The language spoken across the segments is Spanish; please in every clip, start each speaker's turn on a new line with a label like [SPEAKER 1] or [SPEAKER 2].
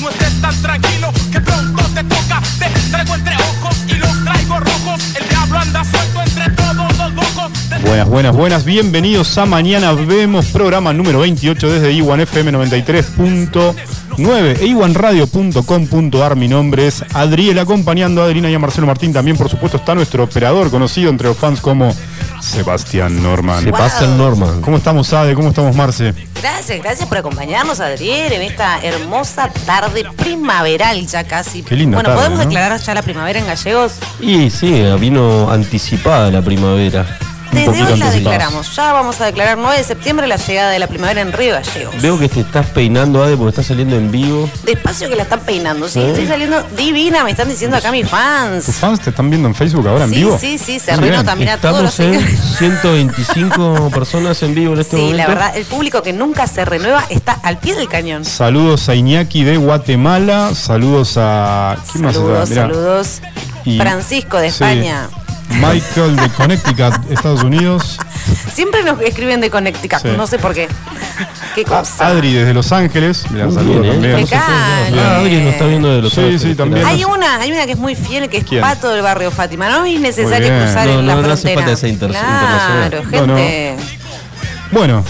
[SPEAKER 1] Pues te traigo entre ojos y los traigo rojos. El diablo anda suelto entre todos los locos.
[SPEAKER 2] Buenas, buenas, buenas. Bienvenidos a Mañana Vemos, programa número 28 desde Iwan FM 93.9 e iwanradio.com.ar. Mi nombre es Adriel, acompañando a Adrina y a Marcelo Martín. También, por supuesto, está nuestro operador, conocido entre los fans como Sebastián Norman.
[SPEAKER 3] Se pasa el Norman.
[SPEAKER 2] ¿Cómo estamos, Ade? ¿Cómo estamos, Marce?
[SPEAKER 4] Gracias, gracias por acompañarnos, Adriel, en esta hermosa tarde primaveral ya casi.
[SPEAKER 2] Qué linda
[SPEAKER 4] Bueno,
[SPEAKER 2] tarde,
[SPEAKER 4] ¿podemos
[SPEAKER 2] ¿no?
[SPEAKER 4] declarar ya la primavera en gallegos?
[SPEAKER 3] Y sí, vino anticipada la primavera.
[SPEAKER 2] Un
[SPEAKER 4] Desde
[SPEAKER 2] poquito
[SPEAKER 4] hoy la
[SPEAKER 2] anticipados.
[SPEAKER 4] declaramos. Ya vamos a declarar 9 de septiembre la llegada de la primavera en Río Gallegos.
[SPEAKER 3] Veo que te estás peinando, Ade, porque estás saliendo en vivo.
[SPEAKER 4] Despacio que la están peinando. Sí,
[SPEAKER 3] ¿Eh?
[SPEAKER 4] estoy saliendo divina, me están diciendo acá mis
[SPEAKER 2] ¿Tus
[SPEAKER 4] fans.
[SPEAKER 2] fans te están viendo en Facebook ahora en
[SPEAKER 4] Sí,
[SPEAKER 2] vivo?
[SPEAKER 4] sí, sí, se
[SPEAKER 2] Muy
[SPEAKER 4] arruinó
[SPEAKER 2] bien.
[SPEAKER 4] también. Mirá, todos los
[SPEAKER 3] Estamos en
[SPEAKER 4] seguidores.
[SPEAKER 3] 125 personas en vivo en este
[SPEAKER 4] Sí,
[SPEAKER 3] momento.
[SPEAKER 4] la verdad, el público que nunca se renueva está al pie del cañón.
[SPEAKER 2] Saludos a Iñaki de Guatemala. Saludos a. ¿Quién más
[SPEAKER 4] Saludos,
[SPEAKER 2] está? Mirá.
[SPEAKER 4] saludos.
[SPEAKER 2] Y-
[SPEAKER 4] Francisco de
[SPEAKER 2] Sí.
[SPEAKER 4] España.
[SPEAKER 2] Michael de Connecticut, Estados Unidos.
[SPEAKER 4] Siempre nos escriben de Connecticut,
[SPEAKER 2] Sí.
[SPEAKER 4] no sé por qué. Qué
[SPEAKER 2] A-
[SPEAKER 4] cosa.
[SPEAKER 2] Adri desde Los Ángeles. Mirá,
[SPEAKER 3] Muy
[SPEAKER 2] saludos
[SPEAKER 3] bien, ¿eh?
[SPEAKER 2] también.
[SPEAKER 4] Acá.
[SPEAKER 3] Ah, alguien nos está viendo de los este,
[SPEAKER 2] Sí,
[SPEAKER 3] Ángeles,
[SPEAKER 2] sí, también.
[SPEAKER 3] mirá.
[SPEAKER 4] Hay una, hay una que es muy fiel, que es
[SPEAKER 2] ¿Quién?
[SPEAKER 4] Pato del barrio Fátima. No es
[SPEAKER 2] Muy
[SPEAKER 4] necesario
[SPEAKER 2] bien.
[SPEAKER 4] cruzar
[SPEAKER 3] No,
[SPEAKER 4] en la
[SPEAKER 3] no, no hace
[SPEAKER 4] frontera.
[SPEAKER 3] falta esa inter-
[SPEAKER 4] claro,
[SPEAKER 3] internacional.
[SPEAKER 2] No, no.
[SPEAKER 4] gente.
[SPEAKER 2] Bueno,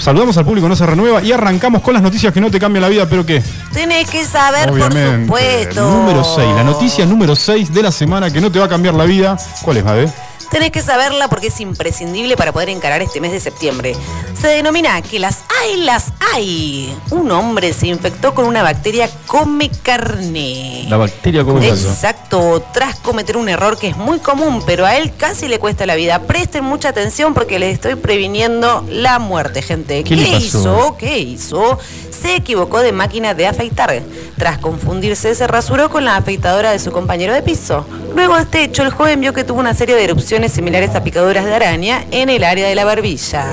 [SPEAKER 2] saludamos al público, no se renueva y arrancamos con las noticias que no te cambian la vida, pero que.
[SPEAKER 4] Tenés que saber, por supuesto.
[SPEAKER 2] Número 6, la noticia número 6 de la semana que no te va a cambiar la vida. ¿Cuál es, Ade?
[SPEAKER 4] Tenés que saberla porque es imprescindible para poder encarar este mes de septiembre. Se denomina que las hay, las hay. Un hombre se infectó con una bacteria come carne.
[SPEAKER 3] La bacteria, ¿cómo es eso?
[SPEAKER 4] Exacto, tras cometer un error que es muy común, pero a él casi le cuesta la vida. Presten mucha atención porque les estoy previniendo la muerte, gente.
[SPEAKER 3] ¿Qué le pasó?
[SPEAKER 4] hizo? ¿Qué hizo? Se equivocó de máquina de afeitar. Tras confundirse, se rasuró con la afeitadora de su compañero de piso. Luego de este hecho, el joven vio que tuvo una serie de erupciones similares a picaduras de araña en el área de la barbilla.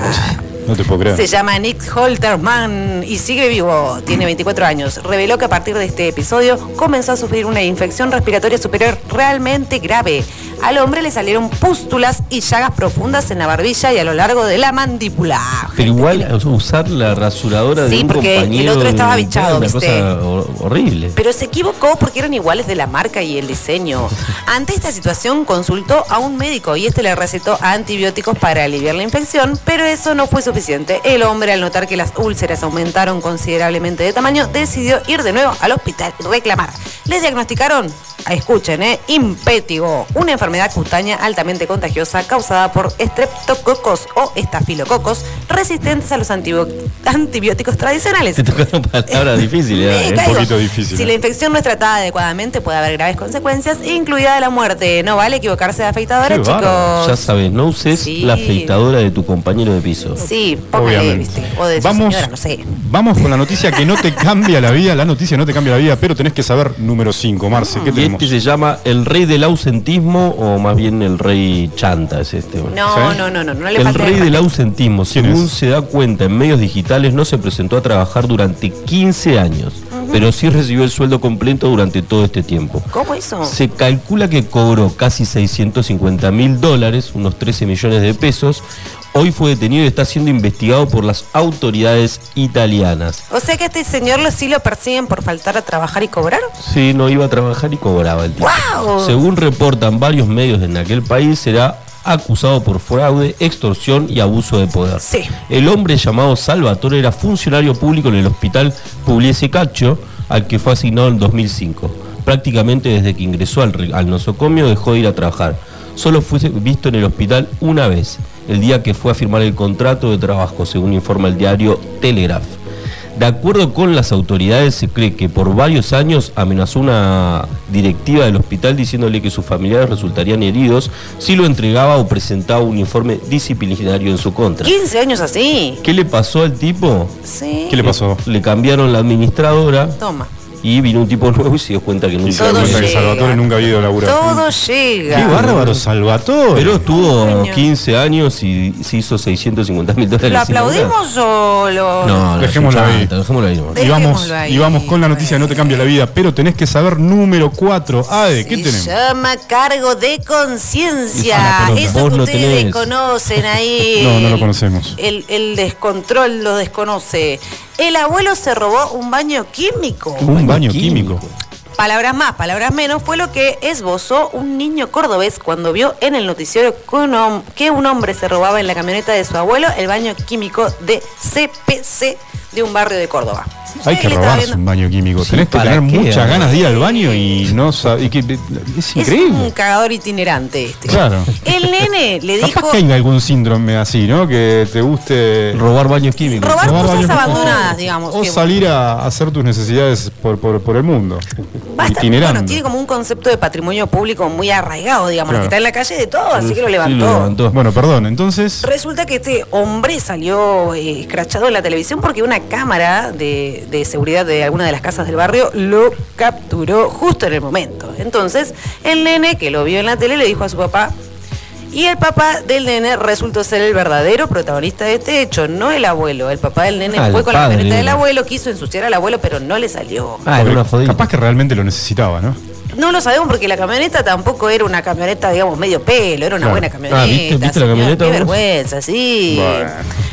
[SPEAKER 2] No te puedo
[SPEAKER 4] Se llama Nick Holterman y sigue vivo. Tiene 24 años. Reveló que a partir de este episodio comenzó a sufrir una infección respiratoria superior realmente grave. Al hombre le salieron pústulas y llagas profundas en la barbilla y a lo largo de la mandíbula.
[SPEAKER 3] Pero igual o sea, usar la rasuradora
[SPEAKER 4] Sí,
[SPEAKER 3] de un
[SPEAKER 4] porque el
[SPEAKER 3] compañero
[SPEAKER 4] otro
[SPEAKER 3] de-
[SPEAKER 4] estaba bichado,
[SPEAKER 3] una
[SPEAKER 4] ¿viste?
[SPEAKER 3] cosa hor- horrible.
[SPEAKER 4] Pero se equivocó porque eran iguales de la marca y el diseño. Ante esta situación consultó a un médico y este le recetó antibióticos para aliviar la infección, pero eso no fue suficiente. El hombre, al notar que las úlceras aumentaron considerablemente de tamaño, decidió ir de nuevo al hospital y reclamar. Le diagnosticaron, ah, escuchen, eh, impétigo, una enfermedad cutánea altamente contagiosa causada por estreptococos o estafilococos resistentes a los antibio- antibióticos tradicionales.
[SPEAKER 3] Te tocaron palabras difíciles.
[SPEAKER 4] Me
[SPEAKER 3] Ade, ¿eh?
[SPEAKER 4] caigo.
[SPEAKER 2] poquito difícil,
[SPEAKER 4] Si
[SPEAKER 2] ¿eh?
[SPEAKER 4] la infección no es tratada adecuadamente, puede haber graves consecuencias, incluida la muerte. No vale equivocarse de afeitadora,
[SPEAKER 2] Qué
[SPEAKER 4] chicos.
[SPEAKER 2] bárbaro.
[SPEAKER 3] Ya sabes, no uses
[SPEAKER 4] Sí.
[SPEAKER 3] la afeitadora de tu compañero de piso.
[SPEAKER 4] Sí, póngale, viste. O de su
[SPEAKER 2] Vamos,
[SPEAKER 4] señora, no sé.
[SPEAKER 2] vamos con la noticia que no te cambia la vida. La noticia no te cambia la vida, pero tenés que saber número 5, Marce. ¿Qué
[SPEAKER 3] Y
[SPEAKER 2] tenemos?
[SPEAKER 3] este se llama el rey del ausentismo, o más bien el rey chanta, es este. bueno.
[SPEAKER 4] No,
[SPEAKER 2] ¿Sí?
[SPEAKER 4] no, no, no, no le
[SPEAKER 3] El
[SPEAKER 4] falta.
[SPEAKER 3] rey del ausentismo,
[SPEAKER 2] ¿Quién
[SPEAKER 3] según
[SPEAKER 2] es?
[SPEAKER 3] se da cuenta en medios digitales, no se presentó a trabajar durante 15 años, pero sí recibió el sueldo completo durante todo este tiempo.
[SPEAKER 4] ¿Cómo eso?
[SPEAKER 3] Se calcula que cobró casi 650 mil dólares, unos 13 millones de pesos. Hoy fue detenido y está siendo investigado por las autoridades italianas.
[SPEAKER 4] O sea que a este señor lo, sí lo persiguen por faltar a trabajar y cobrar.
[SPEAKER 3] Sí, no iba a trabajar y cobraba el tipo.
[SPEAKER 4] ¡Guau!
[SPEAKER 3] Según reportan varios medios en aquel país, será acusado por fraude, extorsión y abuso de poder.
[SPEAKER 4] Sí.
[SPEAKER 3] El hombre llamado Salvatore era funcionario público en el hospital Publiese Cacho, al que fue asignado en 2005. Prácticamente desde que ingresó al, re- al nosocomio dejó de ir a trabajar. Solo fue visto en el hospital una vez, el día que fue a firmar el contrato de trabajo, según informa el diario Telegraph. De acuerdo con las autoridades, se cree que por varios años amenazó una directiva del hospital diciéndole que sus familiares resultarían heridos si lo entregaba o presentaba un informe disciplinario en su contra.
[SPEAKER 4] 15 años así.
[SPEAKER 3] ¿Qué le pasó al tipo?
[SPEAKER 4] Sí.
[SPEAKER 2] ¿Qué le pasó?
[SPEAKER 3] Le cambiaron la administradora
[SPEAKER 4] Toma.
[SPEAKER 3] y vino un tipo nuevo y se dio cuenta que
[SPEAKER 2] Y
[SPEAKER 3] nunca
[SPEAKER 2] se dio
[SPEAKER 4] Todo
[SPEAKER 2] cuenta que
[SPEAKER 4] llega.
[SPEAKER 2] Salvatore nunca había ido a laburar.
[SPEAKER 4] Todo
[SPEAKER 2] ¡Qué
[SPEAKER 4] llega.
[SPEAKER 2] bárbaro, Salvatore!
[SPEAKER 3] Pero estuvo
[SPEAKER 4] Coño.
[SPEAKER 3] 15 años y se hizo 650 mil dólares.
[SPEAKER 4] ¿Lo aplaudimos o
[SPEAKER 3] No,
[SPEAKER 4] lo.?
[SPEAKER 3] no, es un
[SPEAKER 2] Dejémoslo ahí.
[SPEAKER 3] chanta, dejémoslo ahí nomás.
[SPEAKER 4] De-
[SPEAKER 2] y vamos,
[SPEAKER 4] dejémoslo ahí,
[SPEAKER 2] y vamos con la noticia que no te cambia la vida, pero tenés que saber número 4. Ade, ¿qué
[SPEAKER 4] Se
[SPEAKER 2] tenemos?
[SPEAKER 4] llama cargo de conciencia.
[SPEAKER 3] Esa, pero
[SPEAKER 4] Eso
[SPEAKER 3] vos
[SPEAKER 4] que
[SPEAKER 3] lo
[SPEAKER 4] ustedes
[SPEAKER 3] tenés.
[SPEAKER 4] conocen ahí.
[SPEAKER 2] No, no lo conocemos.
[SPEAKER 4] El, el descontrol lo desconoce. El abuelo se robó un baño químico.
[SPEAKER 2] Un baño químico.
[SPEAKER 4] Palabras más, palabras menos, fue lo que esbozó un niño cordobés cuando vio en el noticiero que un, hom- que un hombre se robaba en la camioneta de su abuelo el baño químico de CPC de un barrio de Córdoba.
[SPEAKER 2] Hay que
[SPEAKER 4] Él estaba
[SPEAKER 2] robarse
[SPEAKER 4] viendo-
[SPEAKER 2] un baño químico.
[SPEAKER 3] Sí,
[SPEAKER 2] Tenés que
[SPEAKER 3] ¿para
[SPEAKER 2] tener
[SPEAKER 3] qué,
[SPEAKER 2] muchas
[SPEAKER 3] además?
[SPEAKER 2] ganas de ir al baño y no sabés. Es
[SPEAKER 4] Es
[SPEAKER 2] increíble.
[SPEAKER 4] un cagador itinerante este.
[SPEAKER 2] Claro.
[SPEAKER 4] El nene le dijo...
[SPEAKER 2] Capaz que hay algún síndrome así, ¿no? Que te guste
[SPEAKER 3] Robar baños químicos.
[SPEAKER 4] Robar cosas
[SPEAKER 2] baños-
[SPEAKER 4] abandonadas,
[SPEAKER 2] o-
[SPEAKER 4] digamos,
[SPEAKER 2] O
[SPEAKER 4] que-
[SPEAKER 2] salir a hacer tus necesidades por, por, por el mundo.
[SPEAKER 4] Basta,
[SPEAKER 2] itinerando.
[SPEAKER 4] bueno, tiene como un concepto de patrimonio público muy arraigado, digamos,
[SPEAKER 2] Claro.
[SPEAKER 4] que está en la calle de todo, así que lo
[SPEAKER 3] Sí,
[SPEAKER 4] levantó.
[SPEAKER 3] lo levantó.
[SPEAKER 2] Bueno, perdón, entonces.
[SPEAKER 4] Resulta que este hombre salió eh, escrachado en la televisión porque una cámara de, de seguridad de alguna de las casas del barrio lo capturó justo en el momento. Entonces, el nene que lo vio en la tele le dijo a su papá, y el papá del nene resultó ser el verdadero protagonista de este hecho, no el abuelo. El papá del nene
[SPEAKER 3] Ah, el
[SPEAKER 4] fue con la
[SPEAKER 3] padre.
[SPEAKER 4] camioneta del abuelo, quiso ensuciar al abuelo, pero no le salió.
[SPEAKER 3] Ah, era una jodida.
[SPEAKER 2] capaz que realmente lo necesitaba, ¿no?
[SPEAKER 4] No lo sabemos porque la camioneta tampoco era una camioneta, digamos, medio pelo, era una
[SPEAKER 2] Claro.
[SPEAKER 4] buena camioneta.
[SPEAKER 3] Ah, ¿viste- viste la
[SPEAKER 4] señor,
[SPEAKER 3] camioneta
[SPEAKER 4] Qué
[SPEAKER 3] vos?
[SPEAKER 4] vergüenza, sí.
[SPEAKER 2] Bueno.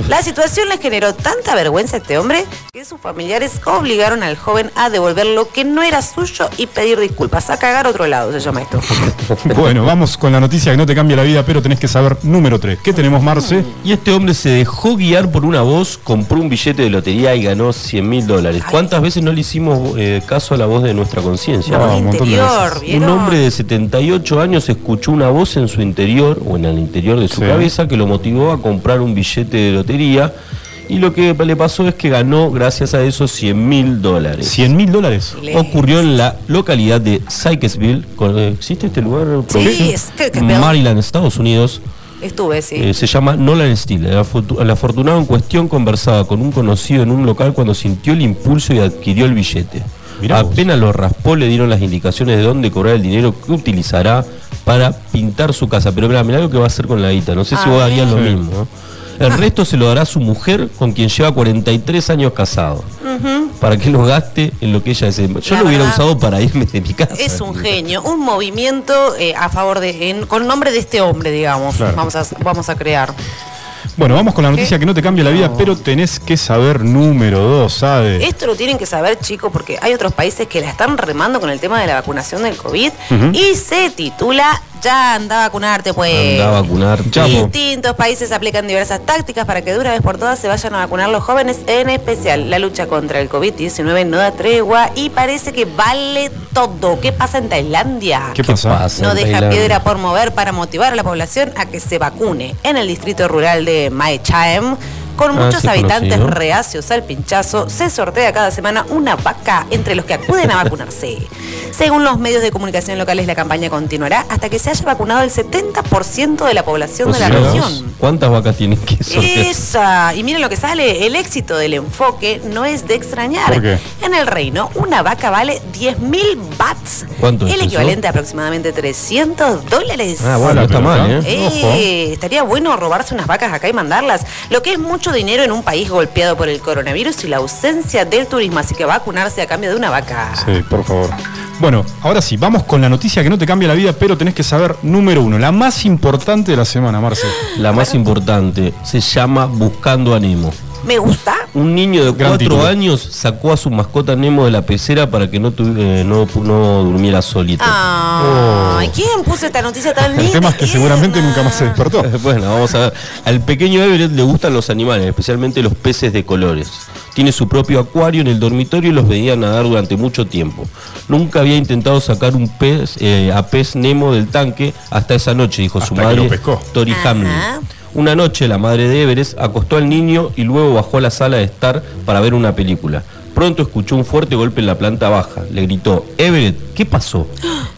[SPEAKER 4] La situación le generó tanta vergüenza a este hombre que sus familiares obligaron al joven a devolver lo que no era suyo y pedir disculpas. A cagar otro lado, se llama esto.
[SPEAKER 2] bueno, vamos con la noticia que no te cambia la vida, pero tenés que saber número 3. ¿Qué tenemos, Marce?
[SPEAKER 3] Y este hombre se dejó guiar por una voz, compró un billete de lotería y ganó 100 mil dólares. ¿Cuántas veces no le hicimos eh, caso a la voz Ah, de nuestra conciencia?
[SPEAKER 2] No, un montón de
[SPEAKER 4] interior,
[SPEAKER 2] veces.
[SPEAKER 4] ¿vieron?
[SPEAKER 3] Un hombre de 78 años escuchó una voz en su interior o en el interior de
[SPEAKER 2] Sí.
[SPEAKER 3] su cabeza que lo motivó a comprar un billete de lotería y lo que le pasó es que ganó gracias a eso 100 mil dólares.
[SPEAKER 2] 100 mil dólares.
[SPEAKER 4] Le-
[SPEAKER 3] Ocurrió en la localidad de Sykesville, con- ¿existe este lugar? provincia?
[SPEAKER 4] es que- que-
[SPEAKER 3] Maryland, Estados Unidos.
[SPEAKER 4] Estuve, sí.
[SPEAKER 3] Eh, se llama Nolan Steele. El, afortu- el afortunado en cuestión conversaba con un conocido en un local cuando sintió el impulso y adquirió el billete.
[SPEAKER 2] Mirá vos.
[SPEAKER 3] Apenas lo raspó, le dieron las indicaciones de dónde cobrar el dinero que utilizará para pintar su casa. Pero mirá, mirá lo que va a hacer con la guita. No sé si
[SPEAKER 4] Ah,
[SPEAKER 3] vos harías lo
[SPEAKER 2] bien.
[SPEAKER 3] mismo. ¿no? El resto se lo dará a su mujer, con quien lleva 43 años casado. Para que lo gaste en lo que ella desee. Yo
[SPEAKER 4] La
[SPEAKER 3] lo hubiera
[SPEAKER 4] verdad,
[SPEAKER 3] usado para irme de mi casa.
[SPEAKER 4] Es un genio, un movimiento eh, a favor de, en- con nombre de este hombre, digamos,
[SPEAKER 2] Claro.
[SPEAKER 4] vamos, a, vamos a crear.
[SPEAKER 2] Bueno, vamos con la noticia que no te cambia la vida, pero tenés que saber número 2, ¿sabes?
[SPEAKER 4] Esto lo tienen que saber, chicos, porque hay otros países que la están remando con el tema de la vacunación del COVID y se titula Ya anda a vacunarte, pues.
[SPEAKER 3] Andá a vacunar.
[SPEAKER 2] Chapo.
[SPEAKER 4] Distintos países aplican diversas tácticas para que de una vez por todas se vayan a vacunar los jóvenes, en especial la lucha contra el COVID-19 no da tregua y parece que vale todo. ¿Qué pasa en Tailandia?
[SPEAKER 2] ¿Qué pasa?
[SPEAKER 4] No deja
[SPEAKER 3] Bailar.
[SPEAKER 4] piedra por mover para motivar a la población a que se vacune. En el distrito rural de Maechaem, con
[SPEAKER 3] Ah,
[SPEAKER 4] muchos
[SPEAKER 3] sí,
[SPEAKER 4] habitantes
[SPEAKER 3] conocido.
[SPEAKER 4] reacios al pinchazo, se sortea cada semana una vaca entre los que acuden a vacunarse. Según los medios de comunicación locales, la campaña continuará hasta que se haya vacunado el 70% de la población de la
[SPEAKER 3] Pues
[SPEAKER 2] Posibilidades.
[SPEAKER 4] región.
[SPEAKER 3] ¿Cuántas vacas tienen que sortear?
[SPEAKER 4] Esa. Y miren lo que sale. El éxito del enfoque no es de extrañar.
[SPEAKER 2] ¿Por qué?
[SPEAKER 4] En el reino, una vaca vale 10.000 bats.
[SPEAKER 3] ¿Cuánto es
[SPEAKER 4] El
[SPEAKER 3] eso?
[SPEAKER 4] equivalente a aproximadamente 300 dólares.
[SPEAKER 3] Ah, bueno,
[SPEAKER 2] Ah,
[SPEAKER 3] no está
[SPEAKER 2] pero
[SPEAKER 3] mal,
[SPEAKER 2] acá.
[SPEAKER 3] ¿eh?
[SPEAKER 4] Eh, estaría bueno robarse unas vacas acá y mandarlas. Lo que es mucho dinero en un país golpeado por el coronavirus y la ausencia del turismo. Así que vacunarse a cambio de una vaca.
[SPEAKER 2] Sí, por favor. Bueno, ahora sí, vamos con la noticia que no te cambia la vida, pero tenés que saber número 1, la más importante de la semana, Marce.
[SPEAKER 3] La más importante se llama Buscando a Nemo.
[SPEAKER 4] Me gusta.
[SPEAKER 3] Un niño de
[SPEAKER 2] Gran
[SPEAKER 3] cuatro
[SPEAKER 2] título.
[SPEAKER 3] años sacó a su mascota Nemo de la pecera para que no, tu- eh, no, pu- no durmiera solito.
[SPEAKER 4] Ah. Ay, ¿Quién puso esta noticia tan linda?
[SPEAKER 2] Oh. El tema es que
[SPEAKER 4] Tierna.
[SPEAKER 2] seguramente nunca más se despertó.
[SPEAKER 3] Bueno, vamos a ver. Al pequeño Everett le gustan los animales, especialmente los peces de colores. Tiene su propio acuario en el dormitorio y los veía nadar durante mucho tiempo. Nunca había intentado sacar un pez, eh, a pez Nemo del tanque hasta esa noche, dijo su
[SPEAKER 2] Hasta que lo
[SPEAKER 3] madre,
[SPEAKER 2] pescó.
[SPEAKER 3] Tori
[SPEAKER 4] Ajá.
[SPEAKER 3] Hamlin. Una noche la madre de Everest acostó al niño y luego bajó a la sala de estar para ver una película. Pronto escuchó un fuerte golpe en la planta baja. Le gritó, Everett, ¿qué pasó?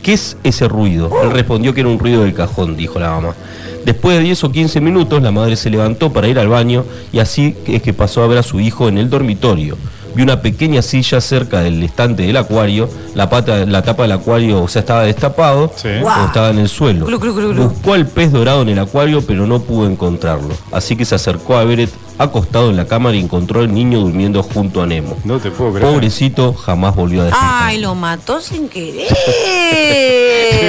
[SPEAKER 3] ¿Qué es ese ruido? Él respondió que era un ruido del cajón, dijo la mamá. Después de 10 o 15 minutos, la madre se levantó para ir al baño y así es que pasó a ver a su hijo en el dormitorio. Vio una pequeña silla cerca del estante del acuario, la, pata, la tapa del acuario, o sea, estaba destapado,
[SPEAKER 2] Sí.
[SPEAKER 3] o estaba en el suelo.
[SPEAKER 4] Glu, glu, glu, glu.
[SPEAKER 3] Buscó al pez dorado en el acuario, pero no pudo encontrarlo. Así que se acercó a Everett, acostado en la cámara, y encontró al niño durmiendo junto a Nemo.
[SPEAKER 2] No te puedo creer.
[SPEAKER 3] Pobrecito, jamás volvió a despertar.
[SPEAKER 4] Ay, lo mató sin querer.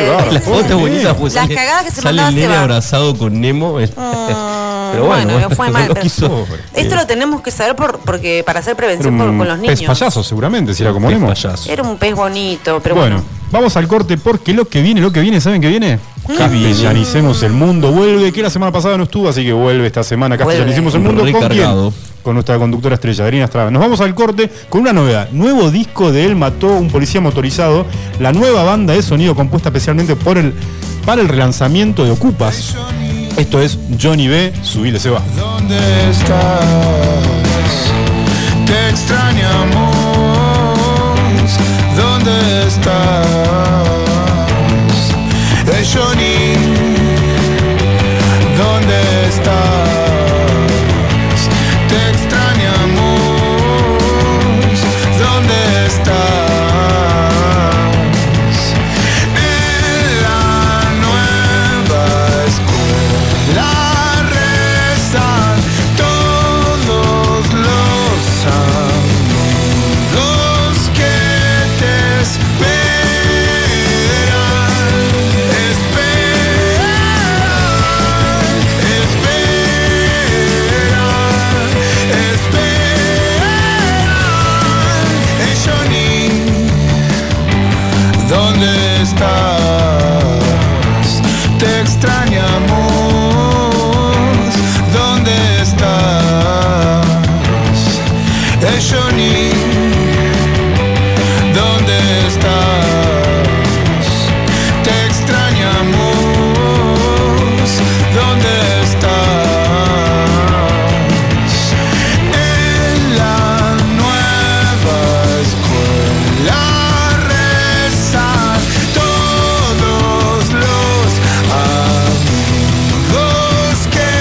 [SPEAKER 2] bárbaro.
[SPEAKER 3] La foto es bonita, pues
[SPEAKER 4] Las
[SPEAKER 3] sale,
[SPEAKER 4] cagadas que se
[SPEAKER 3] sale
[SPEAKER 4] mandaba
[SPEAKER 3] el nene
[SPEAKER 4] Seba.
[SPEAKER 3] abrazado con Nemo.
[SPEAKER 4] Mm,
[SPEAKER 3] Pero bueno, bueno,
[SPEAKER 4] fue
[SPEAKER 3] no
[SPEAKER 4] mal.
[SPEAKER 3] lo
[SPEAKER 4] pero-
[SPEAKER 3] quiso.
[SPEAKER 4] Esto lo tenemos que saber por, porque para hacer
[SPEAKER 2] Era
[SPEAKER 4] prevención
[SPEAKER 2] un
[SPEAKER 4] por- con los niños.
[SPEAKER 2] pez payaso, seguramente, si era como
[SPEAKER 3] Pez
[SPEAKER 2] Nemo.
[SPEAKER 3] payaso.
[SPEAKER 4] Era un pez bonito, pero
[SPEAKER 2] bueno,
[SPEAKER 4] bueno.
[SPEAKER 2] vamos al corte porque lo que viene, lo que viene, ¿saben qué viene? Castellanicemos el mundo, vuelve, que la semana pasada no estuvo, así que vuelve esta semana. Castellanicemos el mundo con quién?
[SPEAKER 3] Recargado.
[SPEAKER 2] Con nuestra conductora estrella, Adriana Estrada. Nos vamos al corte con una novedad. Nuevo disco de Él Mató un Policía Motorizado. La nueva banda de sonido compuesta especialmente por el, para el relanzamiento de Ocupas. Esto es Johnny B. Subile, se va.
[SPEAKER 5] ¿Dónde estás? Te extrañamos. ¿Dónde estás? Hey, Johnny, ¿dónde estás? Te extrañamos. ¿Dónde estás? En la nueva escuela rezan todos los amigos que te esperan, esperan, esperan, esperan. Es Johnny. ¿Dónde estás? Te extrañamos. ¿Dónde estás? Eh, Johnny. ¿Dónde estás? Te extrañamos. ¿Dónde estás? En la nueva escuela rezan todos los amigos que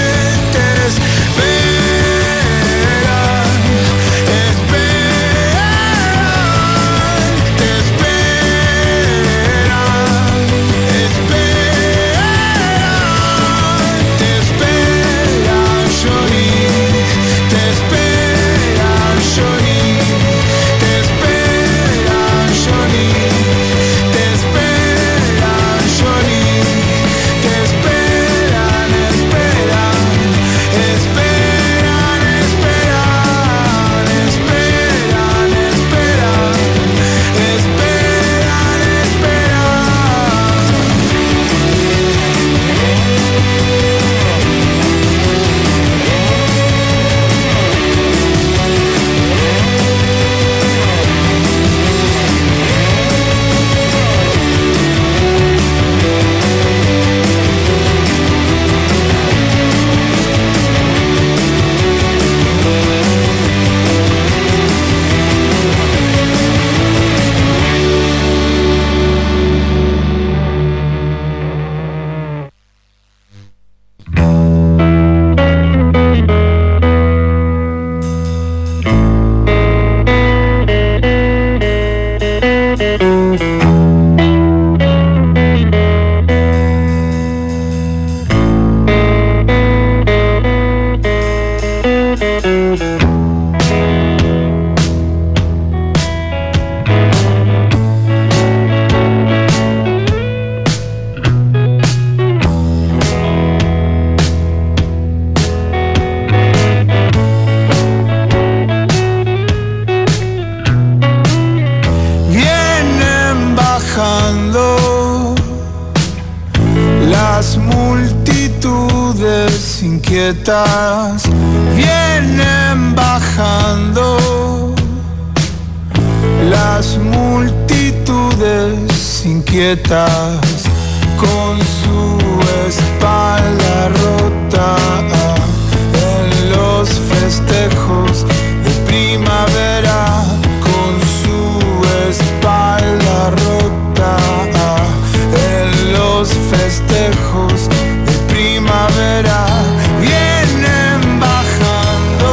[SPEAKER 5] te esperan, esperan, te esperan, esperan, te esperan, Johnny, te esperan, Johnny, te esperan, Johnny. Te esperan, Johnny. Te esperan, esperan. Esperan, esperan. Esperan, esperan. Esperan, esperan. Vienen bajando las multitudes inquietas. Vienen bajando las multitudes inquietas con su espalda rota en los festejos de primavera con su espalda rota en los festejos de primavera vienen bajando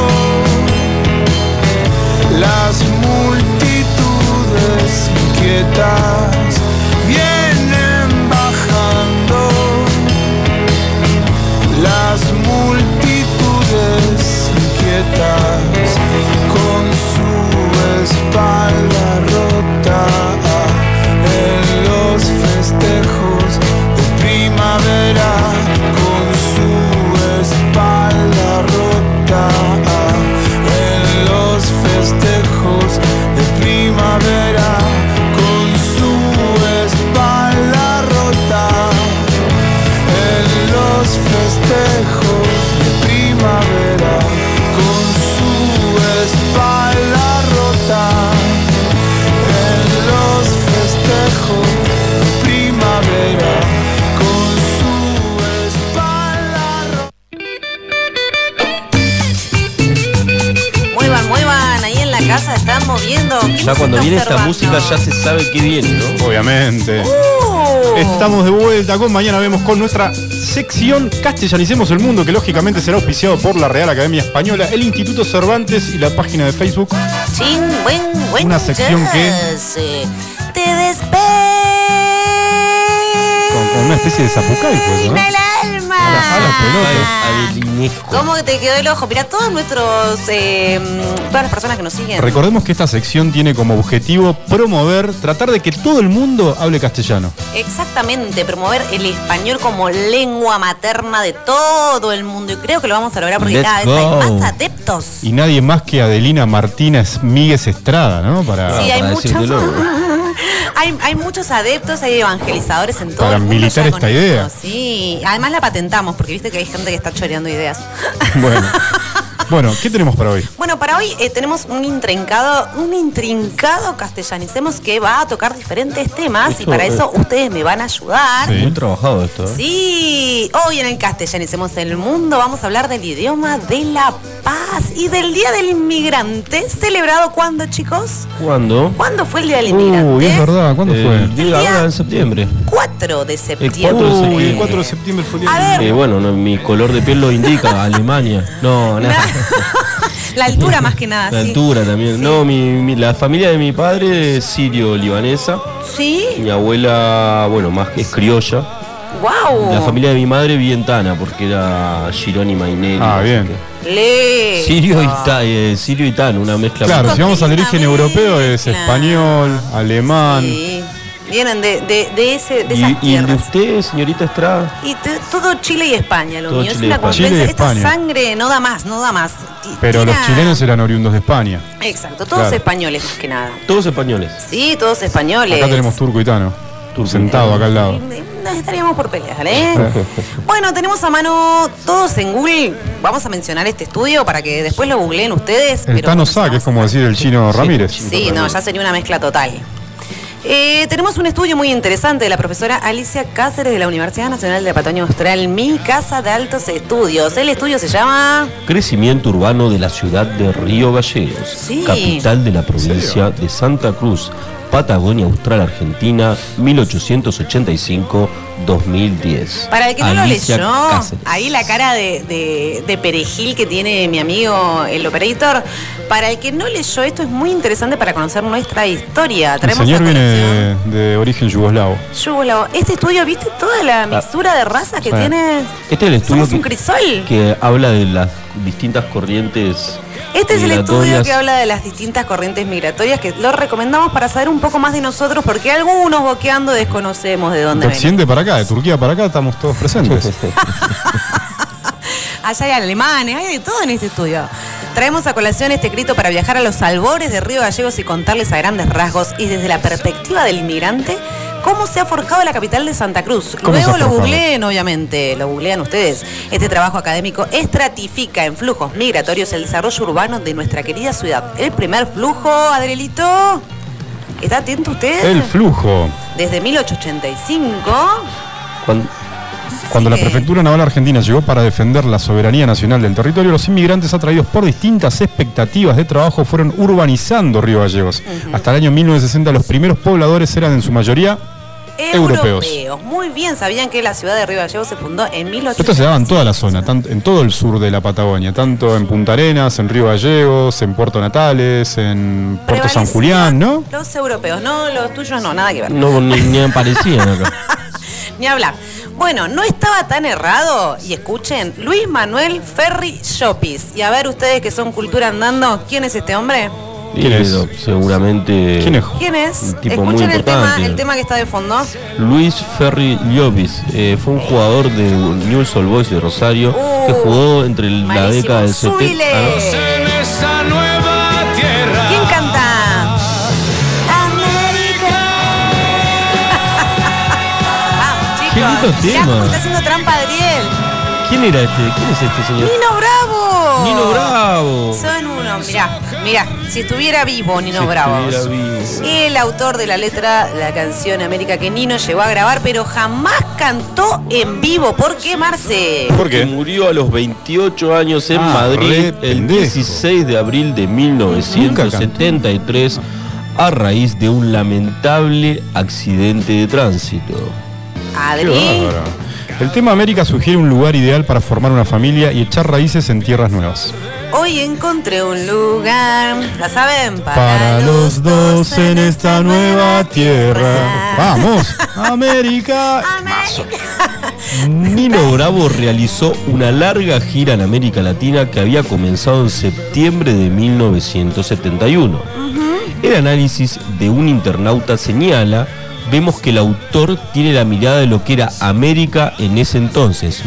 [SPEAKER 5] las multitudes inquietas vienen bajando. Las multitudes inquietas con su
[SPEAKER 3] Ya cuando viene esta música ya se sabe qué viene, ¿no?
[SPEAKER 2] Obviamente.
[SPEAKER 5] Uh.
[SPEAKER 4] ¡Uh!
[SPEAKER 2] Estamos de vuelta con Mañana Vemos con nuestra sección Castellanicemos el Mundo, que lógicamente será auspiciado por la Real Academia Española, el Instituto Cervantes y la página de Facebook.
[SPEAKER 4] Ching, buen, buen
[SPEAKER 2] Una sección que-
[SPEAKER 4] jazz. eh. Te despeina
[SPEAKER 2] Con, con una especie de zapucay, pues, ¿no?
[SPEAKER 4] el alma.
[SPEAKER 3] Ay, Ah, Adelinesco.
[SPEAKER 4] Ah. ¿Cómo que te quedó el ojo? Mira, todos nuestros. eh, todas las personas que nos siguen.
[SPEAKER 2] Recordemos que esta sección tiene como objetivo promover, tratar de que todo el mundo hable castellano.
[SPEAKER 4] Exactamente, promover el español como lengua materna de todo el mundo. Y creo que lo vamos a lograr porque
[SPEAKER 3] Let's
[SPEAKER 4] cada vez hay
[SPEAKER 3] go.
[SPEAKER 4] más adeptos.
[SPEAKER 2] Y nadie más que Adelina Martínez Míguez Estrada, ¿no? Para,
[SPEAKER 4] Sí, hay
[SPEAKER 3] Ah, para
[SPEAKER 4] muchos.
[SPEAKER 3] decírtelo.
[SPEAKER 4] hay, hay muchos adeptos, hay evangelizadores en todo
[SPEAKER 2] Para
[SPEAKER 4] el mundo.
[SPEAKER 2] militar
[SPEAKER 4] ya con
[SPEAKER 2] esta idea.
[SPEAKER 4] esto, Sí, además la patentamos porque viste que hay gente que está choreando ideas.
[SPEAKER 2] Bueno. Bueno, ¿qué tenemos para hoy?
[SPEAKER 4] Bueno, para hoy eh, tenemos un intrincado, un intrincado castellanicemos que va a tocar diferentes temas y
[SPEAKER 3] Esto,
[SPEAKER 4] para
[SPEAKER 3] eh.
[SPEAKER 4] eso ustedes me van a ayudar.
[SPEAKER 2] Sí.
[SPEAKER 3] Muy trabajado esto, ¿eh?
[SPEAKER 4] Sí, hoy en el Castellanicemos el Mundo vamos a hablar del idioma de la paz y del Día del Inmigrante, celebrado cuando, chicos?
[SPEAKER 3] ¿Cuándo?
[SPEAKER 4] ¿Cuándo fue el Día del Inmigrante?
[SPEAKER 2] Uy, es verdad, ¿cuándo
[SPEAKER 3] El
[SPEAKER 2] fue?
[SPEAKER 3] día ahora en septiembre.
[SPEAKER 4] 4 de septiembre.
[SPEAKER 3] cuatro de septiembre.
[SPEAKER 2] Uy, el 4 de septiembre fue el día
[SPEAKER 4] A ver,
[SPEAKER 3] Eh, bueno, no, mi color de piel lo indica, Alemania.
[SPEAKER 4] Ah,
[SPEAKER 3] No, nada.
[SPEAKER 4] la altura más que nada,
[SPEAKER 3] La
[SPEAKER 4] sí.
[SPEAKER 3] altura también.
[SPEAKER 4] Sí.
[SPEAKER 3] No, mi, mi- la familia de mi padre es sirio-libanesa.
[SPEAKER 4] Sí,
[SPEAKER 3] Mi abuela, bueno, más que es criolla.
[SPEAKER 4] wow.
[SPEAKER 3] La familia de mi madre vientana, porque era Girón y Mainelli.
[SPEAKER 2] Ah,
[SPEAKER 3] así
[SPEAKER 2] bien.
[SPEAKER 3] que-
[SPEAKER 4] Le.
[SPEAKER 3] Sirio y,
[SPEAKER 4] Ah.
[SPEAKER 3] ta- eh, sirio y tan, una mezcla.
[SPEAKER 2] Claro,
[SPEAKER 4] Chicos,
[SPEAKER 2] si vamos al
[SPEAKER 4] qué
[SPEAKER 2] origen
[SPEAKER 4] linda
[SPEAKER 2] europeo es
[SPEAKER 4] mezcla.
[SPEAKER 2] español, alemán.
[SPEAKER 4] Sí. Vienen de, de, de ese, de esas
[SPEAKER 3] Y, y el de
[SPEAKER 4] tierras.
[SPEAKER 3] usted, señorita Estrada,
[SPEAKER 4] Y t- todo Chile y España, lo
[SPEAKER 3] Todo
[SPEAKER 4] mío. Es
[SPEAKER 3] Chile y
[SPEAKER 4] una
[SPEAKER 3] España.
[SPEAKER 4] compensa.
[SPEAKER 2] Chile y
[SPEAKER 4] Esta
[SPEAKER 2] España.
[SPEAKER 4] sangre no da más, no da más. Ti-
[SPEAKER 2] Pero los
[SPEAKER 4] tira-
[SPEAKER 2] chilenos eran oriundos de España.
[SPEAKER 4] Exacto, todos
[SPEAKER 2] Claro.
[SPEAKER 4] españoles más que nada.
[SPEAKER 3] todos españoles.
[SPEAKER 4] Sí, todos españoles.
[SPEAKER 2] Acá tenemos turco y tano.
[SPEAKER 3] Turco.
[SPEAKER 2] Sentado acá al lado.
[SPEAKER 4] Nos estaríamos por pelear, ¿eh? bueno, tenemos a mano todos en Google. Vamos a mencionar este estudio para que después lo googleen ustedes.
[SPEAKER 2] El
[SPEAKER 4] pero
[SPEAKER 2] Tano
[SPEAKER 4] bueno,
[SPEAKER 2] Sá, que es
[SPEAKER 4] vamos
[SPEAKER 2] como decir el chino Ramírez.
[SPEAKER 4] Sí, no, ya sería una mezcla total. Eh, tenemos un estudio muy interesante de la profesora Alicia Cáceres de la Universidad Nacional de Patagonia Austral, mi casa de altos estudios. El estudio se llama.
[SPEAKER 3] Crecimiento urbano de la ciudad de Río Gallegos,
[SPEAKER 4] Sí.
[SPEAKER 3] capital de la provincia de Santa Cruz, Patagonia Austral Argentina, 1885-2010.
[SPEAKER 4] Para el que no lo
[SPEAKER 3] Alicia
[SPEAKER 4] leyó,
[SPEAKER 3] Cáceres.
[SPEAKER 4] ahí la cara de, de- de perejil que tiene mi amigo el operator. Para el que no leyó, esto es muy interesante para conocer nuestra historia.
[SPEAKER 2] El
[SPEAKER 4] Traemos
[SPEAKER 2] señor
[SPEAKER 4] a
[SPEAKER 2] viene
[SPEAKER 4] colación-
[SPEAKER 2] de, de origen yugoslavo.
[SPEAKER 4] Yugoslavo. Este estudio, ¿viste toda la mixtura de razas que
[SPEAKER 2] Sí.
[SPEAKER 4] tiene?
[SPEAKER 3] Ah. Este es el estudio
[SPEAKER 4] Somos un
[SPEAKER 3] que-
[SPEAKER 4] crisol.
[SPEAKER 3] que habla de las distintas corrientes.
[SPEAKER 4] Este es el estudio
[SPEAKER 3] migratorias.
[SPEAKER 4] que habla de las distintas corrientes migratorias que lo recomendamos para saber un poco más de nosotros porque algunos boqueando desconocemos de dónde
[SPEAKER 2] De
[SPEAKER 4] venimos.
[SPEAKER 2] Occidente para acá, de Turquía para acá, estamos todos presentes.
[SPEAKER 4] Allá hay alemanes, hay de todo en este estudio. Traemos a colación este escrito para viajar a los albores de Río Gallegos y contarles a grandes rasgos y desde la perspectiva del inmigrante cómo se ha forjado la capital de Santa Cruz.
[SPEAKER 2] ¿Cómo se ha
[SPEAKER 4] Luego lo
[SPEAKER 2] forjado?
[SPEAKER 4] googleen, obviamente, lo googlean ustedes. Este trabajo académico estratifica en flujos migratorios el desarrollo urbano de nuestra querida ciudad. El primer flujo, Adrielito, ¿está atento usted?
[SPEAKER 2] El flujo.
[SPEAKER 4] Desde 1885.
[SPEAKER 3] Cuando-
[SPEAKER 2] Cuando la
[SPEAKER 4] Sí.
[SPEAKER 2] prefectura naval argentina llegó para defender la soberanía nacional del territorio, los inmigrantes atraídos por distintas expectativas de trabajo fueron urbanizando Río Gallegos. Hasta el año 1960 los primeros pobladores eran en su mayoría europeos.
[SPEAKER 4] Muy bien, sabían que la ciudad de Río Gallegos se fundó en 1885.
[SPEAKER 2] Esto se daba en toda la zona, tan- en todo el sur de la Patagonia, tanto en Punta Arenas, en Río Gallegos, en Puerto Natales, en Puerto San
[SPEAKER 4] Prevalecían
[SPEAKER 2] Julián, ¿no?
[SPEAKER 4] Los europeos, no, los tuyos no, nada que ver.
[SPEAKER 3] No, ni, ni aparecían acá.
[SPEAKER 4] Ni hablar. Bueno, no estaba tan errado. Y escuchen, Luis Manuel Ferri Llopis. Y a ver ustedes que son cultura andando, ¿quién es este hombre?
[SPEAKER 2] ¿Quién es?
[SPEAKER 3] Pero Seguramente.
[SPEAKER 2] ¿Quién es?
[SPEAKER 4] ¿Quién es?
[SPEAKER 3] Un tipo muy
[SPEAKER 4] Escuchen el tema,
[SPEAKER 3] importante.
[SPEAKER 4] el tema que está de fondo.
[SPEAKER 3] Luis Ferri Llobis eh, fue un jugador de Newell's Old Boys de Rosario
[SPEAKER 4] Uh,
[SPEAKER 3] que jugó entre el- la
[SPEAKER 4] malísimo.
[SPEAKER 3] década del 70.
[SPEAKER 4] Subile.
[SPEAKER 3] ah, no.
[SPEAKER 5] En esa nueva tierra.
[SPEAKER 4] ¿Quién canta? Ah,
[SPEAKER 3] Qué lindo
[SPEAKER 4] chicos, mirá
[SPEAKER 3] tema.
[SPEAKER 4] cómo está haciendo trampa Adriel.
[SPEAKER 3] ¿Quién era este? ¿Quién es este señor?
[SPEAKER 4] Nino Bravo.
[SPEAKER 3] Nino Bravo.
[SPEAKER 4] Son uno, mirá, mirá, si estuviera vivo Nino
[SPEAKER 3] Si
[SPEAKER 4] Bravo.
[SPEAKER 3] estuviera vivo.
[SPEAKER 4] El autor de la letra, la canción América que Nino llegó a grabar, pero jamás cantó en vivo por quemarse.
[SPEAKER 2] ¿Por
[SPEAKER 3] Que murió a los 28 años en
[SPEAKER 2] Ah,
[SPEAKER 3] Madrid
[SPEAKER 2] re
[SPEAKER 3] el
[SPEAKER 2] pendejo.
[SPEAKER 3] 16 de abril de 1973 a raíz de un lamentable accidente de tránsito.
[SPEAKER 4] Adri.
[SPEAKER 2] El tema América sugiere un lugar ideal para formar una familia y echar raíces en tierras nuevas.
[SPEAKER 4] Hoy encontré un lugar, ¿la saben?
[SPEAKER 2] Para los dos en esta nueva tierra. Vamos, América.
[SPEAKER 4] América.
[SPEAKER 3] Nino Bravo realizó una larga gira en América Latina que había comenzado en septiembre de 1971. El análisis de un internauta señala, vemos que el autor tiene la mirada de lo que era América en ese entonces,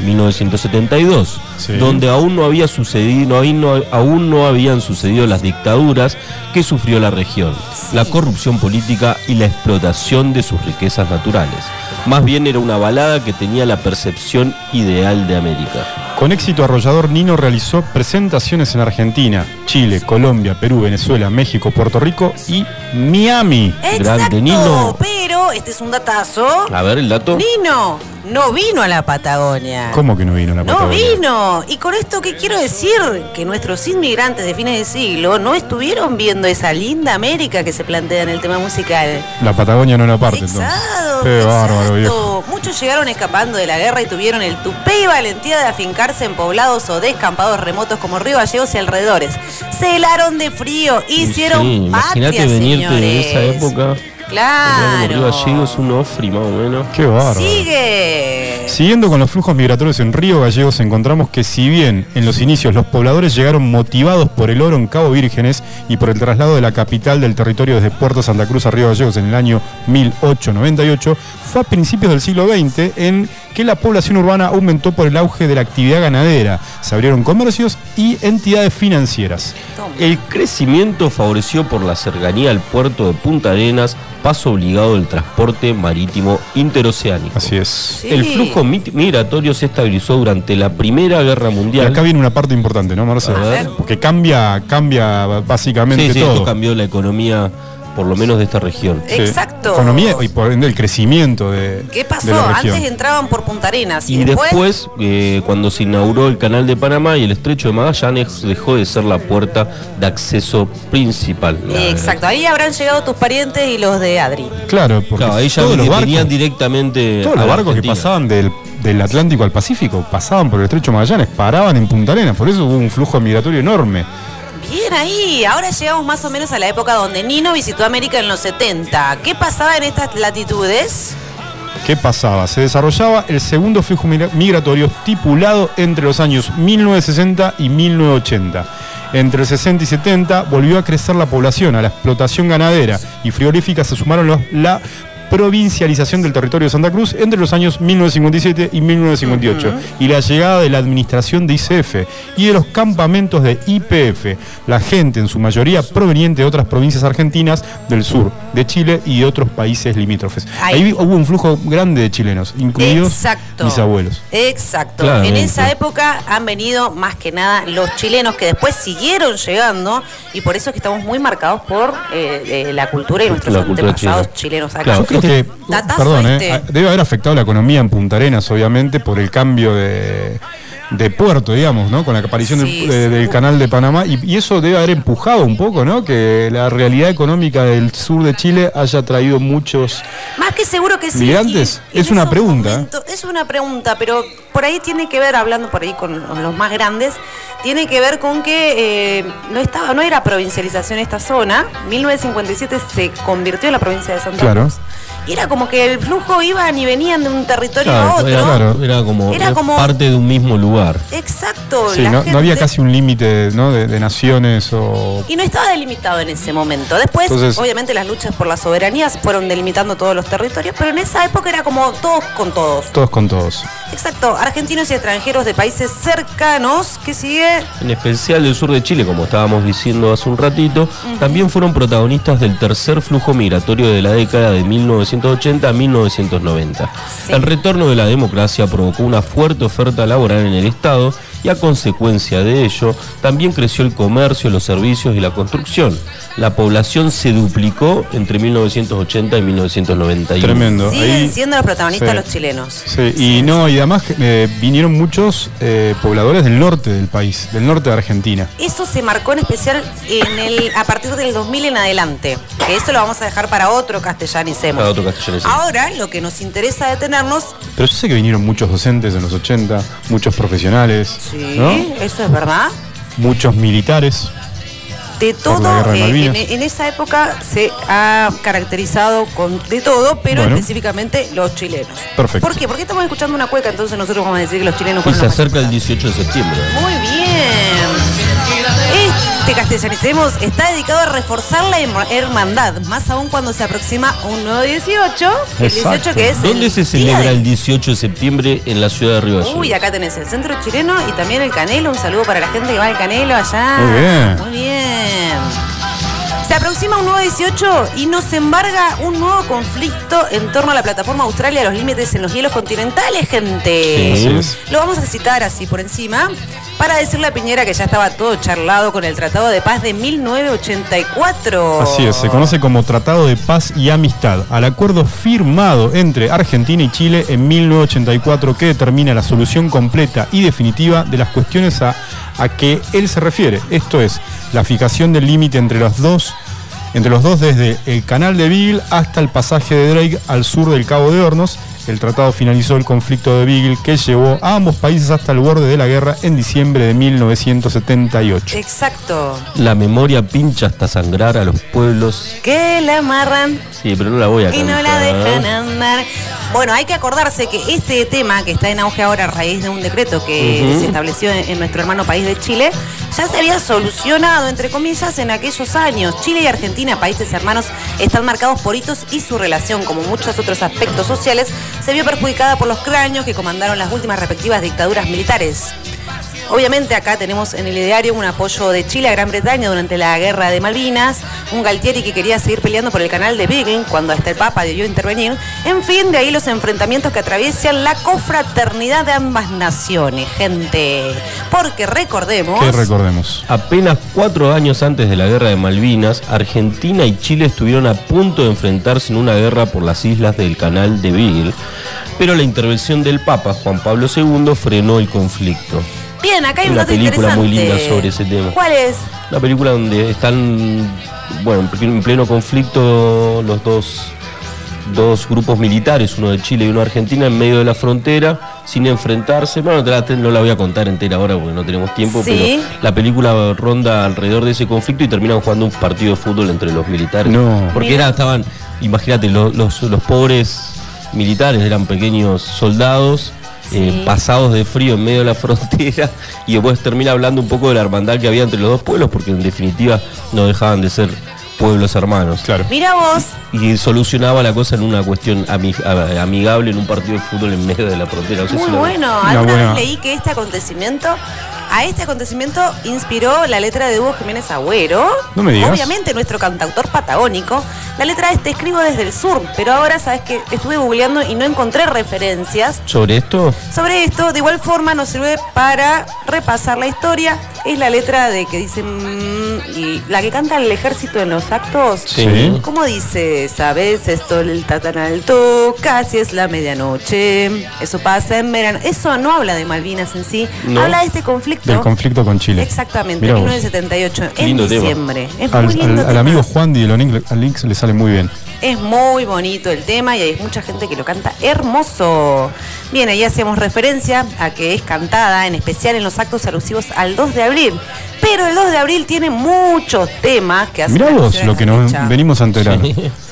[SPEAKER 3] 1972,
[SPEAKER 2] Sí.
[SPEAKER 3] donde aún no había sucedido, no hay- no- aún no habían sucedido las dictaduras que sufrió la región, la corrupción política y la explotación de sus riquezas naturales. Más bien era una balada que tenía la percepción ideal de América.
[SPEAKER 2] Con éxito arrollador, Nino realizó presentaciones en Argentina, Chile, Colombia, Perú, Venezuela, México, Puerto Rico y Miami.
[SPEAKER 4] Exacto,
[SPEAKER 3] Grande Nino.
[SPEAKER 4] pero este es un datazo.
[SPEAKER 3] A ver el dato.
[SPEAKER 4] Nino no vino a la Patagonia.
[SPEAKER 2] ¿Cómo que no vino la
[SPEAKER 4] No
[SPEAKER 2] Patagonia?
[SPEAKER 4] vino. Y con esto, ¿qué quiero decir? Que nuestros inmigrantes de fines de siglo no estuvieron viendo esa linda América que se plantea en el tema musical.
[SPEAKER 2] La Patagonia no era parte, entonces.
[SPEAKER 4] Exacto,
[SPEAKER 2] Qué bárbaro,
[SPEAKER 4] exacto.
[SPEAKER 2] viejo.
[SPEAKER 4] Muchos llegaron escapando de la guerra y tuvieron el tupé y valentía de afincarse en poblados o descampados remotos como Río Gallegos y alrededores. Se helaron de frío, hicieron
[SPEAKER 3] Sí,
[SPEAKER 4] patria,
[SPEAKER 3] Imagínate venirte de
[SPEAKER 4] señores.
[SPEAKER 3] esa época. Como Río
[SPEAKER 4] Claro.
[SPEAKER 3] Gallegos, un ofri más o menos.
[SPEAKER 2] Qué bárbaro.
[SPEAKER 4] Sigue.
[SPEAKER 2] Siguiendo con los flujos migratorios en Río Gallegos, encontramos que si bien en los inicios los pobladores llegaron motivados por el oro en Cabo Vírgenes y por el traslado de la capital del territorio desde Puerto Santa Cruz a Río Gallegos en el año 1898, fue a principios del siglo XX en que la población urbana aumentó por el auge de la actividad ganadera. Se abrieron comercios y entidades financieras.
[SPEAKER 4] Toma.
[SPEAKER 3] El crecimiento favoreció por la cercanía al puerto de Punta Arenas, paso obligado del transporte marítimo interoceánico.
[SPEAKER 2] Así es.
[SPEAKER 4] Sí.
[SPEAKER 3] El flujo mit- migratorio se estabilizó durante la Primera Guerra
[SPEAKER 2] Y
[SPEAKER 3] Mundial.
[SPEAKER 2] acá viene una parte importante, ¿no, Marcelo?
[SPEAKER 4] A ver.
[SPEAKER 2] Porque cambia, cambia básicamente
[SPEAKER 3] Sí, sí,
[SPEAKER 2] todo.
[SPEAKER 3] esto cambió la economía, por lo menos de esta región.
[SPEAKER 4] Eh,
[SPEAKER 2] Sí.
[SPEAKER 4] Exacto.
[SPEAKER 2] Economía y por ende el crecimiento de.
[SPEAKER 4] ¿Qué
[SPEAKER 2] de
[SPEAKER 4] pasó?
[SPEAKER 2] la región.
[SPEAKER 4] Antes entraban por Punta Arenas y,
[SPEAKER 3] Y después, eh, cuando se inauguró el canal de Panamá y el estrecho de Magallanes, dejó de ser la puerta de acceso principal. La-
[SPEAKER 4] Exacto, ahí habrán llegado tus parientes y los de Adri.
[SPEAKER 2] Claro, porque
[SPEAKER 3] Claro, ahí ya
[SPEAKER 2] todos los barcos,
[SPEAKER 3] venían directamente.
[SPEAKER 2] todos
[SPEAKER 3] a
[SPEAKER 2] los
[SPEAKER 3] la
[SPEAKER 2] barcos que
[SPEAKER 3] Argentina.
[SPEAKER 2] pasaban del, del Atlántico al Pacífico pasaban por el Estrecho de Magallanes, paraban en Punta Arenas, por eso hubo un flujo migratorio enorme.
[SPEAKER 4] Bien ahí, ahora llegamos más o menos a la época donde Nino visitó América en los 70. ¿Qué pasaba en estas latitudes?
[SPEAKER 2] ¿Qué pasaba? Se desarrollaba el segundo flujo migra- migratorio estipulado entre los años 1960 y 1980. Entre el 60 y 70 volvió a crecer la población, a la explotación ganadera y frigorífica se sumaron los- la provincialización del territorio de Santa Cruz entre los años 1957 y 1958 y la llegada de la administración de ICF y de los campamentos de IPF, la gente en su mayoría proveniente de otras provincias argentinas del sur, de Chile y de otros países limítrofes.
[SPEAKER 4] Ahí.
[SPEAKER 2] Ahí vi- hubo un flujo grande de chilenos, incluidos
[SPEAKER 4] Exacto.
[SPEAKER 2] mis abuelos.
[SPEAKER 4] Exacto.
[SPEAKER 3] Claramente.
[SPEAKER 4] En esa época han venido más que nada los chilenos que después siguieron llegando y por eso es que estamos muy marcados por eh, eh, la cultura y nuestros
[SPEAKER 3] La cultura
[SPEAKER 4] antepasados
[SPEAKER 3] chilena.
[SPEAKER 4] chilenos acá.
[SPEAKER 3] Claro.
[SPEAKER 2] Yo creo que,
[SPEAKER 4] Datazo
[SPEAKER 2] perdón, eh,
[SPEAKER 4] este.
[SPEAKER 2] a- debe haber afectado la economía en Punta Arenas, obviamente, por el cambio de, de puerto, digamos, ¿no? Con la aparición del-
[SPEAKER 4] Sí,
[SPEAKER 2] de- del,
[SPEAKER 4] sí.
[SPEAKER 2] canal de Panamá. Y, y eso debe haber empujado un poco, ¿no? Que la realidad económica del sur de Chile haya traído muchos...
[SPEAKER 4] Más que seguro que sí.
[SPEAKER 2] Migrantes,
[SPEAKER 4] y- y
[SPEAKER 2] es
[SPEAKER 4] en
[SPEAKER 2] una
[SPEAKER 4] esos
[SPEAKER 2] pregunta.
[SPEAKER 4] momentos- es una pregunta, pero por ahí tiene que ver, hablando por ahí con los más grandes, tiene que ver con que eh, no estaba, no era provincialización esta zona. 1957 se convirtió en la provincia de Santa
[SPEAKER 2] Claro.
[SPEAKER 4] Cruz. Y era como que el flujo iban y venían de un territorio a otro.
[SPEAKER 3] era,
[SPEAKER 2] Claro.
[SPEAKER 3] era como,
[SPEAKER 4] Era
[SPEAKER 3] era
[SPEAKER 4] como-
[SPEAKER 3] parte de un mismo lugar.
[SPEAKER 4] Exacto.
[SPEAKER 2] Sí,
[SPEAKER 4] Oh, la
[SPEAKER 2] no, no había
[SPEAKER 4] gente-
[SPEAKER 2] casi un límite, ¿no? De, de naciones o...
[SPEAKER 4] Y no estaba delimitado en ese momento. Después,
[SPEAKER 2] Entonces-
[SPEAKER 4] obviamente, las luchas por las soberanías fueron delimitando todos los territorios, pero en esa época era como todos con todos.
[SPEAKER 2] Todos con todos.
[SPEAKER 4] Exacto, argentinos y extranjeros de países cercanos. ¿Qué sigue?
[SPEAKER 3] en especial del sur de Chile, como estábamos diciendo hace un ratito, también fueron protagonistas del tercer flujo migratorio de la década de 1980 a 1990.
[SPEAKER 4] Sí.
[SPEAKER 3] El retorno de la democracia provocó una fuerte oferta laboral en el Estado y a consecuencia de ello también creció el comercio, los servicios y la construcción. La población se duplicó entre 1980 y 1991.
[SPEAKER 2] Tremendo.
[SPEAKER 4] Siguen
[SPEAKER 2] Ahí-
[SPEAKER 4] siendo los protagonistas
[SPEAKER 2] Sí.
[SPEAKER 4] los chilenos.
[SPEAKER 2] Sí, y no, y además eh, vinieron muchos eh, pobladores del norte del país, del norte de Argentina.
[SPEAKER 4] Eso se marcó en especial en el, a partir del 2000 en adelante. Que eso lo vamos a dejar para otro castellanicemos.
[SPEAKER 3] Para otro castellanicemos.
[SPEAKER 4] Ahora lo que nos interesa detenernos,
[SPEAKER 2] Pero yo sé que vinieron muchos docentes en los 80, muchos profesionales,
[SPEAKER 4] sí,
[SPEAKER 2] ¿no?
[SPEAKER 4] eso es verdad.
[SPEAKER 2] muchos militares.
[SPEAKER 4] De
[SPEAKER 2] Por la
[SPEAKER 4] todo,
[SPEAKER 2] guerra de
[SPEAKER 4] eh, en,
[SPEAKER 2] Malvinas.
[SPEAKER 4] en esa época se ha caracterizado con de todo, pero
[SPEAKER 2] Bueno.
[SPEAKER 4] específicamente los chilenos.
[SPEAKER 2] Perfecto.
[SPEAKER 4] ¿Por qué? Porque estamos escuchando una cueca, entonces nosotros vamos a decir que los chilenos
[SPEAKER 3] Y
[SPEAKER 4] fueron
[SPEAKER 3] se
[SPEAKER 4] los más
[SPEAKER 3] acerca el 18 de septiembre.
[SPEAKER 4] Muy bien. Este Castellanicemos está dedicado a reforzar la herma- hermandad, más aún cuando se aproxima un nuevo 18. El 18
[SPEAKER 2] Exacto.
[SPEAKER 4] que es.
[SPEAKER 3] ¿Dónde
[SPEAKER 4] el
[SPEAKER 3] se
[SPEAKER 4] día
[SPEAKER 3] celebra
[SPEAKER 4] del-
[SPEAKER 3] el 18 de septiembre en la ciudad de Río Gallegos?
[SPEAKER 4] Uy, acá tenés el centro chileno y también el Canelo. Un saludo para la gente que va al Canelo allá.
[SPEAKER 2] Muy bien.
[SPEAKER 4] Muy bien. Se aproxima un nuevo 18 y nos embarga un nuevo conflicto en torno a la plataforma Australia, los límites en los hielos continentales, gente.
[SPEAKER 3] Sí.
[SPEAKER 2] Así es.
[SPEAKER 4] Lo vamos a citar así por encima para decirle a Piñera que ya estaba todo charlado con el Tratado de Paz de 1984.
[SPEAKER 2] Así es, se conoce como Tratado de Paz y Amistad, al acuerdo firmado entre Argentina y Chile en 1984 que determina la solución completa y definitiva de las cuestiones a, a que él se refiere. Esto es, la fijación del límite entre los dos, entre los dos desde el canal de Beagle hasta el pasaje de Drake al sur del Cabo de Hornos. El tratado finalizó el conflicto de Beagle que llevó a ambos países hasta el borde de la guerra en diciembre de 1978.
[SPEAKER 4] Exacto.
[SPEAKER 3] La memoria pincha hasta sangrar a los pueblos.
[SPEAKER 4] Que la amarran
[SPEAKER 3] Sí, pero no la voy a
[SPEAKER 4] Y no la
[SPEAKER 3] cantar.
[SPEAKER 4] dejan andar. Bueno, hay que acordarse que este tema que está en auge ahora a raíz de un decreto que se estableció en, en nuestro hermano país de Chile, ya se había solucionado, entre comillas, en aquellos años. Chile y Argentina, países hermanos, están marcados por hitos y su relación, como muchos otros aspectos sociales, se vio perjudicada por los cráneos que comandaron las últimas respectivas dictaduras militares. Obviamente acá tenemos en el ideario un apoyo de Chile a Gran Bretaña durante la guerra de Malvinas, un Galtieri que quería seguir peleando por el canal de Beagle cuando hasta el Papa debió intervenir. En fin, de ahí los enfrentamientos que atraviesan la cofraternidad de ambas naciones, gente. Porque recordemos...
[SPEAKER 2] Que recordemos.
[SPEAKER 3] Apenas cuatro años antes de la guerra de Malvinas, Argentina y Chile estuvieron a punto de enfrentarse en una guerra por las islas del Canal de Beagle, pero la intervención del Papa Juan Pablo II frenó el conflicto.
[SPEAKER 4] Bien, acá hay un
[SPEAKER 3] Una
[SPEAKER 4] dato
[SPEAKER 3] película muy
[SPEAKER 4] interesante.
[SPEAKER 3] linda sobre ese tema.
[SPEAKER 4] ¿Cuál es?
[SPEAKER 3] Una película donde están, bueno, en pleno conflicto los dos, dos grupos militares, uno de Chile y uno de Argentina, en medio de la frontera, sin enfrentarse. Bueno, te la- te- no la voy a contar entera ahora porque no tenemos tiempo,
[SPEAKER 4] Sí.
[SPEAKER 3] pero la película ronda alrededor de ese conflicto y terminan jugando un partido de fútbol entre los militares.
[SPEAKER 2] No.
[SPEAKER 3] Porque era, estaban, imagínate, lo- los, los pobres militares eran pequeños soldados. eh,
[SPEAKER 4] Sí.
[SPEAKER 3] pasados de frío en medio de la frontera y después termina hablando un poco de la hermandad que había entre los dos pueblos porque en definitiva no dejaban de ser pueblos hermanos
[SPEAKER 2] Claro.
[SPEAKER 4] Mira vos.
[SPEAKER 3] y solucionaba la cosa en una cuestión ami- a- amigable en un partido de fútbol en medio de la frontera. No sé
[SPEAKER 4] Muy
[SPEAKER 3] si lo-
[SPEAKER 4] bueno.
[SPEAKER 2] Una
[SPEAKER 4] Alguna
[SPEAKER 2] buena-
[SPEAKER 4] vez leí que este acontecimiento, a este acontecimiento inspiró la letra de Hugo Jiménez Agüero.
[SPEAKER 2] No me digas.
[SPEAKER 4] Obviamente nuestro cantautor patagónico. La letra es Te escribo desde el sur, pero ahora sabes que estuve googleando y no encontré referencias.
[SPEAKER 3] Sobre esto,
[SPEAKER 4] Sobre esto, de igual forma, nos sirve para repasar la historia. Es la letra de que dice. mm, y la que canta el ejército en los actos.
[SPEAKER 3] Sí.
[SPEAKER 4] ¿Cómo dice? ¿Sabes esto? El tatanal toca, casi es la medianoche. Eso pasa en verano. Eso no habla de Malvinas en sí.
[SPEAKER 3] No.
[SPEAKER 4] Habla de este conflicto.
[SPEAKER 2] Del conflicto con Chile.
[SPEAKER 4] Exactamente,
[SPEAKER 2] Mirá vos.
[SPEAKER 4] 1978, en
[SPEAKER 3] Lindo tema.
[SPEAKER 4] diciembre. Es
[SPEAKER 2] Al,
[SPEAKER 4] muy lindo
[SPEAKER 2] al- al
[SPEAKER 4] tema.
[SPEAKER 2] amigo Juan Di de Lonin- al Lynx le sale muy bien.
[SPEAKER 4] Es muy bonito el tema y hay mucha gente que lo canta hermoso. Bien, ahí hacemos referencia a que es cantada, en especial en los actos alusivos al 2 de abril. Pero el 2 de abil tiene muchos temas que hacen.
[SPEAKER 2] Mirá vos
[SPEAKER 4] alusión a
[SPEAKER 2] lo que
[SPEAKER 4] esa
[SPEAKER 2] nos
[SPEAKER 4] fecha.
[SPEAKER 2] venimos a enterar.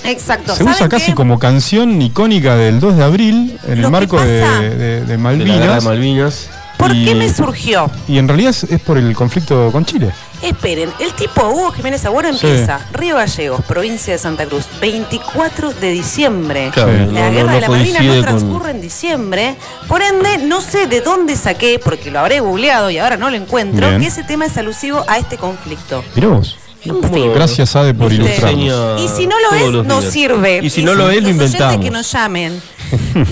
[SPEAKER 4] Exacto.
[SPEAKER 2] Se usa
[SPEAKER 4] ¿saben
[SPEAKER 2] casi
[SPEAKER 4] qué?
[SPEAKER 2] como canción icónica del 2 de abril en
[SPEAKER 4] Lo
[SPEAKER 2] el
[SPEAKER 4] que
[SPEAKER 2] marco de,
[SPEAKER 4] pasa-
[SPEAKER 2] de- de
[SPEAKER 3] de la guerra de
[SPEAKER 2] Malvinas.
[SPEAKER 3] Malvinas.
[SPEAKER 4] ¿Por
[SPEAKER 2] y-
[SPEAKER 4] qué me surgió?
[SPEAKER 2] Y en realidad es, es por el conflicto con Chile.
[SPEAKER 4] Esperen, el tipo Hugo Jiménez Agüero
[SPEAKER 2] Sí.
[SPEAKER 4] empieza. Río Gallegos, provincia de Santa Cruz, 24 de diciembre.
[SPEAKER 3] Claro,
[SPEAKER 2] Sí.
[SPEAKER 3] no-
[SPEAKER 4] La
[SPEAKER 3] no-
[SPEAKER 4] guerra
[SPEAKER 3] no
[SPEAKER 4] de la Marina
[SPEAKER 3] coincide
[SPEAKER 4] no
[SPEAKER 3] con-
[SPEAKER 4] transcurre en diciembre, por ende no sé de dónde saqué, porque lo habré googleado y ahora no lo encuentro,
[SPEAKER 2] Bien.
[SPEAKER 4] que ese tema es alusivo a este conflicto.
[SPEAKER 2] Mirá vos.
[SPEAKER 4] En
[SPEAKER 3] ¿Cómo
[SPEAKER 4] fin.
[SPEAKER 3] lo-
[SPEAKER 2] Gracias, Ade, por
[SPEAKER 3] nos
[SPEAKER 2] ilustrarnos.
[SPEAKER 3] enseña
[SPEAKER 4] Y si no lo
[SPEAKER 3] todos
[SPEAKER 4] es,
[SPEAKER 3] los
[SPEAKER 4] no
[SPEAKER 3] días?
[SPEAKER 4] sirve.
[SPEAKER 3] Y si no lo
[SPEAKER 4] si
[SPEAKER 3] es, lo
[SPEAKER 4] los oyentes
[SPEAKER 3] inventamos.
[SPEAKER 4] que nos llamen.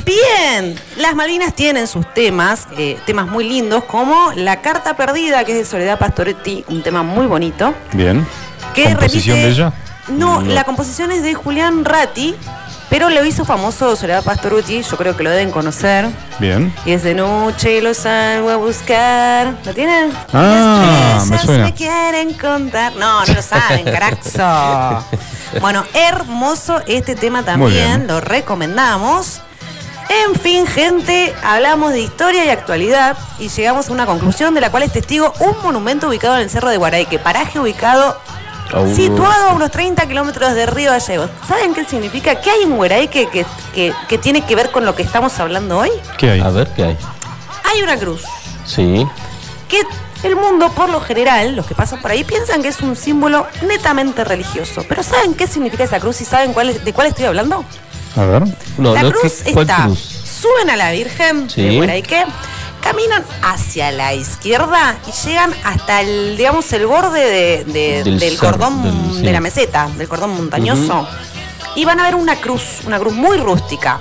[SPEAKER 4] Bien, las Malvinas tienen sus temas, eh, temas muy lindos, como La Carta Perdida, que es de Soledad Pastoretti, un tema muy bonito.
[SPEAKER 2] Bien.
[SPEAKER 4] Que
[SPEAKER 2] ¿Composición
[SPEAKER 4] repite-
[SPEAKER 2] de ella?
[SPEAKER 4] No, la composición es de Julián Ratti, pero lo hizo famoso Soledad Pastoruti, yo creo que lo deben conocer.
[SPEAKER 2] Bien.
[SPEAKER 4] Y es de noche lo salgo a buscar. ¿Lo tienen?
[SPEAKER 2] Ah,
[SPEAKER 4] Las
[SPEAKER 2] me
[SPEAKER 4] fresas
[SPEAKER 2] suena.
[SPEAKER 4] me quieren contar. No, no lo saben, caraxo. Bueno, hermoso este tema
[SPEAKER 2] Muy
[SPEAKER 4] también,
[SPEAKER 2] bien.
[SPEAKER 4] lo recomendamos. En fin, gente, hablamos de historia y actualidad y llegamos a una conclusión de la cual es testigo un monumento ubicado en el Cerro de Guarayque, paraje ubicado
[SPEAKER 3] A unos-
[SPEAKER 4] situado a unos 30 kilómetros de Río Gallegos. ¿Saben qué significa? ¿Qué hay en Guarayque que, que, que tiene que ver con lo que estamos hablando hoy?
[SPEAKER 2] ¿Qué hay?
[SPEAKER 3] A ver qué hay.
[SPEAKER 4] Hay una cruz
[SPEAKER 3] Sí.
[SPEAKER 4] que el mundo, por lo general, los que pasan por ahí piensan que es un símbolo netamente religioso. Pero ¿saben qué significa esa cruz y saben cuál es- de cuál estoy hablando?
[SPEAKER 2] A ver.
[SPEAKER 3] No,
[SPEAKER 4] la
[SPEAKER 3] no,
[SPEAKER 4] cruz
[SPEAKER 3] ¿qué- cuál
[SPEAKER 4] está.
[SPEAKER 3] cruz?
[SPEAKER 4] Suben a la Virgen
[SPEAKER 3] Sí.
[SPEAKER 4] de Guarayque, caminan hacia la izquierda y llegan hasta el, digamos, el borde de- de- del,
[SPEAKER 3] Del cerro,
[SPEAKER 4] cordón
[SPEAKER 3] del- sí.
[SPEAKER 4] de la meseta, del cordón montañoso. Y van a ver una cruz, una cruz muy rústica.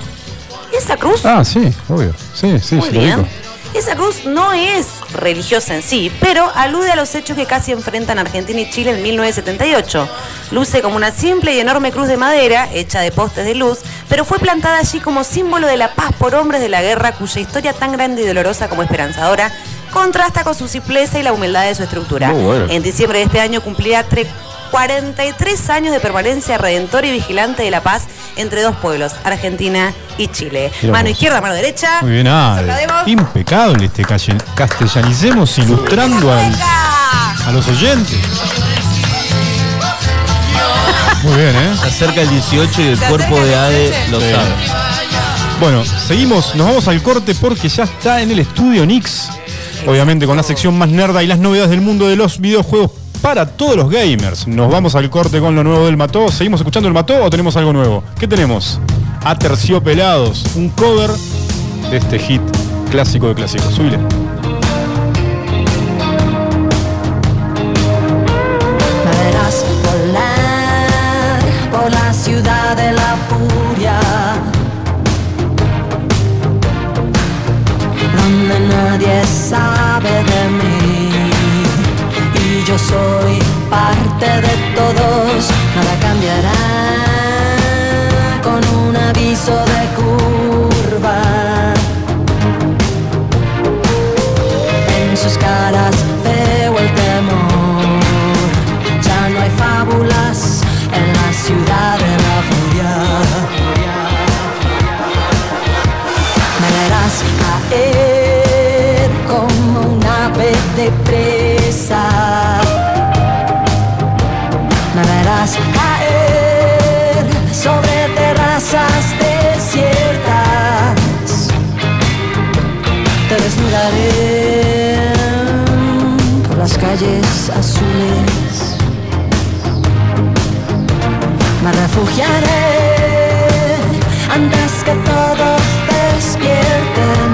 [SPEAKER 4] Y esa cruz
[SPEAKER 2] Ah, sí, obvio. Sí, sí,
[SPEAKER 4] muy
[SPEAKER 2] sí, lo
[SPEAKER 4] bien.
[SPEAKER 2] ubico.
[SPEAKER 4] Esa cruz no es religiosa en sí, pero alude a los hechos que casi enfrentan Argentina y Chile en 1978. Luce como una simple y enorme cruz de madera, hecha de postes de luz, pero fue plantada allí como símbolo de la paz por hombres de la guerra, cuya historia tan grande y dolorosa como esperanzadora contrasta con su simpleza y la humildad de su estructura.
[SPEAKER 3] Muy bueno.
[SPEAKER 4] En diciembre de este año cumplía tre- 43 años de permanencia redentora y vigilante de la paz entre dos pueblos, Argentina y Chile.
[SPEAKER 2] Mirá
[SPEAKER 4] Mano
[SPEAKER 2] vos.
[SPEAKER 4] izquierda, mano derecha.
[SPEAKER 2] Muy bien,
[SPEAKER 3] eh,
[SPEAKER 2] ah,
[SPEAKER 4] Aplaudimos.
[SPEAKER 2] impecable este calle- castellanicemos ilustrando al,
[SPEAKER 4] ¡Venga!
[SPEAKER 2] a los oyentes. Muy bien, ¿eh?
[SPEAKER 3] Se acerca el 18 y el
[SPEAKER 4] Se
[SPEAKER 3] cuerpo
[SPEAKER 4] acerca
[SPEAKER 3] de
[SPEAKER 4] el
[SPEAKER 3] Ade
[SPEAKER 4] 18.
[SPEAKER 3] lo
[SPEAKER 2] Sí.
[SPEAKER 3] sabe.
[SPEAKER 2] Bueno, seguimos, nos vamos al corte porque ya está en el estudio Nix. Obviamente con la sección más nerda y las novedades del mundo de los videojuegos para todos los gamers. Nos vamos al corte con lo nuevo del Mató. ¿Seguimos escuchando el Mató o tenemos algo nuevo? ¿Qué tenemos? Aterciopelados, un cover de este hit clásico de clásicos. Subile.
[SPEAKER 6] Me verás volar por la ciudad de la furia, donde nadie sabe de mí y yo soy parte de todos. Nada cambiará con un aviso de curva. En sus caras veo el temor. Ya no hay fábulas en la ciudad de la furia. Me verás caer como un ave de presa. Me verás caer sobre terrazas desiertas te desnudaré por las calles azules. Me refugiaré antes que todos despierten.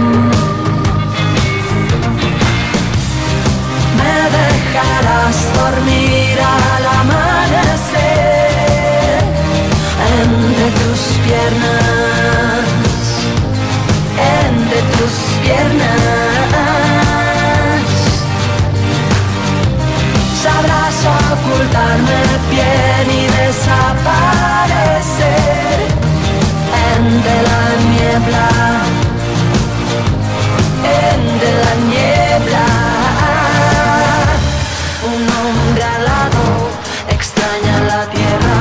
[SPEAKER 6] Me dejarás dormir al amanecer entre tus piernas entre tus piernas. Sabrás ocultarme bien y desaparecer entre la niebla, entre la niebla. Un hombre alado extraña la tierra.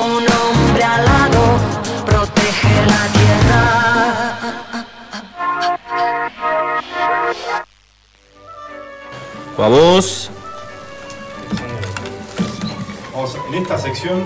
[SPEAKER 6] un hombre alado protege la tierra.
[SPEAKER 3] Vamos.
[SPEAKER 2] en esta sección.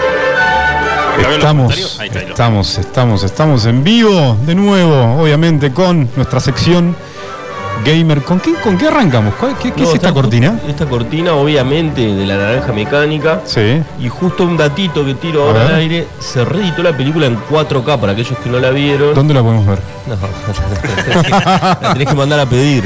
[SPEAKER 7] veo en los
[SPEAKER 2] Estamos,
[SPEAKER 7] comentarios. Ahí está, ahí lo-
[SPEAKER 2] estamos, estamos, estamos en vivo de nuevo, obviamente, con nuestra sección gamer. ¿Con qué, con qué arrancamos? ¿Cuál- ¿Qué, qué
[SPEAKER 3] No,
[SPEAKER 2] es esta
[SPEAKER 3] está ju-
[SPEAKER 2] cortina?
[SPEAKER 3] Esta cortina, obviamente, de la naranja mecánica.
[SPEAKER 2] Sí.
[SPEAKER 3] Y justo un datito que tiro
[SPEAKER 2] A
[SPEAKER 3] ahora al
[SPEAKER 2] ver.
[SPEAKER 3] aire, se reeditó la película en 4K para aquellos que no la vieron.
[SPEAKER 2] ¿Dónde la podemos ver?
[SPEAKER 3] No, la tenés que mandar a pedir.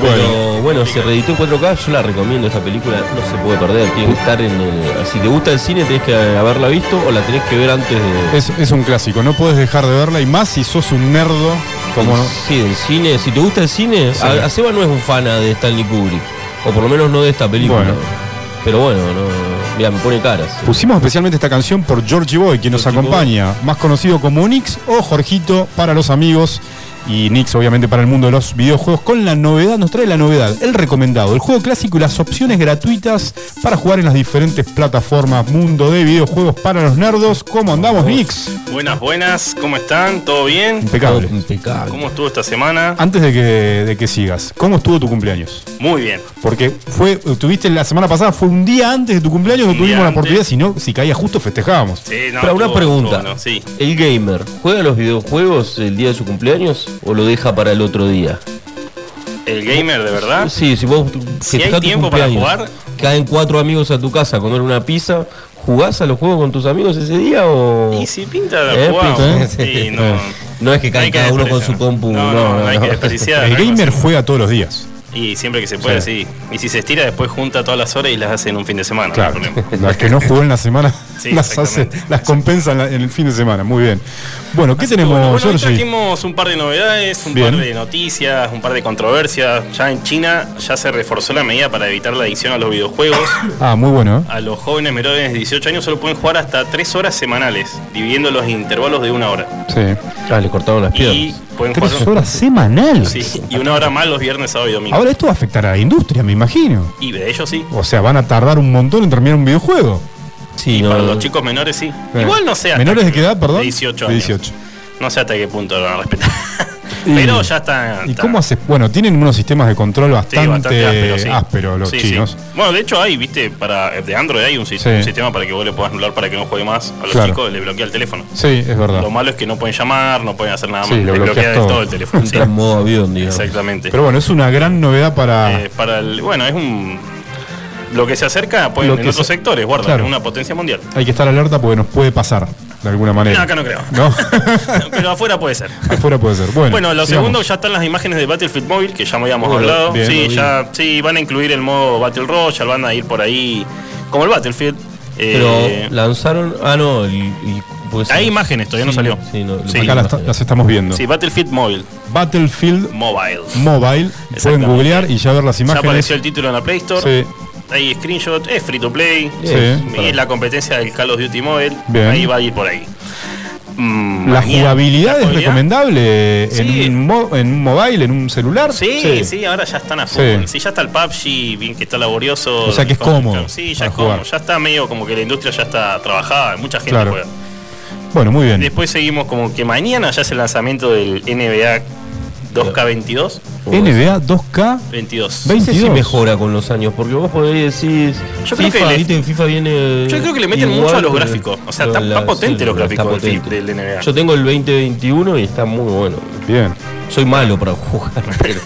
[SPEAKER 2] Bueno.
[SPEAKER 3] Pero bueno, se reeditó en 4K, yo la recomiendo esta película, no se puede perder, tiene que estar en el- Si te gusta el cine tenés que haberla visto o la tenés que ver antes de.
[SPEAKER 2] Es, es un clásico, no puedes dejar de verla y más si sos un nerdo como no.
[SPEAKER 3] Sí, del cine. Si te gusta el cine,
[SPEAKER 2] Sí.
[SPEAKER 3] a, a Seba no es un fana de Stanley Kubrick. O por lo menos no de esta película.
[SPEAKER 2] Bueno.
[SPEAKER 3] Pero bueno, no, no, mira, me pone caras.
[SPEAKER 2] Pusimos especialmente esta canción por Georgie Boy, quien nos
[SPEAKER 3] Georgie
[SPEAKER 2] acompaña, más conocido como Nix o Jorgito para los amigos y Nix obviamente para el mundo de los videojuegos, con la novedad, nos trae la novedad, el recomendado, el juego clásico y las opciones gratuitas para jugar en las diferentes plataformas mundo de videojuegos para los nerdos. ¿Cómo andamos, Nix?
[SPEAKER 7] Buenas, buenas, ¿cómo están? ¿Todo bien?
[SPEAKER 2] Impecable.
[SPEAKER 3] Todo impecable.
[SPEAKER 7] ¿Cómo estuvo esta semana?
[SPEAKER 2] Antes de que, de que sigas, ¿cómo estuvo tu cumpleaños?
[SPEAKER 7] Muy bien.
[SPEAKER 2] Porque fue, tuviste la semana pasada, fue un día antes de tu cumpleaños, no
[SPEAKER 7] Un día
[SPEAKER 2] tuvimos la
[SPEAKER 7] antes.
[SPEAKER 2] oportunidad, si no, si caía justo festejábamos.
[SPEAKER 7] Sí, no,
[SPEAKER 3] Pero una
[SPEAKER 7] estuvo-
[SPEAKER 3] pregunta.
[SPEAKER 7] estuvo bueno, sí.
[SPEAKER 3] ¿El gamer juega los videojuegos el día de su cumpleaños o lo deja para el otro día?
[SPEAKER 7] El gamer, de verdad.
[SPEAKER 3] Sí, si vos
[SPEAKER 7] Si hay
[SPEAKER 3] festejás tu
[SPEAKER 7] tiempo para
[SPEAKER 3] cumpleaños,
[SPEAKER 7] jugar.
[SPEAKER 3] caen cuatro amigos a tu casa a comer una pizza, ¿jugás a los juegos con tus amigos ese día o...?
[SPEAKER 7] Y si pinta de
[SPEAKER 3] Eh,
[SPEAKER 7] jugado.
[SPEAKER 3] pinta,
[SPEAKER 7] Sí,
[SPEAKER 3] ¿eh?
[SPEAKER 7] no.
[SPEAKER 3] No es que
[SPEAKER 7] No hay
[SPEAKER 3] caen
[SPEAKER 7] que
[SPEAKER 3] cada uno con su
[SPEAKER 7] despreciar.
[SPEAKER 3] compu.
[SPEAKER 7] No, no, no hay que despreciar.
[SPEAKER 2] El
[SPEAKER 7] no hay
[SPEAKER 2] gamer
[SPEAKER 7] cosa.
[SPEAKER 2] juega todos los días.
[SPEAKER 7] Y siempre que se puede, sí. Y si se estira, después junta todas las horas y las hace en un fin de semana. no hay
[SPEAKER 2] Claro,
[SPEAKER 7] problema.
[SPEAKER 2] las que no jugó en la semana
[SPEAKER 7] Sí,
[SPEAKER 2] las hace,
[SPEAKER 7] exactamente.
[SPEAKER 2] las compensa en, la- en el fin de semana. Muy bien. Bueno, ¿qué tenemos,
[SPEAKER 7] Bueno, bueno, hoy
[SPEAKER 2] Georgie?
[SPEAKER 7] trajimos un par de novedades, un
[SPEAKER 2] Bien.
[SPEAKER 7] par de noticias, un par de controversias. Ya en China ya se reforzó la medida para evitar la adicción a los videojuegos.
[SPEAKER 2] Ah, muy bueno. ¿eh?
[SPEAKER 7] A los jóvenes menores de 18 años solo pueden jugar hasta 3 horas semanales, dividiendo los intervalos de una hora.
[SPEAKER 2] Sí.
[SPEAKER 3] Ah, le cortaron las
[SPEAKER 7] Y
[SPEAKER 3] piernas.
[SPEAKER 7] pueden
[SPEAKER 2] Tres
[SPEAKER 7] jugar
[SPEAKER 2] horas semanales.
[SPEAKER 7] sí, y una hora más los viernes, sábado y domingo.
[SPEAKER 2] Ahora esto va a afectar a la industria, me imagino.
[SPEAKER 7] Y de ellos sí.
[SPEAKER 2] O sea, van a tardar un montón en terminar un videojuego.
[SPEAKER 3] Sí,
[SPEAKER 7] Y
[SPEAKER 3] no,
[SPEAKER 7] para
[SPEAKER 3] no.
[SPEAKER 7] los chicos menores sí.
[SPEAKER 2] Eh.
[SPEAKER 7] Igual no sé. hasta
[SPEAKER 2] ¿Menores de qué edad, perdón?
[SPEAKER 7] De 18
[SPEAKER 2] De
[SPEAKER 7] años.
[SPEAKER 2] 18.
[SPEAKER 7] No sé hasta qué punto lo van a respetar.
[SPEAKER 2] Y-
[SPEAKER 7] Pero ya está.
[SPEAKER 2] ¿Y
[SPEAKER 7] está-
[SPEAKER 2] cómo hace? Bueno, tienen unos sistemas de control
[SPEAKER 7] sí,
[SPEAKER 2] bastante,
[SPEAKER 7] áspero,
[SPEAKER 2] ásperos
[SPEAKER 7] sí.
[SPEAKER 2] los
[SPEAKER 7] Sí, sí.
[SPEAKER 2] chinos.
[SPEAKER 7] Bueno, de hecho hay, viste, para de Android hay un, si-
[SPEAKER 2] Sí.
[SPEAKER 7] un sistema para que vos le puedas anular para que no juegue más a los
[SPEAKER 2] Claro.
[SPEAKER 7] chicos, le bloquea el teléfono.
[SPEAKER 2] Sí, es verdad.
[SPEAKER 7] Lo malo es que no pueden llamar, no pueden hacer nada
[SPEAKER 2] Sí,
[SPEAKER 7] más.
[SPEAKER 2] lo
[SPEAKER 7] le
[SPEAKER 2] bloqueas
[SPEAKER 7] bloquea
[SPEAKER 2] todo.
[SPEAKER 7] todo. el teléfono. sí.
[SPEAKER 3] Entra en modo avión, digamos.
[SPEAKER 7] Exactamente.
[SPEAKER 2] Pero ah. bueno, es una gran novedad para.
[SPEAKER 7] Eh, para el, bueno, es un lo que se acerca pues,
[SPEAKER 2] Lo
[SPEAKER 7] en
[SPEAKER 2] que
[SPEAKER 7] otros
[SPEAKER 2] se-
[SPEAKER 7] sectores, guarda,
[SPEAKER 2] Claro.
[SPEAKER 7] una potencia mundial.
[SPEAKER 2] Hay que estar alerta porque nos puede pasar de alguna manera.
[SPEAKER 7] No, acá no creo.
[SPEAKER 2] No.
[SPEAKER 7] Pero afuera puede ser.
[SPEAKER 2] Afuera puede ser. Bueno,
[SPEAKER 7] Bueno, lo
[SPEAKER 2] sigamos.
[SPEAKER 7] segundo ya están las imágenes de Battlefield Mobile, que ya habíamos
[SPEAKER 2] Bueno,
[SPEAKER 7] hablado.
[SPEAKER 2] bien,
[SPEAKER 7] sí,
[SPEAKER 2] bien.
[SPEAKER 7] ya sí, van a incluir el modo Battle Royale, van a ir por ahí como el Battlefield.
[SPEAKER 3] Pero
[SPEAKER 7] Eh,
[SPEAKER 3] lanzaron... Ah, no, el, el- porque
[SPEAKER 7] Hay
[SPEAKER 3] sí.
[SPEAKER 7] imágenes, todavía no
[SPEAKER 3] Sí,
[SPEAKER 7] salió.
[SPEAKER 3] Sí, no,
[SPEAKER 7] Sí.
[SPEAKER 2] Acá las, ta- las estamos viendo.
[SPEAKER 7] sí, Battlefield Mobile.
[SPEAKER 2] Battlefield
[SPEAKER 7] Mobile.
[SPEAKER 2] Mobile. Pueden
[SPEAKER 7] Exactamente.
[SPEAKER 2] googlear y ya ver las
[SPEAKER 7] Ya
[SPEAKER 2] imágenes.
[SPEAKER 7] apareció el título en la Play Store.
[SPEAKER 2] Sí.
[SPEAKER 7] Hay screenshot, es free to play.
[SPEAKER 2] Sí.
[SPEAKER 7] Y es la competencia del Call of Duty Mobile.
[SPEAKER 2] Bien.
[SPEAKER 7] Ahí va a ir por ahí. Mm,
[SPEAKER 2] La
[SPEAKER 7] mañana.
[SPEAKER 2] jugabilidad
[SPEAKER 7] La
[SPEAKER 2] es
[SPEAKER 7] jugabilidad.
[SPEAKER 2] recomendable
[SPEAKER 7] Sí.
[SPEAKER 2] en, un mo- en un mobile, en un celular.
[SPEAKER 7] Sí, sí, ahora ya están a
[SPEAKER 2] Sí.
[SPEAKER 7] full. Sí. ya está el PUBG, bien que está laborioso.
[SPEAKER 2] O sea que es cómodo
[SPEAKER 7] Sí, ya
[SPEAKER 2] para
[SPEAKER 7] es cómodo.
[SPEAKER 2] jugar.
[SPEAKER 7] Ya está medio como que la industria ya está trabajada, mucha gente
[SPEAKER 2] Claro.
[SPEAKER 7] juega.
[SPEAKER 2] Bueno, muy bien.
[SPEAKER 7] Después seguimos como que mañana ya es el lanzamiento del NBA 2K22.
[SPEAKER 2] NBA 2K.
[SPEAKER 7] 22.
[SPEAKER 3] No sé si
[SPEAKER 2] 22.
[SPEAKER 3] mejora con los años, porque vos podés decir.
[SPEAKER 7] Yo creo que
[SPEAKER 3] FIFA,
[SPEAKER 7] le-
[SPEAKER 3] viste, en FIFA viene.
[SPEAKER 7] Yo creo que le meten
[SPEAKER 3] igual,
[SPEAKER 7] mucho a los
[SPEAKER 3] pero-
[SPEAKER 7] gráficos. O sea,
[SPEAKER 3] pero
[SPEAKER 7] está-
[SPEAKER 3] la-
[SPEAKER 7] está potente los
[SPEAKER 3] pero
[SPEAKER 7] gráficos
[SPEAKER 3] está
[SPEAKER 7] del-
[SPEAKER 3] potente.
[SPEAKER 7] del NBA.
[SPEAKER 3] Yo tengo el 2021 y está muy bueno.
[SPEAKER 2] Bien.
[SPEAKER 3] Soy malo para jugar, pero,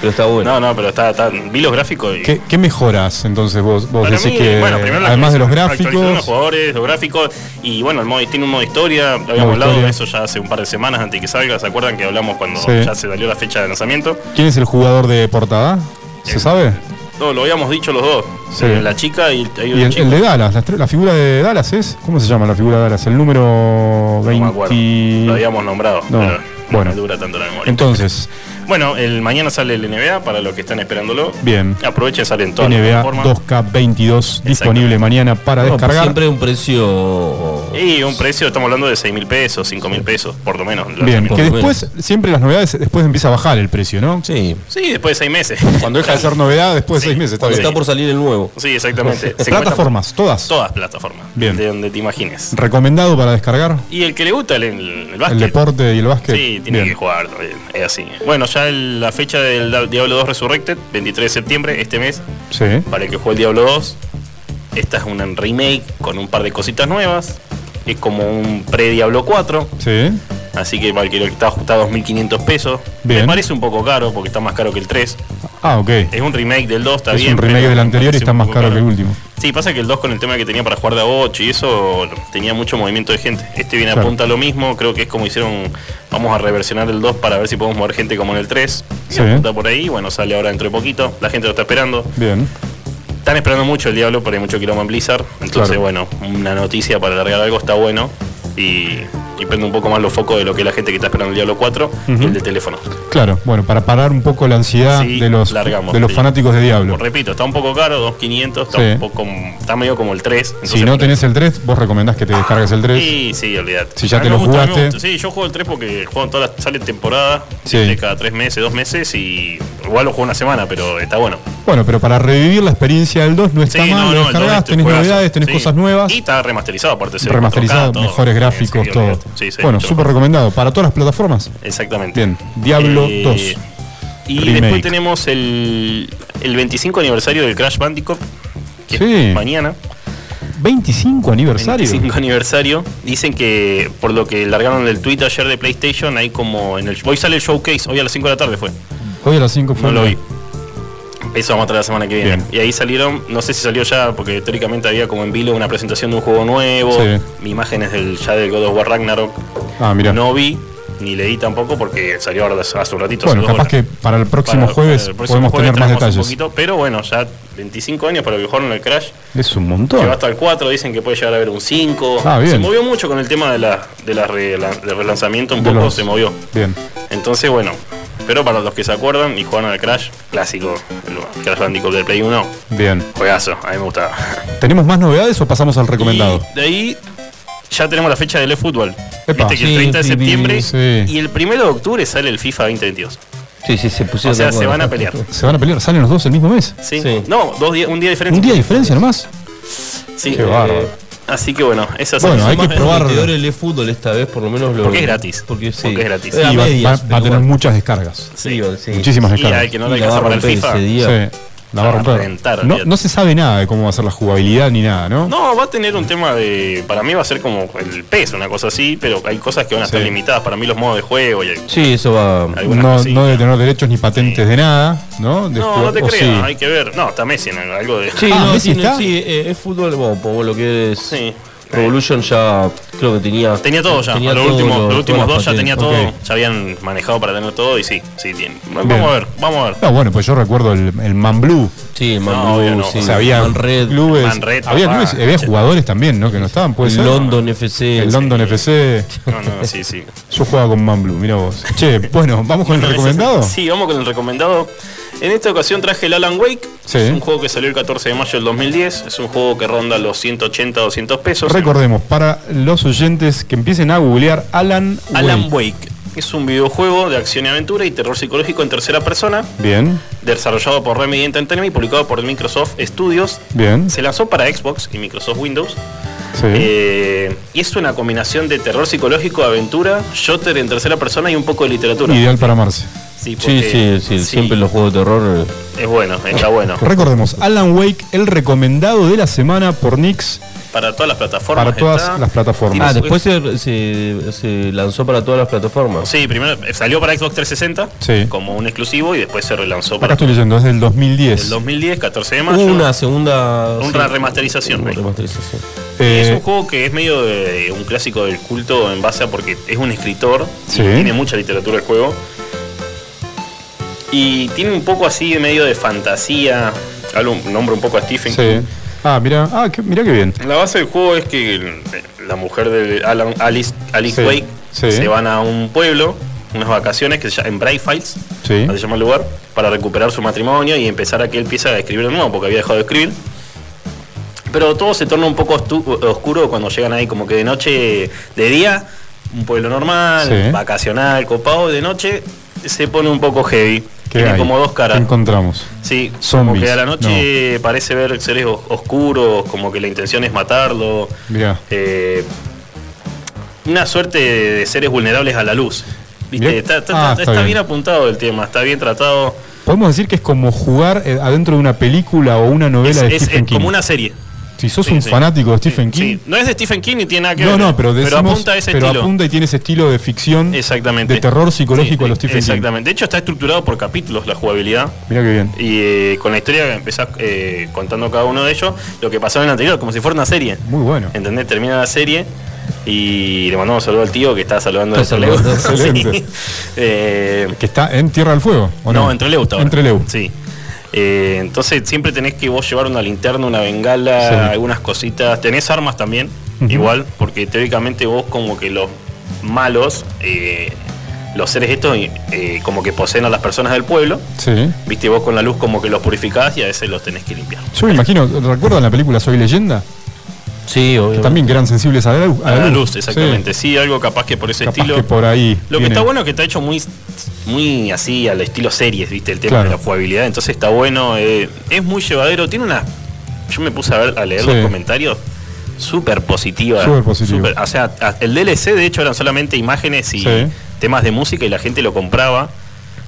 [SPEAKER 3] pero está bueno.
[SPEAKER 7] No, no, pero está, está- vi los gráficos y.
[SPEAKER 2] ¿Qué, qué mejoras entonces vos, vos
[SPEAKER 7] Para
[SPEAKER 2] decís
[SPEAKER 7] mí,
[SPEAKER 2] que
[SPEAKER 7] bueno, primero la
[SPEAKER 2] además de los
[SPEAKER 7] actualización, actualización de los
[SPEAKER 2] gráficos?
[SPEAKER 7] jugadores, los gráficos y bueno, el modo, tiene un modo historia, lo
[SPEAKER 2] Modo
[SPEAKER 7] habíamos hablado
[SPEAKER 2] historia.
[SPEAKER 7] de eso ya hace un par de semanas antes que salga, ¿se acuerdan que hablamos cuando
[SPEAKER 2] Sí.
[SPEAKER 7] ya se salió la fecha de lanzamiento?
[SPEAKER 2] ¿Quién es el jugador de portada? ¿Se
[SPEAKER 7] Eh,
[SPEAKER 2] sabe?
[SPEAKER 7] No, lo habíamos dicho los dos,
[SPEAKER 2] Sí.
[SPEAKER 7] Eh, la chica y, hay un
[SPEAKER 2] Y el,
[SPEAKER 7] chico.
[SPEAKER 2] el de Dallas, la, estre- la figura de Dallas es. ¿Cómo se llama la figura de Dallas? El número
[SPEAKER 7] No me acuerdo,
[SPEAKER 2] 20.
[SPEAKER 7] lo habíamos nombrado,
[SPEAKER 2] No,
[SPEAKER 7] pero
[SPEAKER 2] bueno.
[SPEAKER 7] me dura tanto la memoria.
[SPEAKER 2] Entonces,
[SPEAKER 7] bueno, el mañana sale el NBA para los que están esperándolo.
[SPEAKER 2] Bien.
[SPEAKER 7] Aprovechen, salen todas
[SPEAKER 2] NBA
[SPEAKER 7] las plataformas.
[SPEAKER 2] 2K22 disponible
[SPEAKER 7] Exactamente.
[SPEAKER 2] mañana para
[SPEAKER 3] No, pues
[SPEAKER 2] descargar.
[SPEAKER 3] siempre un precio.
[SPEAKER 7] Y un precio, estamos hablando de 6 mil pesos, 5 mil pesos, por lo menos.
[SPEAKER 2] Bien,
[SPEAKER 3] Por
[SPEAKER 2] que
[SPEAKER 3] lo
[SPEAKER 2] después, siempre las novedades, después empieza a bajar el precio, ¿no?
[SPEAKER 3] Sí.
[SPEAKER 7] Sí, después de 6 meses.
[SPEAKER 2] Cuando deja de ser novedad, después de
[SPEAKER 7] Sí.
[SPEAKER 2] seis meses, está
[SPEAKER 3] Cuando
[SPEAKER 2] bien.
[SPEAKER 3] está por salir el nuevo.
[SPEAKER 7] Sí, exactamente. Se
[SPEAKER 2] Plataformas, todas.
[SPEAKER 7] encuentra Todas plataformas.
[SPEAKER 2] Bien.
[SPEAKER 7] De donde te imagines.
[SPEAKER 2] Recomendado para descargar
[SPEAKER 7] Y el que le gusta el, el, el
[SPEAKER 2] el
[SPEAKER 7] básquet.
[SPEAKER 2] deporte y el básquet.
[SPEAKER 7] Sí, tiene
[SPEAKER 2] Bien.
[SPEAKER 7] que jugarlo, bien, es así. Bueno, ya el- la fecha del Da- Diablo 2 Resurrected, 23 de septiembre, este mes,
[SPEAKER 2] Sí.
[SPEAKER 7] para el que juegue el Diablo 2. Esta es un remake con un par de cositas nuevas. es como un pre-Diablo 4.
[SPEAKER 2] Sí.
[SPEAKER 7] Así que para el que lo está está a 2.500 pesos.
[SPEAKER 2] Bien.
[SPEAKER 7] Me parece un poco caro porque está más caro que el 3.
[SPEAKER 2] Ah, ok.
[SPEAKER 7] Es un remake del 2, está
[SPEAKER 2] Es
[SPEAKER 7] bien.
[SPEAKER 2] un remake
[SPEAKER 7] pero
[SPEAKER 2] del
[SPEAKER 7] me
[SPEAKER 2] anterior y
[SPEAKER 7] parece
[SPEAKER 2] está
[SPEAKER 7] un
[SPEAKER 2] más
[SPEAKER 7] poco
[SPEAKER 2] caro que el último.
[SPEAKER 7] Sí, pasa que el 2 con el tema que tenía para jugar de a 8 y eso tenía mucho movimiento de gente. Este viene
[SPEAKER 2] Claro.
[SPEAKER 7] apunta a lo mismo, creo que es como hicieron, vamos a reversionar el 2 para ver si podemos mover gente como en el 3. Y
[SPEAKER 2] Sí.
[SPEAKER 7] apunta por ahí, bueno, sale ahora dentro de poquito, la gente lo está esperando.
[SPEAKER 2] Bien.
[SPEAKER 7] Están esperando mucho el Diablo, pero hay mucho quilombo en Blizzard. Entonces,
[SPEAKER 2] Claro.
[SPEAKER 7] bueno, una noticia para alargar algo está bueno y, y prende un poco más los focos de lo que es la gente que está esperando el Diablo 4 y el de teléfono.
[SPEAKER 2] Claro, bueno, para parar un poco la ansiedad
[SPEAKER 7] Sí,
[SPEAKER 2] de los,
[SPEAKER 7] largamos,
[SPEAKER 2] de los
[SPEAKER 7] sí.
[SPEAKER 2] fanáticos de Diablo.
[SPEAKER 7] Como repito, está un poco caro, 2.500, está
[SPEAKER 2] Sí.
[SPEAKER 7] un poco, está medio como el 3.
[SPEAKER 2] Si
[SPEAKER 7] entonces-
[SPEAKER 2] no tenés el 3, vos recomendás que te descargues el 3.
[SPEAKER 7] Sí, sí, olvídate.
[SPEAKER 2] Si ya
[SPEAKER 7] A mí
[SPEAKER 2] te
[SPEAKER 7] me
[SPEAKER 2] lo
[SPEAKER 7] gusta, a mí me
[SPEAKER 2] jugaste.
[SPEAKER 7] gusta. Sí, yo juego el 3 porque juego en todas las sale temporada,
[SPEAKER 2] Sí.
[SPEAKER 7] ¿viste? cada 3 meses, 2 meses y igual lo juego una semana, pero está bueno.
[SPEAKER 2] Bueno, pero para revivir la experiencia del 2 no
[SPEAKER 7] Sí,
[SPEAKER 2] está mal, lo
[SPEAKER 7] el 2
[SPEAKER 2] descargás,
[SPEAKER 7] este
[SPEAKER 2] tenés
[SPEAKER 7] juegazo.
[SPEAKER 2] novedades, tenés
[SPEAKER 7] Sí.
[SPEAKER 2] cosas nuevas,
[SPEAKER 7] Y está remasterizado, aparte se ve 4K,
[SPEAKER 2] remasterizado,
[SPEAKER 7] todo.
[SPEAKER 2] mejores
[SPEAKER 7] Sí,
[SPEAKER 2] gráficos,
[SPEAKER 7] sí,
[SPEAKER 2] todo.
[SPEAKER 7] olvídate. Sí, sí,
[SPEAKER 2] bueno,
[SPEAKER 7] yo-
[SPEAKER 2] súper recomendado para todas las plataformas.
[SPEAKER 7] Exactamente. Eh,
[SPEAKER 2] Bien, Diablo 2.
[SPEAKER 7] Y
[SPEAKER 2] Remake.
[SPEAKER 7] después tenemos el, el 25 aniversario del Crash Bandicoot, que
[SPEAKER 2] Sí.
[SPEAKER 7] es mañana.
[SPEAKER 2] 25 aniversario.
[SPEAKER 7] 25 aniversario. Dicen que por lo que largaron el tweet ayer de PlayStation, hay como en el hoy sale el showcase, hoy a las 5 de la tarde fue.
[SPEAKER 2] Hoy a las 5 fue.
[SPEAKER 7] No lo
[SPEAKER 2] la-
[SPEAKER 7] vi. Eso vamos a traer la semana que viene.
[SPEAKER 2] Bien.
[SPEAKER 7] Y ahí salieron, no sé si salió ya, porque teóricamente había como en vilo una presentación de un juego nuevo,
[SPEAKER 2] Sí.
[SPEAKER 7] imágenes del, ya del God of War Ragnarok.
[SPEAKER 2] Ah, mira.
[SPEAKER 7] No vi, ni leí tampoco, porque salió ahora hace hace un ratito.
[SPEAKER 2] bueno,
[SPEAKER 7] hace dos
[SPEAKER 2] capaz
[SPEAKER 7] horas.
[SPEAKER 2] que para el próximo
[SPEAKER 7] Para-
[SPEAKER 2] jueves
[SPEAKER 7] para el próximo
[SPEAKER 2] podemos
[SPEAKER 7] jueves
[SPEAKER 2] tener más
[SPEAKER 7] traemos un
[SPEAKER 2] detalles.
[SPEAKER 7] poquito, pero bueno, ya 25 años para lo que jugaron el Crash.
[SPEAKER 2] Es un
[SPEAKER 7] Que
[SPEAKER 2] montón.
[SPEAKER 7] va hasta el 4, dicen que puede llegar a haber un 5.
[SPEAKER 2] Ah, bien.
[SPEAKER 7] Se movió mucho con el tema de la, de la re- la- del relanzamiento, un
[SPEAKER 2] De
[SPEAKER 7] poco
[SPEAKER 2] los-
[SPEAKER 7] se movió.
[SPEAKER 2] Bien.
[SPEAKER 7] Entonces, bueno, pero para los que se acuerdan y jugaron al Crash, clásico, el Crash Bandicoot del Play 1,
[SPEAKER 2] Bien.
[SPEAKER 7] juegazo, a mí me gustaba.
[SPEAKER 2] ¿Tenemos más novedades o pasamos al recomendado?
[SPEAKER 7] Y de ahí ya tenemos la fecha del eFootball.
[SPEAKER 2] Epa.
[SPEAKER 7] Viste que
[SPEAKER 3] Sí,
[SPEAKER 7] el 30 de
[SPEAKER 3] sí,
[SPEAKER 7] septiembre
[SPEAKER 2] sí.
[SPEAKER 7] y el 1 de octubre sale el FIFA 2022.
[SPEAKER 3] Sí, sí, se pusieron
[SPEAKER 7] O sea,
[SPEAKER 3] de
[SPEAKER 7] se
[SPEAKER 3] acuerdo.
[SPEAKER 7] van a pelear.
[SPEAKER 2] ¿Se van a pelear? ¿Salen los dos el mismo mes?
[SPEAKER 7] ¿Sí?
[SPEAKER 3] Sí.
[SPEAKER 7] No, dos días, un día diferente.
[SPEAKER 2] ¿Un día de diferencia nomás?
[SPEAKER 7] Sí.
[SPEAKER 2] Qué bárbaro.
[SPEAKER 7] Así que bueno, esa
[SPEAKER 2] Bueno, hay que
[SPEAKER 3] Más
[SPEAKER 2] probar.
[SPEAKER 3] prometedor el eFootball esta vez, por lo menos lo.
[SPEAKER 7] Porque es gratis.
[SPEAKER 3] Porque, sí.
[SPEAKER 7] Porque es gratis.
[SPEAKER 3] Eh, a
[SPEAKER 2] Y va,
[SPEAKER 3] medias,
[SPEAKER 2] va- va
[SPEAKER 3] pero
[SPEAKER 2] a tener
[SPEAKER 3] bueno.
[SPEAKER 2] muchas descargas.
[SPEAKER 3] Sí, sí.
[SPEAKER 2] Muchísimas
[SPEAKER 7] Y al
[SPEAKER 2] descargas.
[SPEAKER 7] que no le
[SPEAKER 3] Y la
[SPEAKER 7] alcanza
[SPEAKER 3] va a
[SPEAKER 7] para el
[SPEAKER 3] romper
[SPEAKER 7] FIFA.
[SPEAKER 3] ese día.
[SPEAKER 2] Sí, la va a
[SPEAKER 7] Va a
[SPEAKER 2] romper.
[SPEAKER 7] reventar,
[SPEAKER 2] no,
[SPEAKER 7] olvídate.
[SPEAKER 2] no se sabe nada de cómo va a ser la jugabilidad ni nada, ¿no?
[SPEAKER 7] No, va a tener un tema de. Para mí va a ser como el peso, una cosa así, pero hay cosas que van a estar
[SPEAKER 2] Sí.
[SPEAKER 7] limitadas. Para mí, los modos de juego y.
[SPEAKER 3] Sí, eso va.
[SPEAKER 7] algunas
[SPEAKER 2] No-
[SPEAKER 7] cositas.
[SPEAKER 2] no debe tener derechos ni patentes de nada, ¿no? De
[SPEAKER 7] No,
[SPEAKER 2] jugar-
[SPEAKER 7] no te
[SPEAKER 2] o
[SPEAKER 7] creo,
[SPEAKER 2] sí.
[SPEAKER 7] hay que ver. No, está Messi en algo de.
[SPEAKER 3] Sí,
[SPEAKER 2] Ah,
[SPEAKER 3] no,
[SPEAKER 2] Messi
[SPEAKER 3] tiene-
[SPEAKER 2] está.
[SPEAKER 3] sí, eh, es fútbol, bueno, por lo que es
[SPEAKER 7] Sí.
[SPEAKER 3] Revolution ya creo que tenía.
[SPEAKER 7] Tenía todo ya.
[SPEAKER 3] tenía
[SPEAKER 7] los,
[SPEAKER 3] todo,
[SPEAKER 7] últimos,
[SPEAKER 3] lo-
[SPEAKER 7] los últimos
[SPEAKER 3] todas
[SPEAKER 7] dos
[SPEAKER 3] las
[SPEAKER 7] ya tenía todo.
[SPEAKER 3] patentes.
[SPEAKER 7] Ya habían manejado para tener todo y sí, sí, tiene. Vamos
[SPEAKER 2] Bien.
[SPEAKER 7] a ver, vamos a ver.
[SPEAKER 2] No, bueno, pues yo recuerdo el, el Man Blue.
[SPEAKER 3] Sí, Man
[SPEAKER 7] No,
[SPEAKER 3] Blue,
[SPEAKER 7] obvio no.
[SPEAKER 3] sí,
[SPEAKER 2] O sea, había
[SPEAKER 3] Man Red,
[SPEAKER 2] clubes.
[SPEAKER 7] Man Red,
[SPEAKER 2] había
[SPEAKER 7] papá.
[SPEAKER 2] clubes- había jugadores también, ¿no? Que no estaban, puede ser.
[SPEAKER 3] London FC.
[SPEAKER 2] El London FC.
[SPEAKER 7] No, no, sí, sí.
[SPEAKER 2] Yo jugaba con Man Blue, mira vos. Che, bueno, ¿vamos con el recomendado?
[SPEAKER 7] Sí, vamos con el recomendado. En esta ocasión traje el Alan Wake.
[SPEAKER 2] Sí.
[SPEAKER 7] Es un juego que salió el 14 de mayo del 2010. Es un juego que ronda los 180, 200 pesos.
[SPEAKER 2] Recordemos, para los oyentes que empiecen a googlear Alan Wake.
[SPEAKER 7] Alan Wake. Es un videojuego de acción y aventura y terror psicológico en tercera persona,
[SPEAKER 2] Bien,
[SPEAKER 7] desarrollado por Remedy Entertainment y publicado por Microsoft Studios.
[SPEAKER 2] bien.
[SPEAKER 7] Se lanzó para Xbox y Microsoft Windows.
[SPEAKER 2] sí.
[SPEAKER 7] Eh, y es una combinación de terror psicológico, aventura, shooter en tercera persona y un poco de literatura.
[SPEAKER 2] Ideal para amarse.
[SPEAKER 3] Sí,
[SPEAKER 7] Sí, porque-
[SPEAKER 3] sí, sí, siempre los juegos de terror. eh,
[SPEAKER 7] Es bueno, está bueno.
[SPEAKER 2] Recordemos, Alan Wake, el recomendado de la semana por Nix.
[SPEAKER 7] Para todas las plataformas.
[SPEAKER 2] Para todas las plataformas.
[SPEAKER 3] Ah,
[SPEAKER 7] Tiene-
[SPEAKER 3] después se, se- se lanzó para todas las plataformas.
[SPEAKER 7] Sí, primero eh, salió para Xbox 360
[SPEAKER 2] Sí.
[SPEAKER 7] como un exclusivo y después se relanzó
[SPEAKER 2] Acá
[SPEAKER 7] para
[SPEAKER 2] estoy leyendo, es del 2010.
[SPEAKER 7] el 2010, 14 de
[SPEAKER 3] Hubo
[SPEAKER 7] mayo.
[SPEAKER 3] una segunda.
[SPEAKER 7] Una remasterización.
[SPEAKER 3] Una remasterización.
[SPEAKER 7] Y es
[SPEAKER 2] Eh,
[SPEAKER 7] un juego que es medio de un clásico del culto en base a porque es un escritor, y
[SPEAKER 2] Sí.
[SPEAKER 7] tiene mucha literatura el juego. Y tiene un poco así de medio de fantasía. Hablo, nombro un poco a Stephen.
[SPEAKER 2] sí. Ah, mira, ah, qué, mira qué bien.
[SPEAKER 7] La base del juego es que el- la mujer de Alan, Alice, Alice
[SPEAKER 2] Sí,
[SPEAKER 7] Wake
[SPEAKER 2] sí.
[SPEAKER 7] se van a un pueblo, unas vacaciones que se llama, en Bright Files,
[SPEAKER 2] Sí.
[SPEAKER 7] así se llama el lugar, para recuperar su matrimonio y empezar a que él empiece a escribir de nuevo, porque había dejado de escribir. Pero todo se torna un poco ostu- oscuro cuando llegan ahí, como que de noche, de día, un pueblo normal,
[SPEAKER 2] Sí.
[SPEAKER 7] vacacional, copado, y de noche se pone un poco heavy.
[SPEAKER 2] ¿Qué
[SPEAKER 7] Tiene
[SPEAKER 2] hay?
[SPEAKER 7] como dos caras.
[SPEAKER 2] ¿Qué encontramos?
[SPEAKER 7] Sí,
[SPEAKER 2] Zombies,
[SPEAKER 7] como que a la noche parece ver seres os- oscuros, como que la intención es matarlo.
[SPEAKER 2] Mirá.
[SPEAKER 7] Eh, una suerte de seres vulnerables a la luz. ¿Viste?
[SPEAKER 2] Mirá.
[SPEAKER 7] Está, está-
[SPEAKER 2] Ah,
[SPEAKER 7] está-
[SPEAKER 2] está
[SPEAKER 7] está
[SPEAKER 2] bien.
[SPEAKER 7] bien apuntado el tema, está bien tratado.
[SPEAKER 2] Podemos decir que es como jugar eh, adentro de una película o una novela
[SPEAKER 7] Es,
[SPEAKER 2] de
[SPEAKER 7] es-
[SPEAKER 2] Stephen
[SPEAKER 7] es
[SPEAKER 2] King.
[SPEAKER 7] como una serie.
[SPEAKER 2] Si sos
[SPEAKER 7] Sí,
[SPEAKER 2] un
[SPEAKER 7] sí.
[SPEAKER 2] fanático de
[SPEAKER 7] Sí,
[SPEAKER 2] Stephen King.
[SPEAKER 7] sí. No es de Stephen King ni tiene nada que
[SPEAKER 2] No,
[SPEAKER 7] ver.
[SPEAKER 2] no, pero, decimos-
[SPEAKER 7] apunta a ese
[SPEAKER 2] pero
[SPEAKER 7] estilo.
[SPEAKER 2] apunta y tiene ese estilo de ficción,
[SPEAKER 7] Exactamente.
[SPEAKER 2] de terror psicológico
[SPEAKER 7] Sí,
[SPEAKER 2] a los Stephen
[SPEAKER 7] Exactamente. De hecho, está estructurado por capítulos la jugabilidad.
[SPEAKER 2] King. Mira qué bien.
[SPEAKER 7] Y eh, con la historia que empezás eh, contando cada uno de ellos lo que pasó en el anterior, como si fuera una serie.
[SPEAKER 2] Muy bueno.
[SPEAKER 7] ¿Entendés? Termina la serie y le mandamos un saludo al tío que está saludando
[SPEAKER 3] Está
[SPEAKER 7] a Trelew.
[SPEAKER 3] saludando,
[SPEAKER 7] Sí.
[SPEAKER 2] excelente.
[SPEAKER 7] Eh,
[SPEAKER 2] Que está en Tierra del Fuego, ¿o no?
[SPEAKER 7] no, entre Leu está ahora.
[SPEAKER 2] Entre Leu.
[SPEAKER 7] Sí. Eh, entonces siempre tenés que vos llevar una linterna, una bengala,
[SPEAKER 2] Sí.
[SPEAKER 7] algunas cositas. Tenés armas también,
[SPEAKER 2] Ujú.
[SPEAKER 7] igual, porque teóricamente vos como que los malos, eh, los seres estos, eh, como que poseen a las personas del pueblo.
[SPEAKER 2] Sí.
[SPEAKER 7] Viste, vos con la luz como que los purificás y a veces los tenés que limpiar.
[SPEAKER 2] Yo me imagino, ¿recuerdan la película Soy Leyenda?
[SPEAKER 3] Sí, obvio.
[SPEAKER 2] También que eran sensibles a la, lu-
[SPEAKER 7] A la luz, exactamente. Sí, algo capaz que por ese
[SPEAKER 2] Ah, Capaz
[SPEAKER 7] estilo.
[SPEAKER 2] que por ahí
[SPEAKER 7] Lo que
[SPEAKER 2] viene.
[SPEAKER 7] está bueno es que está hecho muy, muy así, al estilo series, ¿viste? El tema
[SPEAKER 2] Claro.
[SPEAKER 7] de la jugabilidad. Entonces está bueno. eh, es muy llevadero. Tiene una. Yo me puse a, ver, a leer
[SPEAKER 2] Sí.
[SPEAKER 7] los comentarios. Súper positiva.
[SPEAKER 2] Súper positiva.
[SPEAKER 7] Súper- o sea, a- el DLC de hecho eran solamente imágenes y
[SPEAKER 2] Sí.
[SPEAKER 7] temas de música y la gente lo compraba.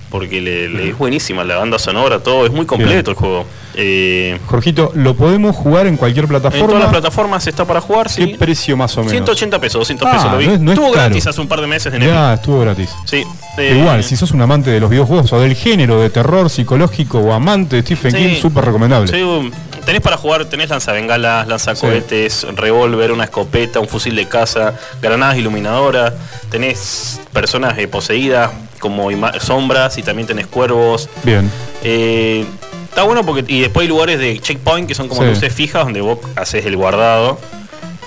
[SPEAKER 7] Porque le, le es buenísima la banda sonora, todo. Es muy completo el juego. Eh,
[SPEAKER 2] Jorgito, ¿lo podemos jugar en cualquier plataforma?
[SPEAKER 7] en todas las plataformas está para jugar,
[SPEAKER 2] ¿Qué
[SPEAKER 7] sí.
[SPEAKER 2] precio más o menos?
[SPEAKER 7] 180 pesos, 200
[SPEAKER 2] Ah,
[SPEAKER 7] pesos lo vi.
[SPEAKER 2] no es- no es
[SPEAKER 7] Estuvo
[SPEAKER 2] caro.
[SPEAKER 7] gratis hace un par de meses en el.
[SPEAKER 2] Ya, estuvo gratis.
[SPEAKER 7] Sí. eh,
[SPEAKER 2] Igual, si sos un amante de los videojuegos o del género de terror psicológico o amante de Stephen
[SPEAKER 7] Sí.
[SPEAKER 2] King, súper recomendable.
[SPEAKER 7] sí, um, tenés para jugar, tenés lanzabengalas, lanzacohetes, revólver, una escopeta, un fusil de caza, granadas iluminadoras, tenés personas eh, poseídas como ima- sombras y también tenés cuervos.
[SPEAKER 2] Bien.
[SPEAKER 7] Eh, está bueno porque. Y después hay lugares de checkpoint que son como
[SPEAKER 2] Sí.
[SPEAKER 7] luces fijas donde vos haces el guardado.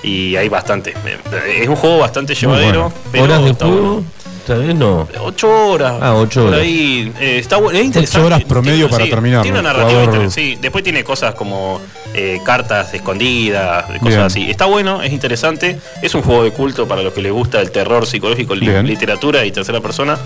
[SPEAKER 7] Y hay bastante. Eh, Es un juego bastante llevadero.
[SPEAKER 2] bueno.
[SPEAKER 7] pero
[SPEAKER 3] ¿Horas de
[SPEAKER 7] está
[SPEAKER 3] juego?
[SPEAKER 7] bueno.
[SPEAKER 3] Tal vez no.
[SPEAKER 7] 8 horas.
[SPEAKER 3] Ah, ocho
[SPEAKER 7] Por
[SPEAKER 3] horas.
[SPEAKER 7] ahí, eh, está bueno, es interesante.
[SPEAKER 2] Ocho horas
[SPEAKER 7] Tiene-
[SPEAKER 2] promedio
[SPEAKER 7] sí,
[SPEAKER 2] para terminarlo,
[SPEAKER 7] Tiene una narrativa
[SPEAKER 2] jugador.
[SPEAKER 7] interesante. Sí, después tiene cosas como eh, cartas escondidas, cosas
[SPEAKER 2] Bien.
[SPEAKER 7] así. Está bueno, es interesante. Es un juego de culto para los que les gusta el terror psicológico, li-
[SPEAKER 2] Bien.
[SPEAKER 7] literatura y tercera persona.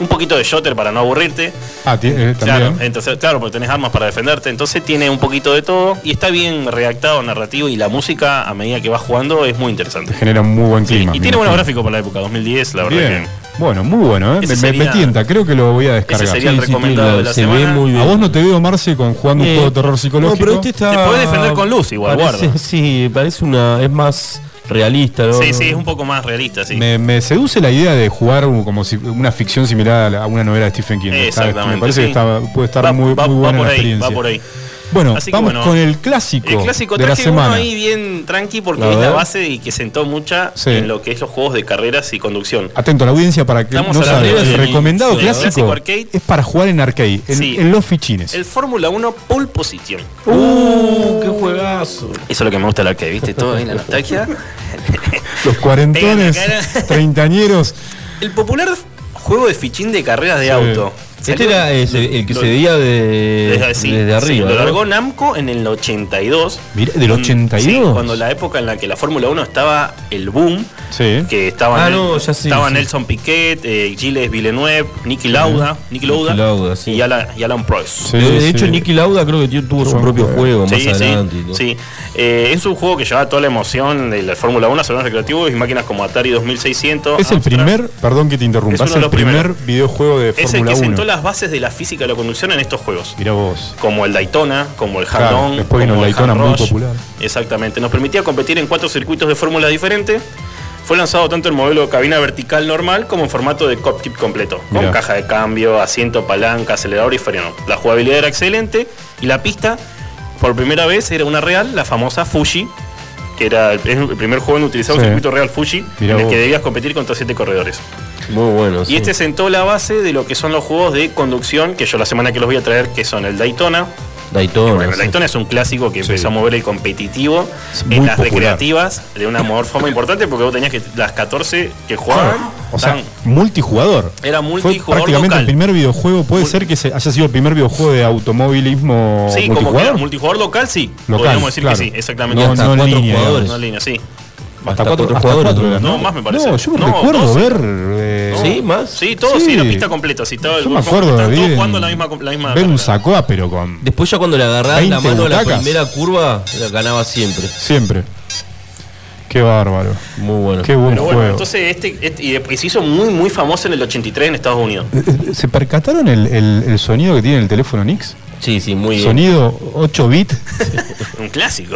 [SPEAKER 7] Un poquito de shooter para no aburrirte.
[SPEAKER 2] Ah, ti- eh,
[SPEAKER 7] Claro,
[SPEAKER 2] también.
[SPEAKER 7] en tercer- claro, porque tenés armas para defenderte. Entonces tiene un poquito de todo y está bien redactado, narrativo y la música a medida que vas jugando es muy interesante.
[SPEAKER 2] Te genera un muy buen
[SPEAKER 7] Sí,
[SPEAKER 2] clima.
[SPEAKER 7] y
[SPEAKER 2] me
[SPEAKER 7] tiene buenos
[SPEAKER 2] imagino.
[SPEAKER 7] gráficos para la época, 2010, la verdad
[SPEAKER 2] Bien. Bueno, muy bueno, ¿eh? Me,
[SPEAKER 7] Ese
[SPEAKER 2] me- me
[SPEAKER 7] sería-
[SPEAKER 2] tienta, creo que lo voy a
[SPEAKER 7] que ese
[SPEAKER 2] descargar.
[SPEAKER 7] sería el
[SPEAKER 3] Sí, sí,
[SPEAKER 7] recomendado
[SPEAKER 3] tiene-
[SPEAKER 7] de la
[SPEAKER 3] se
[SPEAKER 7] semana.
[SPEAKER 3] ve muy bien.
[SPEAKER 2] A vos no te veo, Marce, con jugando un
[SPEAKER 3] Eh,
[SPEAKER 2] juego de terror psicológico.
[SPEAKER 3] No, pero este está.
[SPEAKER 7] Te podés defender con luz igual,
[SPEAKER 3] parece,
[SPEAKER 7] guarda.
[SPEAKER 3] Sí, parece una. Es más realista, ¿no?
[SPEAKER 7] Sí, sí, es un poco más realista, sí.
[SPEAKER 2] Me, me seduce la idea de jugar un- como si una ficción similar a, la- a una novela de Stephen King. Está-
[SPEAKER 7] Exactamente.
[SPEAKER 2] me parece
[SPEAKER 7] sí.
[SPEAKER 2] que está- puede estar
[SPEAKER 7] Va-
[SPEAKER 2] muy,
[SPEAKER 7] va-
[SPEAKER 2] muy buena
[SPEAKER 7] va por
[SPEAKER 2] la
[SPEAKER 7] ahí,
[SPEAKER 2] experiencia.
[SPEAKER 7] Va por ahí.
[SPEAKER 2] Bueno,
[SPEAKER 7] Así que
[SPEAKER 2] vamos
[SPEAKER 7] bueno,
[SPEAKER 2] con el clásico,
[SPEAKER 7] El clásico
[SPEAKER 2] de la
[SPEAKER 7] traje uno
[SPEAKER 2] semana.
[SPEAKER 7] ahí bien tranqui porque
[SPEAKER 3] A
[SPEAKER 7] es la
[SPEAKER 3] ver.
[SPEAKER 7] base y que sentó mucha
[SPEAKER 2] Sí.
[SPEAKER 7] en lo que es los juegos de carreras y conducción.
[SPEAKER 2] Atento a la audiencia para que
[SPEAKER 7] Estamos
[SPEAKER 2] no
[SPEAKER 7] a la
[SPEAKER 2] sabe.
[SPEAKER 7] vera
[SPEAKER 2] El
[SPEAKER 7] del-
[SPEAKER 2] recomendado
[SPEAKER 7] del
[SPEAKER 2] clásico,
[SPEAKER 7] clásico arcade.
[SPEAKER 2] es para jugar en arcade, en,
[SPEAKER 7] Sí.
[SPEAKER 2] en los fichines.
[SPEAKER 7] El Fórmula 1 Pole Position.
[SPEAKER 3] ¡Uh! ¡Qué juegazo!
[SPEAKER 7] Eso es lo que me gusta la que viste todo ahí en la nostalgia.
[SPEAKER 2] los cuarentones,
[SPEAKER 7] Pega en la cara.
[SPEAKER 2] treintañeros.
[SPEAKER 7] El popular juego de fichín de carreras de
[SPEAKER 2] Sí.
[SPEAKER 7] auto.
[SPEAKER 3] Este
[SPEAKER 7] Salió-
[SPEAKER 3] era ese, el que
[SPEAKER 7] lo-
[SPEAKER 3] se veía de,
[SPEAKER 7] desde,
[SPEAKER 2] eh,
[SPEAKER 3] desde,
[SPEAKER 7] sí, sí,
[SPEAKER 3] arriba.
[SPEAKER 7] lo
[SPEAKER 3] ¿no?
[SPEAKER 7] largó Namco en el 82.
[SPEAKER 2] Mirá, ¿del
[SPEAKER 7] Cuando-
[SPEAKER 2] 82?
[SPEAKER 7] Mm, sí, cuando la época en la que la Fórmula 1 estaba el boom.
[SPEAKER 2] Sí.
[SPEAKER 7] que estaban,
[SPEAKER 3] Ah, no, ya sí,
[SPEAKER 7] estaban
[SPEAKER 3] sí.
[SPEAKER 7] Nelson Piquet, eh, Gilles Villeneuve, Nicky Lauda, Nicky Lauda,
[SPEAKER 3] Niki Lauda, sí.
[SPEAKER 7] y, Alan, y Alan Proyce.
[SPEAKER 2] Sí,
[SPEAKER 3] de de
[SPEAKER 2] sí.
[SPEAKER 3] hecho, Nicky Lauda creo que tuvo su
[SPEAKER 2] Son
[SPEAKER 3] propio juego más
[SPEAKER 7] Sí,
[SPEAKER 3] adelante.
[SPEAKER 7] sí,
[SPEAKER 3] y todo.
[SPEAKER 7] sí. Eh, es un juego que lleva toda la emoción de la Fórmula 1 a salones recreativos y máquinas como Atari 2600.
[SPEAKER 2] Es el
[SPEAKER 7] Amstrad.
[SPEAKER 2] primer, perdón que te interrumpa,
[SPEAKER 7] Es
[SPEAKER 2] es
[SPEAKER 7] uno de
[SPEAKER 2] el
[SPEAKER 7] los
[SPEAKER 2] primer videojuego de
[SPEAKER 7] Es el que
[SPEAKER 2] Fórmula
[SPEAKER 7] sentó
[SPEAKER 2] 1.
[SPEAKER 7] las bases de la física de la conducción en estos juegos.
[SPEAKER 2] Mirá vos.
[SPEAKER 7] como el Daytona, como el
[SPEAKER 2] Claro,
[SPEAKER 7] Handon,
[SPEAKER 2] después vino
[SPEAKER 7] como
[SPEAKER 2] el Daytona,
[SPEAKER 7] Hard
[SPEAKER 2] muy
[SPEAKER 7] Rush.
[SPEAKER 2] popular.
[SPEAKER 7] Exactamente, nos permitía competir en cuatro circuitos de fórmula diferentes. Fue lanzado tanto en modelo cabina vertical normal como en formato de cockpit completo, con
[SPEAKER 2] Mirá.
[SPEAKER 7] caja de cambio, asiento, palanca, acelerador y freno. La jugabilidad era excelente y la pista, por primera vez, era una real, la famosa Fuji, que era el, es el primer juego en utilizar un
[SPEAKER 2] Sí.
[SPEAKER 7] circuito real Fuji,
[SPEAKER 2] Mirá
[SPEAKER 7] en el
[SPEAKER 2] vos.
[SPEAKER 7] que debías competir contra siete corredores.
[SPEAKER 3] Muy bueno.
[SPEAKER 7] Y este sentó la base de lo que son los juegos de conducción, que yo la semana que los voy a traer, que son el Daytona,
[SPEAKER 3] Daytona.
[SPEAKER 7] bueno, el
[SPEAKER 3] sí.
[SPEAKER 7] Daytona es un clásico que empezó a mover el competitivo
[SPEAKER 2] Ah, Es
[SPEAKER 7] en
[SPEAKER 2] muy
[SPEAKER 7] las
[SPEAKER 2] popular.
[SPEAKER 7] recreativas de una mejor forma importante porque vos tenías que las 14 que jugaban.
[SPEAKER 2] Ah, O sea,
[SPEAKER 7] tan-
[SPEAKER 2] multijugador.
[SPEAKER 7] Era multijugador
[SPEAKER 2] Fue prácticamente
[SPEAKER 7] local.
[SPEAKER 2] el primer videojuego, puede
[SPEAKER 7] Mul-
[SPEAKER 2] ser que se- haya sido el primer videojuego de automovilismo
[SPEAKER 7] sí, como que era
[SPEAKER 2] multijugador.
[SPEAKER 7] multijugador local, sí.
[SPEAKER 2] Local,
[SPEAKER 7] Podríamos decir
[SPEAKER 2] claro.
[SPEAKER 7] que sí, exactamente.
[SPEAKER 2] No,
[SPEAKER 7] Hasta
[SPEAKER 2] no en
[SPEAKER 7] cuatro
[SPEAKER 2] línea,
[SPEAKER 7] jugadores.
[SPEAKER 3] digamos.
[SPEAKER 7] No en línea, sí.
[SPEAKER 2] hasta cuatro, hasta cuatro
[SPEAKER 3] ¿no?
[SPEAKER 2] eran,
[SPEAKER 7] No, más me parece.
[SPEAKER 2] No, yo
[SPEAKER 7] No,
[SPEAKER 2] recuerdo
[SPEAKER 7] doce.
[SPEAKER 2] ver. eh,
[SPEAKER 3] Sí, más.
[SPEAKER 7] Sí, todo, sí,
[SPEAKER 2] Sí.
[SPEAKER 7] la pista completa. Sí, todo el
[SPEAKER 2] yo me
[SPEAKER 7] grupo,
[SPEAKER 2] acuerdo de
[SPEAKER 7] estaban todos
[SPEAKER 2] ver
[SPEAKER 7] jugando
[SPEAKER 2] en-
[SPEAKER 7] la misma. La misma
[SPEAKER 2] ver un
[SPEAKER 7] carrera.
[SPEAKER 2] sacoa, pero con.
[SPEAKER 3] Después, ya cuando le agarraba la
[SPEAKER 2] 20
[SPEAKER 3] mano a la
[SPEAKER 2] butacas.
[SPEAKER 3] primera curva, la ganaba siempre.
[SPEAKER 2] Siempre. Qué bárbaro.
[SPEAKER 3] Muy bueno.
[SPEAKER 2] Qué buen
[SPEAKER 7] Pero bueno,
[SPEAKER 2] juego.
[SPEAKER 7] entonces este, este- y después se hizo muy, muy famoso en el 83 en Estados Unidos.
[SPEAKER 2] Eh, eh, ¿Se percataron el, el- el sonido que tiene el teléfono Nix?
[SPEAKER 3] Sí, sí, muy bien.
[SPEAKER 2] Sonido 8 bit.
[SPEAKER 7] Un clásico.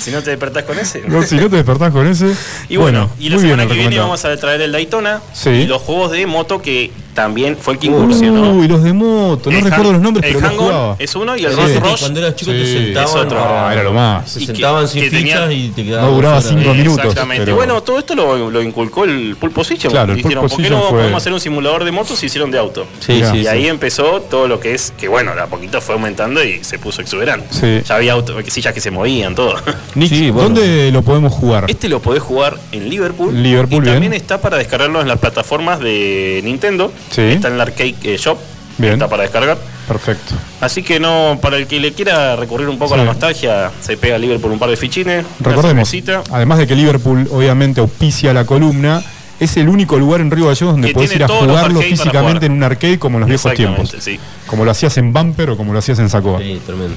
[SPEAKER 7] si no te despertás con ese.
[SPEAKER 2] No, si no te despertás con ese.
[SPEAKER 7] Y bueno, y la
[SPEAKER 2] muy bien
[SPEAKER 7] semana que viene
[SPEAKER 2] recomendado.
[SPEAKER 7] vamos a traer el Daytona
[SPEAKER 2] Sí.
[SPEAKER 7] y los juegos de moto que también fue el que incursionó.
[SPEAKER 2] Uy, los de moto, no
[SPEAKER 7] El
[SPEAKER 2] recuerdo
[SPEAKER 7] hang-
[SPEAKER 2] los nombres,
[SPEAKER 7] el
[SPEAKER 2] pero los
[SPEAKER 7] Hang-On
[SPEAKER 2] jugaba.
[SPEAKER 7] es uno y el
[SPEAKER 2] Sí.
[SPEAKER 7] Rolls
[SPEAKER 2] Sí,
[SPEAKER 7] Royce.
[SPEAKER 3] Cuando eras chico te
[SPEAKER 2] Sí,
[SPEAKER 7] es
[SPEAKER 3] sentaban.
[SPEAKER 7] otro.
[SPEAKER 3] para-
[SPEAKER 2] Ah, era lo más.
[SPEAKER 3] Se
[SPEAKER 7] Y que-
[SPEAKER 3] sentaban sin
[SPEAKER 7] que tenía-
[SPEAKER 3] fichas y te quedaban.
[SPEAKER 2] No duraba
[SPEAKER 3] dos horas.
[SPEAKER 2] cinco minutos,
[SPEAKER 7] Exactamente.
[SPEAKER 2] pero-
[SPEAKER 7] Bueno, todo esto lo, lo inculcó el Pulpo Position.
[SPEAKER 2] Claro, el Pulp
[SPEAKER 7] Dijeron, ¿por qué
[SPEAKER 2] Position
[SPEAKER 7] no
[SPEAKER 2] fue-
[SPEAKER 7] podemos hacer un simulador de motos? Y hicieron de auto.
[SPEAKER 3] Sí,
[SPEAKER 2] Mirá.
[SPEAKER 3] sí,
[SPEAKER 7] y
[SPEAKER 3] sí.
[SPEAKER 7] ahí empezó todo lo que es, que bueno, de a poquito fue aumentando y se puso exuberante.
[SPEAKER 2] Sí.
[SPEAKER 7] Ya había auto, sillas que se movían, todo.
[SPEAKER 2] Nick,
[SPEAKER 3] Sí, bueno.
[SPEAKER 2] ¿dónde lo podemos jugar?
[SPEAKER 7] Este lo podés jugar en Liverpool.
[SPEAKER 2] Liverpool,
[SPEAKER 7] y también
[SPEAKER 2] bien.
[SPEAKER 7] está para descargarlo en las plataformas de Nintendo.
[SPEAKER 2] Sí.
[SPEAKER 7] Está en la Arcade eh, Shop.
[SPEAKER 2] Bien.
[SPEAKER 7] Está para descargar.
[SPEAKER 2] Perfecto.
[SPEAKER 7] Así que no, para el que le quiera recurrir un poco a
[SPEAKER 2] Sí.
[SPEAKER 7] la nostalgia, se pega Liverpool un par de fichines. una
[SPEAKER 2] Recordemos, Ah,
[SPEAKER 7] cervecita.
[SPEAKER 2] además de que Liverpool obviamente auspicia la columna, es el único lugar en Río Gallegos donde
[SPEAKER 7] Que
[SPEAKER 2] podés ir
[SPEAKER 7] tiene
[SPEAKER 2] a
[SPEAKER 7] todos los
[SPEAKER 2] jugarlo
[SPEAKER 7] arcades para
[SPEAKER 2] físicamente
[SPEAKER 7] jugar.
[SPEAKER 2] en un arcade como en los viejos
[SPEAKER 7] Exactamente,
[SPEAKER 2] tiempos.
[SPEAKER 7] sí.
[SPEAKER 2] Como lo hacías en Bumper o como lo hacías en Sacoa.
[SPEAKER 3] Sí, tremendo.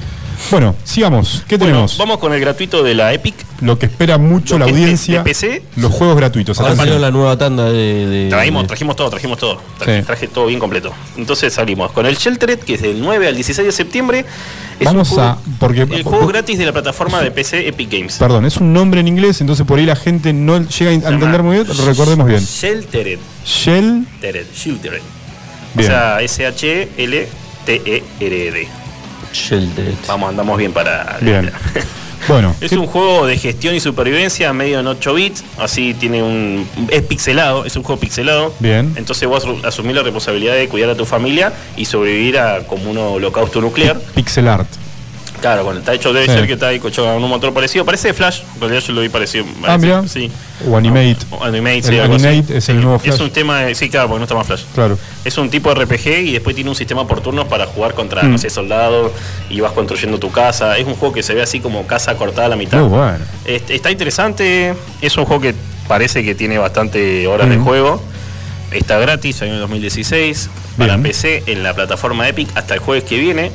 [SPEAKER 2] Bueno, sigamos. ¿Qué
[SPEAKER 7] Bueno,
[SPEAKER 2] tenemos?
[SPEAKER 7] vamos con el gratuito de la Epic.
[SPEAKER 2] Lo que espera mucho la
[SPEAKER 7] Lo que es de-
[SPEAKER 2] audiencia,
[SPEAKER 7] de PC.
[SPEAKER 2] los juegos gratuitos.
[SPEAKER 3] Ahora
[SPEAKER 2] Atención.
[SPEAKER 3] salió la nueva tanda de. de-
[SPEAKER 7] Trajimos,
[SPEAKER 3] de-
[SPEAKER 7] trajimos todo, trajimos todo. Traje,
[SPEAKER 2] Sí.
[SPEAKER 7] traje todo bien completo. Entonces salimos con el Sheltered, que es del 9 al 16 de septiembre. Es
[SPEAKER 2] Vamos
[SPEAKER 7] un juego-
[SPEAKER 2] a- porque-
[SPEAKER 7] el juego gratis de la plataforma de PC Epic Games.
[SPEAKER 2] Perdón, es un nombre en inglés, entonces por ahí la gente no llega a entender muy bien. Recordemos bien.
[SPEAKER 7] Sheltered.
[SPEAKER 2] Shell,
[SPEAKER 7] Sheltered. Sheltered.
[SPEAKER 2] bien.
[SPEAKER 7] O sea, E S-H-L-T-E-R-D.
[SPEAKER 3] Sheltered.
[SPEAKER 7] Vamos, andamos bien para.
[SPEAKER 2] Bien. Bueno,
[SPEAKER 7] Es
[SPEAKER 2] ¿qué-
[SPEAKER 7] un juego de gestión y supervivencia medio en 8 bits, así tiene un es pixelado, es un juego pixelado.
[SPEAKER 2] Bien.
[SPEAKER 7] Entonces vos asumís la responsabilidad de cuidar a tu familia y sobrevivir a como un holocausto nuclear.
[SPEAKER 2] pixel art.
[SPEAKER 7] Claro, con el Taicho debe
[SPEAKER 2] Sí.
[SPEAKER 7] ser que está ahí con un motor parecido, parece de Flash, en realidad yo lo vi parecido.
[SPEAKER 2] Ah,
[SPEAKER 7] parece-
[SPEAKER 2] mira.
[SPEAKER 7] Sí. Ah,
[SPEAKER 2] O animate.
[SPEAKER 7] O Animate,
[SPEAKER 2] El
[SPEAKER 7] sí, algo así.
[SPEAKER 2] Animate es el nuevo Flash.
[SPEAKER 7] Es un tema, de- sí, claro, porque no está más Flash.
[SPEAKER 2] Claro.
[SPEAKER 7] Es un tipo de RPG y después tiene un sistema por turnos para jugar contra,
[SPEAKER 2] Mm.
[SPEAKER 7] no sé, soldados y vas construyendo tu casa. Es un juego que se ve así como casa cortada a la mitad.
[SPEAKER 2] Muy bueno.
[SPEAKER 7] Este, está interesante, es un juego que parece que tiene bastante horas de
[SPEAKER 2] Mm.
[SPEAKER 7] juego. Está gratis, salió en el 2016 para
[SPEAKER 2] Bien.
[SPEAKER 7] PC en la plataforma Epic hasta el jueves que viene.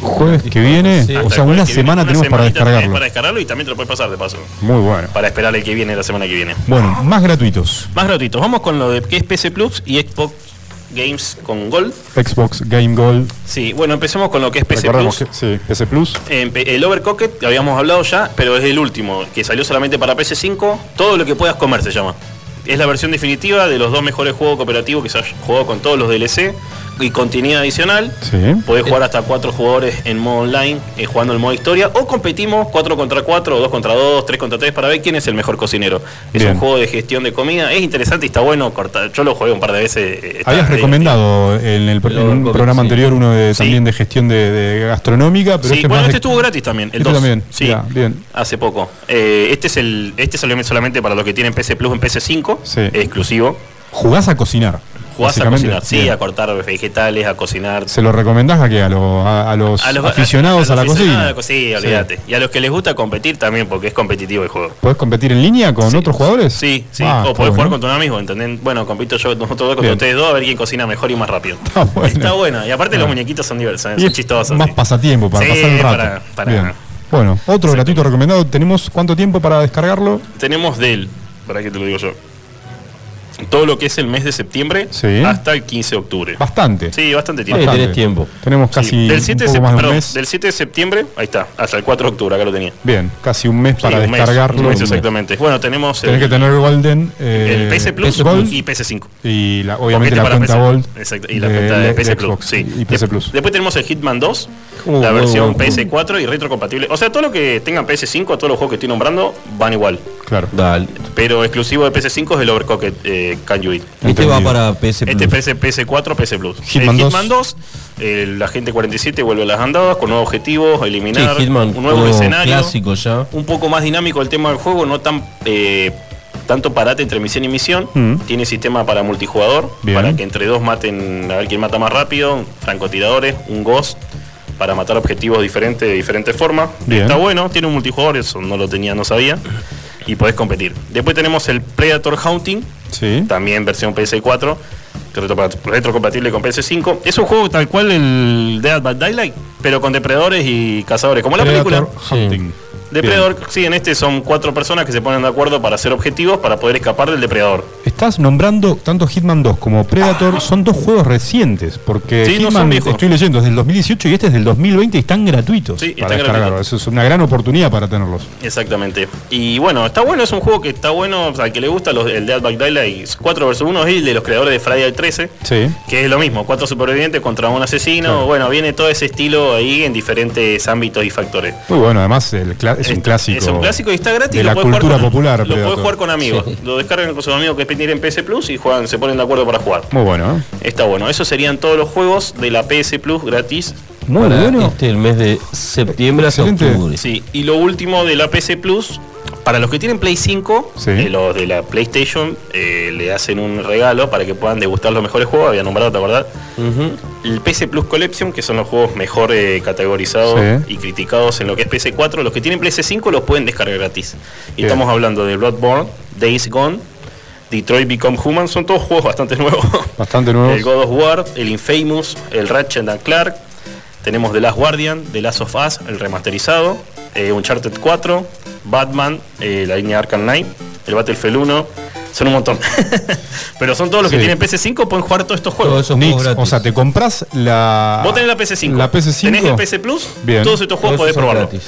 [SPEAKER 2] Jueves que viene,
[SPEAKER 3] Sí.
[SPEAKER 2] o sea,
[SPEAKER 7] Hasta el jueves
[SPEAKER 2] una
[SPEAKER 7] que viene,
[SPEAKER 2] semana tenemos para
[SPEAKER 7] semanita tenés
[SPEAKER 2] descargarlo.
[SPEAKER 7] Para descargarlo y también te lo puedes pasar de paso.
[SPEAKER 2] Muy bueno.
[SPEAKER 7] Para esperar el que viene la semana que viene.
[SPEAKER 2] Bueno, más gratuitos.
[SPEAKER 7] Más gratuitos. Vamos con lo de que es PC Plus y Xbox Games con Gold.
[SPEAKER 2] Xbox Game Gold.
[SPEAKER 7] Sí, bueno, empecemos con lo que es PC
[SPEAKER 2] Recordemos
[SPEAKER 7] Plus.
[SPEAKER 2] que sí, PC Plus.
[SPEAKER 7] En P- El Overcooked, que habíamos hablado ya, pero es el último, que salió solamente para PS5. Todo lo que puedas comer se llama. Es la versión definitiva de los dos mejores juegos cooperativos que se ha jugado con todos los DLC y contenido adicional.
[SPEAKER 2] Sí.
[SPEAKER 7] Podés jugar hasta cuatro jugadores en modo online, eh, jugando en modo historia, o competimos 4 contra 4, 2 contra 2, 3 contra 3 para ver quién es el mejor cocinero. Es
[SPEAKER 2] Bien.
[SPEAKER 7] un juego de gestión de comida, es interesante y está bueno. corta- Yo lo jugué un par de veces. eh, está
[SPEAKER 2] Habías
[SPEAKER 7] divertido.
[SPEAKER 2] recomendado en, el,
[SPEAKER 3] El
[SPEAKER 2] en un
[SPEAKER 3] Overcooked,
[SPEAKER 2] programa
[SPEAKER 3] sí.
[SPEAKER 2] anterior uno de, también
[SPEAKER 7] Sí.
[SPEAKER 2] de gestión de, de gastronómica, pero
[SPEAKER 7] sí,
[SPEAKER 2] este es
[SPEAKER 7] bueno,
[SPEAKER 2] más
[SPEAKER 7] este
[SPEAKER 2] de-
[SPEAKER 7] estuvo gratis también, el
[SPEAKER 2] Este
[SPEAKER 7] 2.
[SPEAKER 2] también,
[SPEAKER 7] sí,
[SPEAKER 2] mirá, bien.
[SPEAKER 7] Hace poco. Eh, este es el este salió solamente para los que tienen PC Plus en PC5,
[SPEAKER 2] Sí.
[SPEAKER 7] es exclusivo.
[SPEAKER 2] Jugás a cocinar.
[SPEAKER 7] Jugás a
[SPEAKER 2] básicamente.
[SPEAKER 7] cocinar, sí,
[SPEAKER 2] Bien.
[SPEAKER 7] a cortar vegetales, a cocinar.
[SPEAKER 2] ¿Se lo recomendás a qué? A, lo- a- a los aficionados a,
[SPEAKER 7] los
[SPEAKER 2] la
[SPEAKER 7] aficionados
[SPEAKER 2] cocina.
[SPEAKER 7] a la cocina, olvídate. Y a los que les gusta competir también, porque es competitivo el juego.
[SPEAKER 2] ¿Podés competir en línea con
[SPEAKER 7] Sí,
[SPEAKER 2] otros jugadores?
[SPEAKER 7] Sí, sí.
[SPEAKER 2] Ah,
[SPEAKER 7] o
[SPEAKER 2] está
[SPEAKER 7] podés jugar
[SPEAKER 2] bueno.
[SPEAKER 7] con tu amigo, ¿entendés? Bueno, compito yo, nosotros dos contra
[SPEAKER 2] Bien.
[SPEAKER 7] ustedes dos, a ver quién cocina mejor y más rápido.
[SPEAKER 2] Está bueno.
[SPEAKER 7] Está bueno. Y aparte
[SPEAKER 2] Ah.
[SPEAKER 7] los muñequitos son diversos, ¿eh?
[SPEAKER 2] Y
[SPEAKER 7] son
[SPEAKER 2] es
[SPEAKER 7] chistosos.
[SPEAKER 2] Más
[SPEAKER 7] sí.
[SPEAKER 2] pasatiempo para
[SPEAKER 7] Sí,
[SPEAKER 2] pasar el rato.
[SPEAKER 7] para- para-
[SPEAKER 2] Bien. Bueno, otro gratuito recomendado. ¿Tenemos cuánto tiempo para descargarlo?
[SPEAKER 7] tenemos del, para que te lo digo yo, todo lo que es el mes de septiembre
[SPEAKER 2] Sí.
[SPEAKER 7] hasta el 15 de octubre.
[SPEAKER 2] Bastante.
[SPEAKER 7] sí, bastante tiempo.
[SPEAKER 3] Sí, tenés tiempo.
[SPEAKER 2] Tenemos
[SPEAKER 7] Sí,
[SPEAKER 2] casi
[SPEAKER 7] del, 7
[SPEAKER 2] un
[SPEAKER 7] de
[SPEAKER 2] poco más de
[SPEAKER 7] sep-
[SPEAKER 2] un
[SPEAKER 7] perdón,
[SPEAKER 2] mes.
[SPEAKER 7] del 7 de septiembre, ahí está, hasta el 4 de octubre, acá lo tenía.
[SPEAKER 2] Bien, casi un mes para
[SPEAKER 7] Sí, un mes,
[SPEAKER 2] descargarlo.
[SPEAKER 7] un mes exactamente. Bueno, tenemos
[SPEAKER 2] Tenés que
[SPEAKER 7] el,
[SPEAKER 2] tener Golden. eh,
[SPEAKER 7] el PC Plus
[SPEAKER 2] Gold
[SPEAKER 7] y PS5.
[SPEAKER 2] y la-
[SPEAKER 7] Porque
[SPEAKER 2] obviamente
[SPEAKER 7] este
[SPEAKER 2] la
[SPEAKER 7] para
[SPEAKER 2] cuenta
[SPEAKER 7] PC.
[SPEAKER 2] Gold.
[SPEAKER 7] Exacto, y la cuenta de, PS Plus.
[SPEAKER 2] Xbox
[SPEAKER 7] sí.
[SPEAKER 2] Y PC
[SPEAKER 7] Dep-
[SPEAKER 2] Plus.
[SPEAKER 7] Después tenemos el Hitman 2,
[SPEAKER 2] Uh,
[SPEAKER 7] la
[SPEAKER 2] muy
[SPEAKER 7] versión
[SPEAKER 2] buen juego.
[SPEAKER 7] PS4 y retrocompatible. O sea, todo lo que tengan PS5, todos los juegos que estoy nombrando, van igual.
[SPEAKER 2] Claro.
[SPEAKER 3] Dale.
[SPEAKER 2] Este
[SPEAKER 7] Pero exclusivo de PS5 es el Overcooked eh, Can You Eat.
[SPEAKER 3] Este
[SPEAKER 2] Entendido.
[SPEAKER 3] va para PS Plus.
[SPEAKER 7] Este PC, PS4, PC Plus.
[SPEAKER 2] Hitman
[SPEAKER 7] el
[SPEAKER 2] 2.
[SPEAKER 7] Hitman 2, el Agente 47 vuelve a las andadas con nuevos objetivos,
[SPEAKER 3] Sí,
[SPEAKER 7] eliminar
[SPEAKER 3] Hitman,
[SPEAKER 7] un nuevo
[SPEAKER 3] juego
[SPEAKER 7] escenario.
[SPEAKER 3] clásico ya.
[SPEAKER 7] Un poco más dinámico el tema del juego, no tan eh, tanto parate entre misión y misión.
[SPEAKER 2] Mm.
[SPEAKER 7] Tiene sistema para multijugador,
[SPEAKER 2] Bien.
[SPEAKER 7] para que entre dos maten a ver quién mata más rápido, francotiradores, un ghost para matar objetivos diferentes de diferentes formas.
[SPEAKER 2] Bien.
[SPEAKER 7] Está bueno, tiene un multijugador, eso no lo tenía, no sabía. Y podés competir. Después tenemos el Predator Hunting,
[SPEAKER 2] Sí.
[SPEAKER 7] también versión PS4, que retro- retrocompatible con PS5. Es un juego tal cual el Dead by Daylight, pero con depredadores y cazadores, como la película.
[SPEAKER 2] Predator Hunting.
[SPEAKER 7] Depredador, sí, en este son cuatro personas que se ponen de acuerdo para hacer objetivos para poder escapar del depredador.
[SPEAKER 2] Estás nombrando tanto Hitman 2 como Predator, son dos juegos recientes, porque
[SPEAKER 7] Ah. Sí, no son
[SPEAKER 2] Hitman,
[SPEAKER 7] viejos.
[SPEAKER 2] estoy leyendo, es del 2018 y este es del 2020 y están gratuitos
[SPEAKER 7] Sí, y
[SPEAKER 2] para
[SPEAKER 7] están
[SPEAKER 2] descargar.
[SPEAKER 7] gratuitos.
[SPEAKER 2] Eso es una gran oportunidad para tenerlos.
[SPEAKER 7] Exactamente. Y bueno, está bueno, es un juego que está bueno, al que le gusta los, el Dead by Daylight 4 vs 1 y el de los creadores de Friday el 13,
[SPEAKER 2] Sí.
[SPEAKER 7] que es lo mismo, cuatro supervivientes contra un asesino, bueno, viene todo ese estilo ahí en diferentes ámbitos y factores.
[SPEAKER 2] Muy bueno, además el cla- es, un clásico.
[SPEAKER 7] Este, Es un clásico y está gratis.
[SPEAKER 2] De
[SPEAKER 7] lo
[SPEAKER 2] la
[SPEAKER 7] podés jugar
[SPEAKER 2] cultura
[SPEAKER 7] con-
[SPEAKER 2] popular.
[SPEAKER 7] Lo
[SPEAKER 2] Predator.
[SPEAKER 7] puedes jugar con amigos. Lo descargan con sus amigos que tienen PC Plus y juegan, se ponen de acuerdo para jugar.
[SPEAKER 2] Muy bueno, ¿eh?
[SPEAKER 7] Está bueno. Esos serían todos los juegos de la PS Plus gratis.
[SPEAKER 2] Muy
[SPEAKER 3] Para
[SPEAKER 2] bueno.
[SPEAKER 3] este el mes de septiembre hasta
[SPEAKER 2] Excelente.
[SPEAKER 3] octubre.
[SPEAKER 7] Sí. Y lo último de la PC Plus, para los que tienen Play 5,
[SPEAKER 2] Sí.
[SPEAKER 7] eh, los de la PlayStation eh, le hacen un regalo para que puedan degustar los mejores juegos. Había nombrado, ¿te acordás?
[SPEAKER 3] Ujú.
[SPEAKER 7] El PC Plus Collection, que son los juegos mejor eh, categorizados
[SPEAKER 2] Sí.
[SPEAKER 7] y criticados en lo que es PC4, los que tienen PS5 los pueden descargar gratis. Y
[SPEAKER 2] Bien.
[SPEAKER 7] estamos hablando de Bloodborne, Days Gone, Detroit Become Human, son todos juegos bastante nuevos.
[SPEAKER 2] Bastante
[SPEAKER 7] el
[SPEAKER 2] nuevos.
[SPEAKER 7] God of War, el Infamous, el Ratchet and Clark, tenemos The Last Guardian, The Last of Us, el remasterizado, eh, Uncharted 4, Batman, eh, la línea Arkham Knight, el Battlefield 1, son un montón. Pero son todos los que
[SPEAKER 2] Sí.
[SPEAKER 7] tienen PS5, pueden jugar todos estos juegos.
[SPEAKER 3] Todos esos
[SPEAKER 2] Nix,
[SPEAKER 3] juegos gratis.
[SPEAKER 2] o sea, te compras la.
[SPEAKER 7] Vos tenés la PC5.
[SPEAKER 2] La PC5.
[SPEAKER 7] Tenés el PC Plus.
[SPEAKER 2] Bien.
[SPEAKER 7] Todos estos
[SPEAKER 3] Todos
[SPEAKER 7] juegos podés
[SPEAKER 3] son
[SPEAKER 7] probarlo.
[SPEAKER 3] gratis.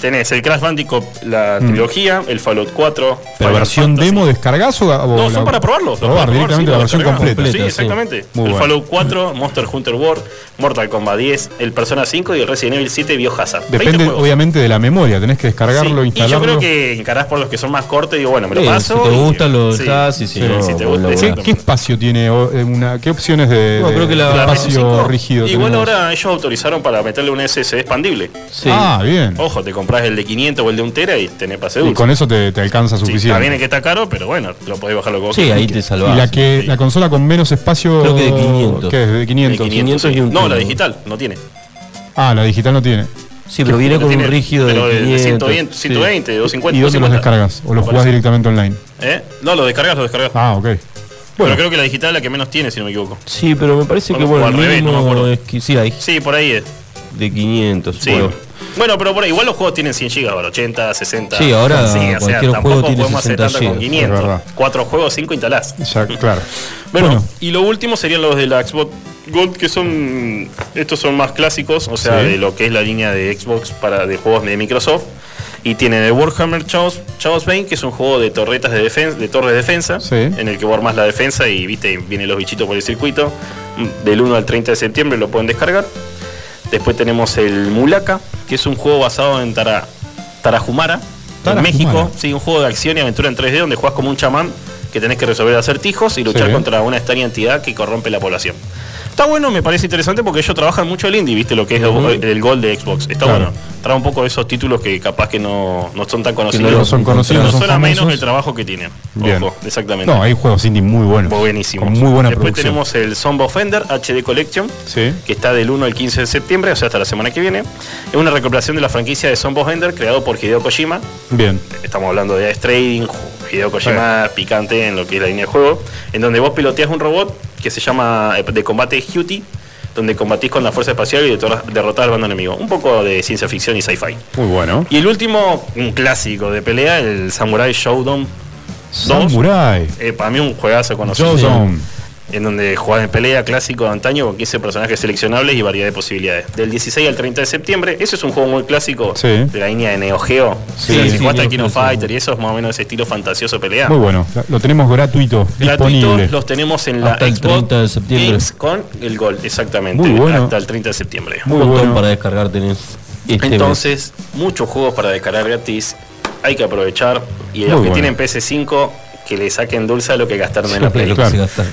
[SPEAKER 7] Tenés el Crash Bandicoot, la trilogía, el Fallout 4.
[SPEAKER 2] Mm. ¿Pero
[SPEAKER 7] Final
[SPEAKER 2] versión
[SPEAKER 7] Fantasy.
[SPEAKER 2] demo descargas o.? o
[SPEAKER 7] No,
[SPEAKER 2] la-
[SPEAKER 7] son para probarlos. los
[SPEAKER 2] Probar
[SPEAKER 7] podés probar,
[SPEAKER 2] directamente
[SPEAKER 7] sí,
[SPEAKER 2] la
[SPEAKER 7] los
[SPEAKER 2] versión
[SPEAKER 7] descargás.
[SPEAKER 2] completa.
[SPEAKER 7] Sí,
[SPEAKER 3] sí.
[SPEAKER 7] exactamente.
[SPEAKER 2] Muy
[SPEAKER 7] el
[SPEAKER 2] bueno.
[SPEAKER 7] Fallout 4, Monster Hunter World, Mortal Kombat 10, el Persona 5 y el Resident Evil 7 Biohazard. 20
[SPEAKER 2] Depende,
[SPEAKER 7] juegos.
[SPEAKER 2] obviamente, de la memoria. Tenés que descargarlo,
[SPEAKER 7] Sí, Y yo
[SPEAKER 2] instalarlo.
[SPEAKER 7] creo que encarás por los que son más cortos y digo, bueno, me lo
[SPEAKER 3] Sí,
[SPEAKER 7] paso.
[SPEAKER 3] si te
[SPEAKER 7] y-
[SPEAKER 3] gusta, lo dejás y si no,
[SPEAKER 7] si te
[SPEAKER 3] vos
[SPEAKER 7] gusta,
[SPEAKER 3] lo
[SPEAKER 2] ¿Qué,
[SPEAKER 7] exactamente.
[SPEAKER 2] qué espacio tiene? o, eh, una, ¿Qué opciones de,
[SPEAKER 3] No,
[SPEAKER 2] de-
[SPEAKER 3] creo que la-
[SPEAKER 2] de
[SPEAKER 3] la
[SPEAKER 2] espacio
[SPEAKER 7] PS5,
[SPEAKER 2] rígido?
[SPEAKER 7] Igual
[SPEAKER 2] tenemos?
[SPEAKER 7] ahora ellos autorizaron para meterle un SSD expandible.
[SPEAKER 3] Sí.
[SPEAKER 2] Ah, bien.
[SPEAKER 7] Ojo, te compras el de 500 o el de un tera y tenés pase
[SPEAKER 2] Y
[SPEAKER 7] dulce.
[SPEAKER 2] con eso te, te alcanza
[SPEAKER 7] Sí,
[SPEAKER 2] suficiente.
[SPEAKER 7] está bien el que está caro, pero bueno, lo podés bajar lo que vos
[SPEAKER 3] Sí,
[SPEAKER 7] quieras.
[SPEAKER 3] ahí te salvás.
[SPEAKER 2] y la que
[SPEAKER 7] sí.
[SPEAKER 2] la consola con menos espacio
[SPEAKER 3] Creo que de 500.
[SPEAKER 2] ¿qué es? de
[SPEAKER 7] El
[SPEAKER 2] 500.
[SPEAKER 7] 500,
[SPEAKER 3] 500 y un
[SPEAKER 7] No, la
[SPEAKER 3] tera.
[SPEAKER 7] digital, no tiene.
[SPEAKER 2] Ah, la digital no tiene.
[SPEAKER 3] Sí, pero viene
[SPEAKER 7] No
[SPEAKER 3] con un
[SPEAKER 7] tiene,
[SPEAKER 3] rígido de
[SPEAKER 7] pero
[SPEAKER 3] 500.
[SPEAKER 7] 120,
[SPEAKER 3] sí.
[SPEAKER 7] 120, 250.
[SPEAKER 2] ¿Y dónde los
[SPEAKER 7] 250.
[SPEAKER 2] descargas? ¿O los jugás directamente online?
[SPEAKER 7] ¿Eh? No, lo descargas, lo descargas.
[SPEAKER 2] Ah, ok.
[SPEAKER 7] Pero creo que la digital es la que menos tiene, si no me equivoco.
[SPEAKER 3] Sí, pero me parece
[SPEAKER 7] O-
[SPEAKER 3] que
[SPEAKER 7] o
[SPEAKER 3] bueno,
[SPEAKER 7] al
[SPEAKER 3] el
[SPEAKER 7] revés, no me
[SPEAKER 3] mínimo
[SPEAKER 7] acuerdo.
[SPEAKER 3] es que- sí, hay
[SPEAKER 7] Sí, por ahí es.
[SPEAKER 3] de 500.
[SPEAKER 7] Sí.
[SPEAKER 3] bueno.
[SPEAKER 7] Bueno. pero por ahí, igual los juegos tienen 100 GB, ahora, 80, 60.
[SPEAKER 3] Sí, ahora
[SPEAKER 7] o sea,
[SPEAKER 3] cualquier
[SPEAKER 7] tampoco
[SPEAKER 3] juego tiene
[SPEAKER 7] podemos hacer
[SPEAKER 3] 60
[SPEAKER 7] tanto con
[SPEAKER 3] gigas, es
[SPEAKER 7] 500.
[SPEAKER 2] verdad.
[SPEAKER 7] Cuatro juegos, cinco instalás.
[SPEAKER 2] Ya, claro.
[SPEAKER 7] Bueno, y lo último serían los de la Xbox Gold, que son. Estos son más clásicos, o sea,
[SPEAKER 2] Sí.
[SPEAKER 7] de lo que es la línea de Xbox para de juegos de Microsoft. Y tienen el Warhammer Chaos, Chaos Bane, que es un juego de torretas de defensa, de torres de defensa,
[SPEAKER 2] Sí.
[SPEAKER 7] en el que vos armás la defensa y viste, vienen los bichitos por el circuito. Mm, Del 1 al 30 de septiembre lo pueden descargar. Después tenemos el Mulaka, que es un juego basado en Tara- Tarahumara, en
[SPEAKER 2] Tarahumara.
[SPEAKER 7] México. Sí, un juego de acción y aventura en 3D donde jugás como un chamán que tenés que resolver acertijos y luchar
[SPEAKER 2] Sí.
[SPEAKER 7] contra una extraña entidad que corrompe la población. Está bueno, me parece interesante porque ellos trabajan mucho el indie, viste lo que es el, el gol de Xbox. Está
[SPEAKER 2] Claro.
[SPEAKER 7] bueno. Trae un poco de esos títulos que capaz que no, no son tan
[SPEAKER 2] Que
[SPEAKER 7] conocidos.
[SPEAKER 2] no son conocidos,
[SPEAKER 7] Pero
[SPEAKER 2] no son
[SPEAKER 7] suena menos
[SPEAKER 2] famosos.
[SPEAKER 7] el trabajo que tienen.
[SPEAKER 2] Bien.
[SPEAKER 7] Ojo, exactamente.
[SPEAKER 2] No, hay juegos indie muy buenos.
[SPEAKER 7] Buenísimo.
[SPEAKER 2] Con muy buena
[SPEAKER 7] Después
[SPEAKER 2] producción.
[SPEAKER 7] tenemos el Zombo Offender HD Collection,
[SPEAKER 2] Sí.
[SPEAKER 7] que está del 1 al 15 de septiembre, o sea, hasta la semana que viene. Es una recopilación de la franquicia de Zombo Offender creado por Hideo Kojima.
[SPEAKER 2] Bien.
[SPEAKER 7] Estamos hablando de Ice Trading, Hideo Kojima picante en lo que es la línea de juego, en donde vos piloteas un robot que se llama eh, de combate Huty, donde combatís con la fuerza espacial y detor- derrotás al bando enemigo. Un poco de ciencia ficción y sci-fi.
[SPEAKER 2] Muy bueno.
[SPEAKER 7] Y el último, un clásico de pelea, el Samurai Showdown.
[SPEAKER 2] Samurai.
[SPEAKER 7] Eh, para mí un juegazo conocido.
[SPEAKER 2] Showdown.
[SPEAKER 7] en donde jugás en pelea clásico de antaño con 15 personajes seleccionables y variedad de posibilidades. Del 16 al 30 de septiembre, ese es un juego muy clásico
[SPEAKER 2] Sí.
[SPEAKER 7] de la línea de Neo Geo.
[SPEAKER 2] Sí,
[SPEAKER 7] Si
[SPEAKER 2] sí,
[SPEAKER 7] jugaste
[SPEAKER 3] Neo
[SPEAKER 7] a Kino
[SPEAKER 3] Geo, sí.
[SPEAKER 7] Fighter y eso es más o menos ese estilo fantasioso de pelea.
[SPEAKER 2] Muy bueno. Lo tenemos gratuito. disponible.
[SPEAKER 7] Gratuitos los tenemos en la
[SPEAKER 3] Hasta el
[SPEAKER 7] Xbox
[SPEAKER 3] 30 de septiembre.
[SPEAKER 7] Games con el Gol, exactamente.
[SPEAKER 2] Muy bueno.
[SPEAKER 7] Hasta el 30 de septiembre.
[SPEAKER 2] Muy
[SPEAKER 3] un montón
[SPEAKER 2] bueno.
[SPEAKER 3] para descargar tenés. este
[SPEAKER 7] Entonces, muchos juegos para descargar gratis, hay que aprovechar. Y los
[SPEAKER 2] Muy
[SPEAKER 7] que
[SPEAKER 2] bueno.
[SPEAKER 7] tienen PS5, que le saquen dulce a lo que gastaron
[SPEAKER 3] mes.
[SPEAKER 7] en la Play.
[SPEAKER 3] Lo que se
[SPEAKER 2] Claro.
[SPEAKER 3] gastaron.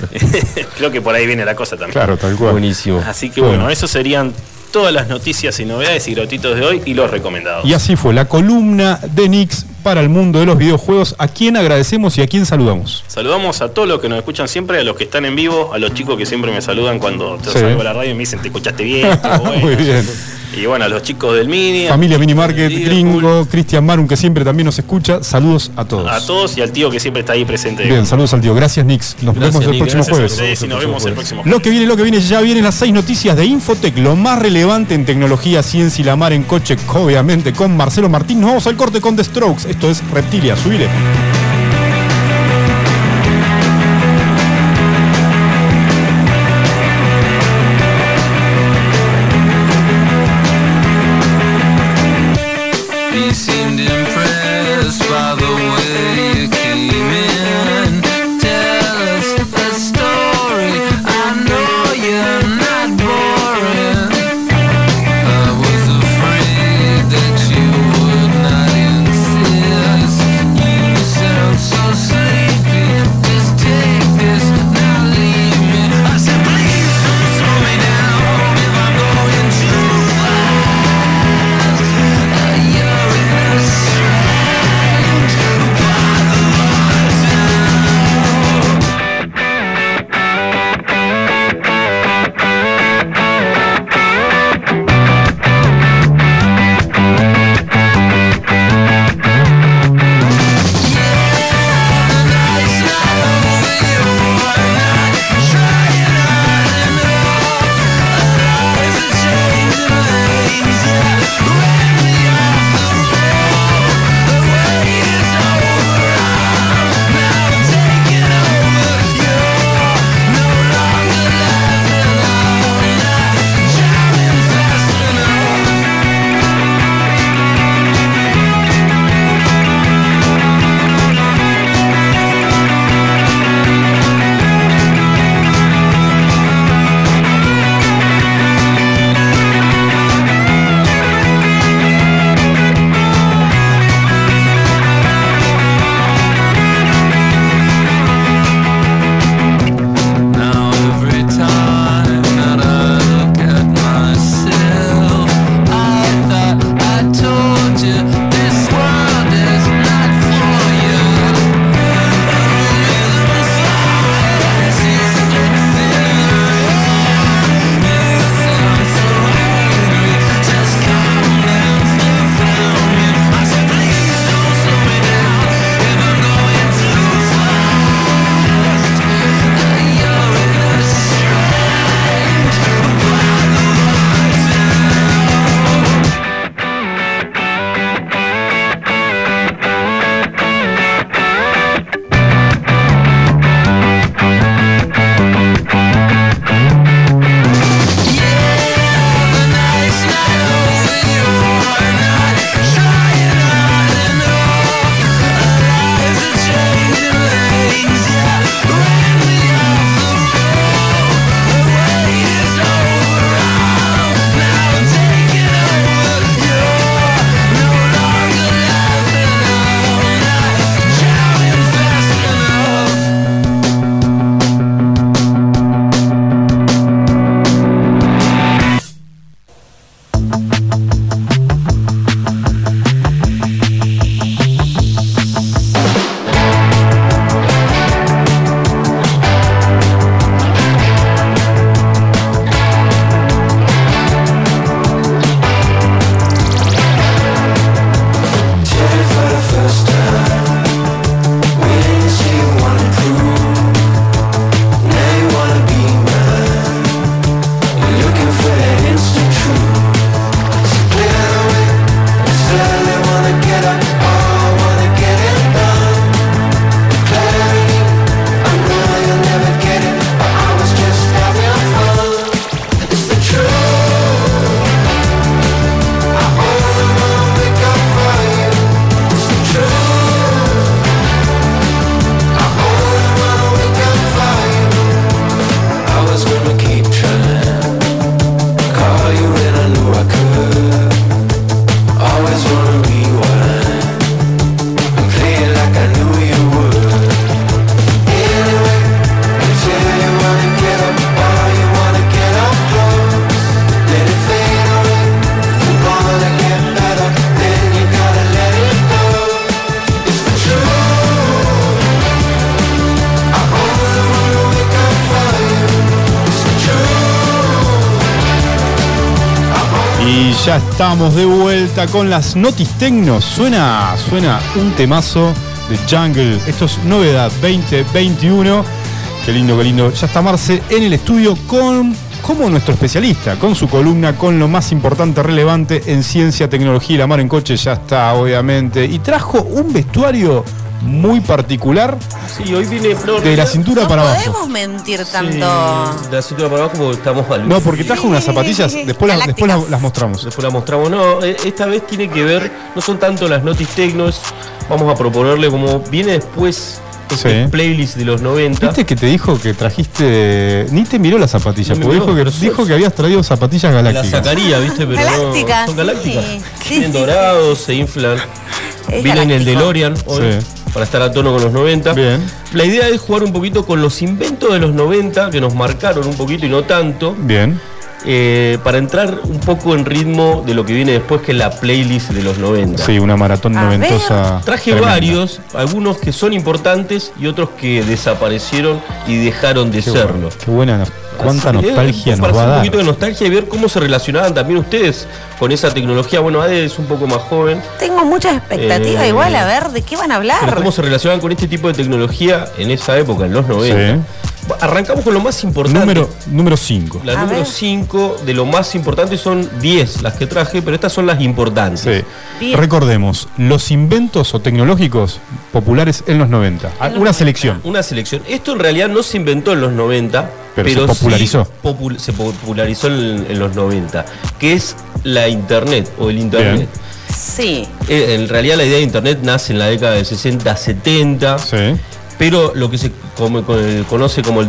[SPEAKER 7] Creo que por ahí viene la cosa también.
[SPEAKER 2] Claro, tal cual.
[SPEAKER 3] Buenísimo.
[SPEAKER 7] Así que bueno,
[SPEAKER 2] Bueno.
[SPEAKER 7] eso serían todas las noticias y novedades y gratuitos de hoy y los recomendados.
[SPEAKER 2] Y así fue la columna de Nix para el mundo de los videojuegos, a quien agradecemos y a quien saludamos.
[SPEAKER 7] Saludamos a todos los que nos escuchan siempre, a los que están en vivo, a los chicos que siempre me saludan cuando te
[SPEAKER 2] Sí.
[SPEAKER 7] salgo a la radio y me dicen, te escuchaste bien, estuvo bueno".
[SPEAKER 2] Muy bien.
[SPEAKER 7] Y bueno, a los chicos del Mini. a-
[SPEAKER 2] Familia Mini Market,
[SPEAKER 7] Liverpool,
[SPEAKER 2] Gringo, Cristian Marum, que siempre también nos escucha. Saludos a todos.
[SPEAKER 7] A todos y al tío que siempre está ahí presente.
[SPEAKER 2] Bien, saludos al tío. Gracias, Nix. Nos
[SPEAKER 3] Gracias,
[SPEAKER 2] vemos el
[SPEAKER 3] Nick.
[SPEAKER 2] próximo
[SPEAKER 7] Gracias a
[SPEAKER 2] jueves.
[SPEAKER 7] ustedes y nos vemos el próximo
[SPEAKER 2] Lo que viene, lo que viene, ya vienen las seis noticias de Infotec, lo más relevante en tecnología, ciencia y la mar en coche, obviamente, con Marcelo Martín. Nos vamos al corte con The Strokes. Esto es Reptilia, subile.
[SPEAKER 5] He seemed impressed by the way you came in. Tell us the story. I know you're not boring. I was afraid that you would not insist. You said
[SPEAKER 2] Y ya estamos de vuelta con las notis tecnos. Suena, suena un temazo de Jungle. Esto es novedad 2021. Qué lindo, qué lindo. Ya está Marce en el estudio con como nuestro especialista, con su columna, con lo más importante, relevante en ciencia, tecnología y la mar en coche. Ya está, obviamente. Y trajo un vestuario muy particular
[SPEAKER 3] Sí, hoy vine Flor.
[SPEAKER 2] de la cintura
[SPEAKER 4] No
[SPEAKER 2] para
[SPEAKER 4] podemos
[SPEAKER 2] abajo.
[SPEAKER 4] mentir
[SPEAKER 3] Sí,
[SPEAKER 4] tanto.
[SPEAKER 3] de la cintura para abajo porque estamos al
[SPEAKER 2] No, porque trajo unas zapatillas. Después, las- después las,
[SPEAKER 4] Galácticas.
[SPEAKER 2] las mostramos.
[SPEAKER 3] Después la mostramos. No, eh, esta vez tiene que ver, no son tanto las notis tecnos, vamos a proponerle como viene después este
[SPEAKER 2] Sí.
[SPEAKER 3] playlist de los 90.
[SPEAKER 2] ¿Viste que te dijo que trajiste. Ni te miró las zapatillas,
[SPEAKER 3] No me
[SPEAKER 2] porque dijo
[SPEAKER 3] miró,
[SPEAKER 2] que,
[SPEAKER 3] pero sí.
[SPEAKER 2] dijo que habías traído zapatillas
[SPEAKER 3] La
[SPEAKER 2] galácticas.
[SPEAKER 3] sacaría, ¿viste? Pero
[SPEAKER 4] Galácticas,
[SPEAKER 3] no, son galácticas.
[SPEAKER 4] sí. Sí,
[SPEAKER 3] Vienen
[SPEAKER 4] sí,
[SPEAKER 3] dorados, se inflan.
[SPEAKER 4] Es
[SPEAKER 3] Vienen el
[SPEAKER 4] galáctico.
[SPEAKER 3] DeLorean hoy,
[SPEAKER 2] Sí.
[SPEAKER 3] para estar a tono con los 90.
[SPEAKER 2] Bien.
[SPEAKER 3] La idea es jugar un poquito con los inventos de los 90 que nos marcaron un poquito y no tanto.
[SPEAKER 2] Bien.
[SPEAKER 3] eh, para entrar un poco en ritmo de lo que viene después, que es la playlist de los 90.
[SPEAKER 2] Sí, una maratón
[SPEAKER 4] A
[SPEAKER 2] noventosa.
[SPEAKER 3] Traje
[SPEAKER 2] tremenda.
[SPEAKER 3] varios, algunos que son importantes y otros que desaparecieron y dejaron de
[SPEAKER 2] Qué,
[SPEAKER 3] serlo.
[SPEAKER 2] bueno, qué buena. nos- Cuánta
[SPEAKER 3] Así que,
[SPEAKER 2] nostalgia
[SPEAKER 3] pues,
[SPEAKER 2] nos
[SPEAKER 3] para
[SPEAKER 2] va a
[SPEAKER 3] hacer un
[SPEAKER 2] dar.
[SPEAKER 3] poquito de nostalgia y ver cómo se relacionaban también ustedes con esa tecnología. Bueno, Ade es un poco más joven,
[SPEAKER 4] Tengo muchas expectativas
[SPEAKER 3] Eh,
[SPEAKER 4] igual a ver de qué van a
[SPEAKER 3] pero
[SPEAKER 4] hablar.
[SPEAKER 3] cómo se relacionaban con este tipo de tecnología en esa época, en los 90. Arrancamos con lo más importante.
[SPEAKER 2] Número 5.
[SPEAKER 3] La
[SPEAKER 4] A
[SPEAKER 3] número
[SPEAKER 4] ver.
[SPEAKER 3] 5 de lo más importante son 10 las que traje, pero estas son las importantes.
[SPEAKER 4] Bien.
[SPEAKER 2] Recordemos, los inventos o tecnológicos populares en los 90. Ah,
[SPEAKER 4] los
[SPEAKER 2] Una selección.
[SPEAKER 3] Una selección. Esto en realidad no se inventó en los 90,
[SPEAKER 2] Pero
[SPEAKER 3] pero,
[SPEAKER 2] se
[SPEAKER 3] sí
[SPEAKER 2] popularizó.
[SPEAKER 3] popu- se popularizó en, en los 90, que es la internet o el internet.
[SPEAKER 4] Sí.
[SPEAKER 3] Eh, en realidad la idea de internet nace en la década del 60, 70,
[SPEAKER 2] Sí.
[SPEAKER 3] pero lo que se come- con- eh, conoce como el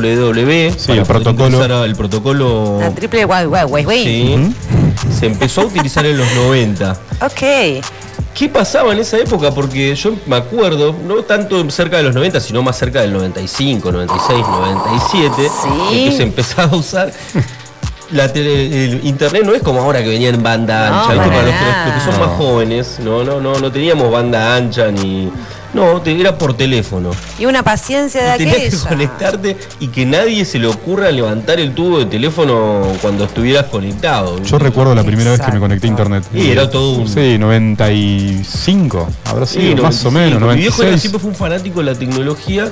[SPEAKER 3] WWW,
[SPEAKER 2] Sí,
[SPEAKER 3] para
[SPEAKER 2] el
[SPEAKER 3] poder
[SPEAKER 2] protocolo.
[SPEAKER 3] ingresar a- el protocolo
[SPEAKER 4] La triple guay, guay, guay, guay.
[SPEAKER 3] sí, se empezó a utilizar en los 90.
[SPEAKER 4] Ok.
[SPEAKER 3] ¿Qué pasaba en esa época? Porque yo me acuerdo, no tanto cerca de los 90, sino más cerca del 95, 96, 97,
[SPEAKER 4] Sí.
[SPEAKER 3] en que se empezaba a usar. La tele- el internet no es como ahora que venía en banda
[SPEAKER 4] No,
[SPEAKER 3] ancha, ¿viste?
[SPEAKER 4] para
[SPEAKER 3] para los que,
[SPEAKER 4] nada.
[SPEAKER 3] los que son más jóvenes, no, no, no, no teníamos banda ancha ni. No, te- era por teléfono.
[SPEAKER 4] Y una paciencia de
[SPEAKER 3] Y Tenías que
[SPEAKER 4] aquella.
[SPEAKER 3] conectarte y que nadie se le ocurra levantar el tubo de teléfono cuando estuvieras conectado.
[SPEAKER 2] Yo recuerdo la primera vez que me
[SPEAKER 4] Exacto.
[SPEAKER 2] conecté a internet.
[SPEAKER 3] Y era todo un-
[SPEAKER 2] Sí, 95. Habrá sido,
[SPEAKER 3] Sí,
[SPEAKER 2] más o
[SPEAKER 3] 95.
[SPEAKER 2] menos.
[SPEAKER 3] Mi viejo era
[SPEAKER 2] 96.
[SPEAKER 3] siempre fue un fanático de la tecnología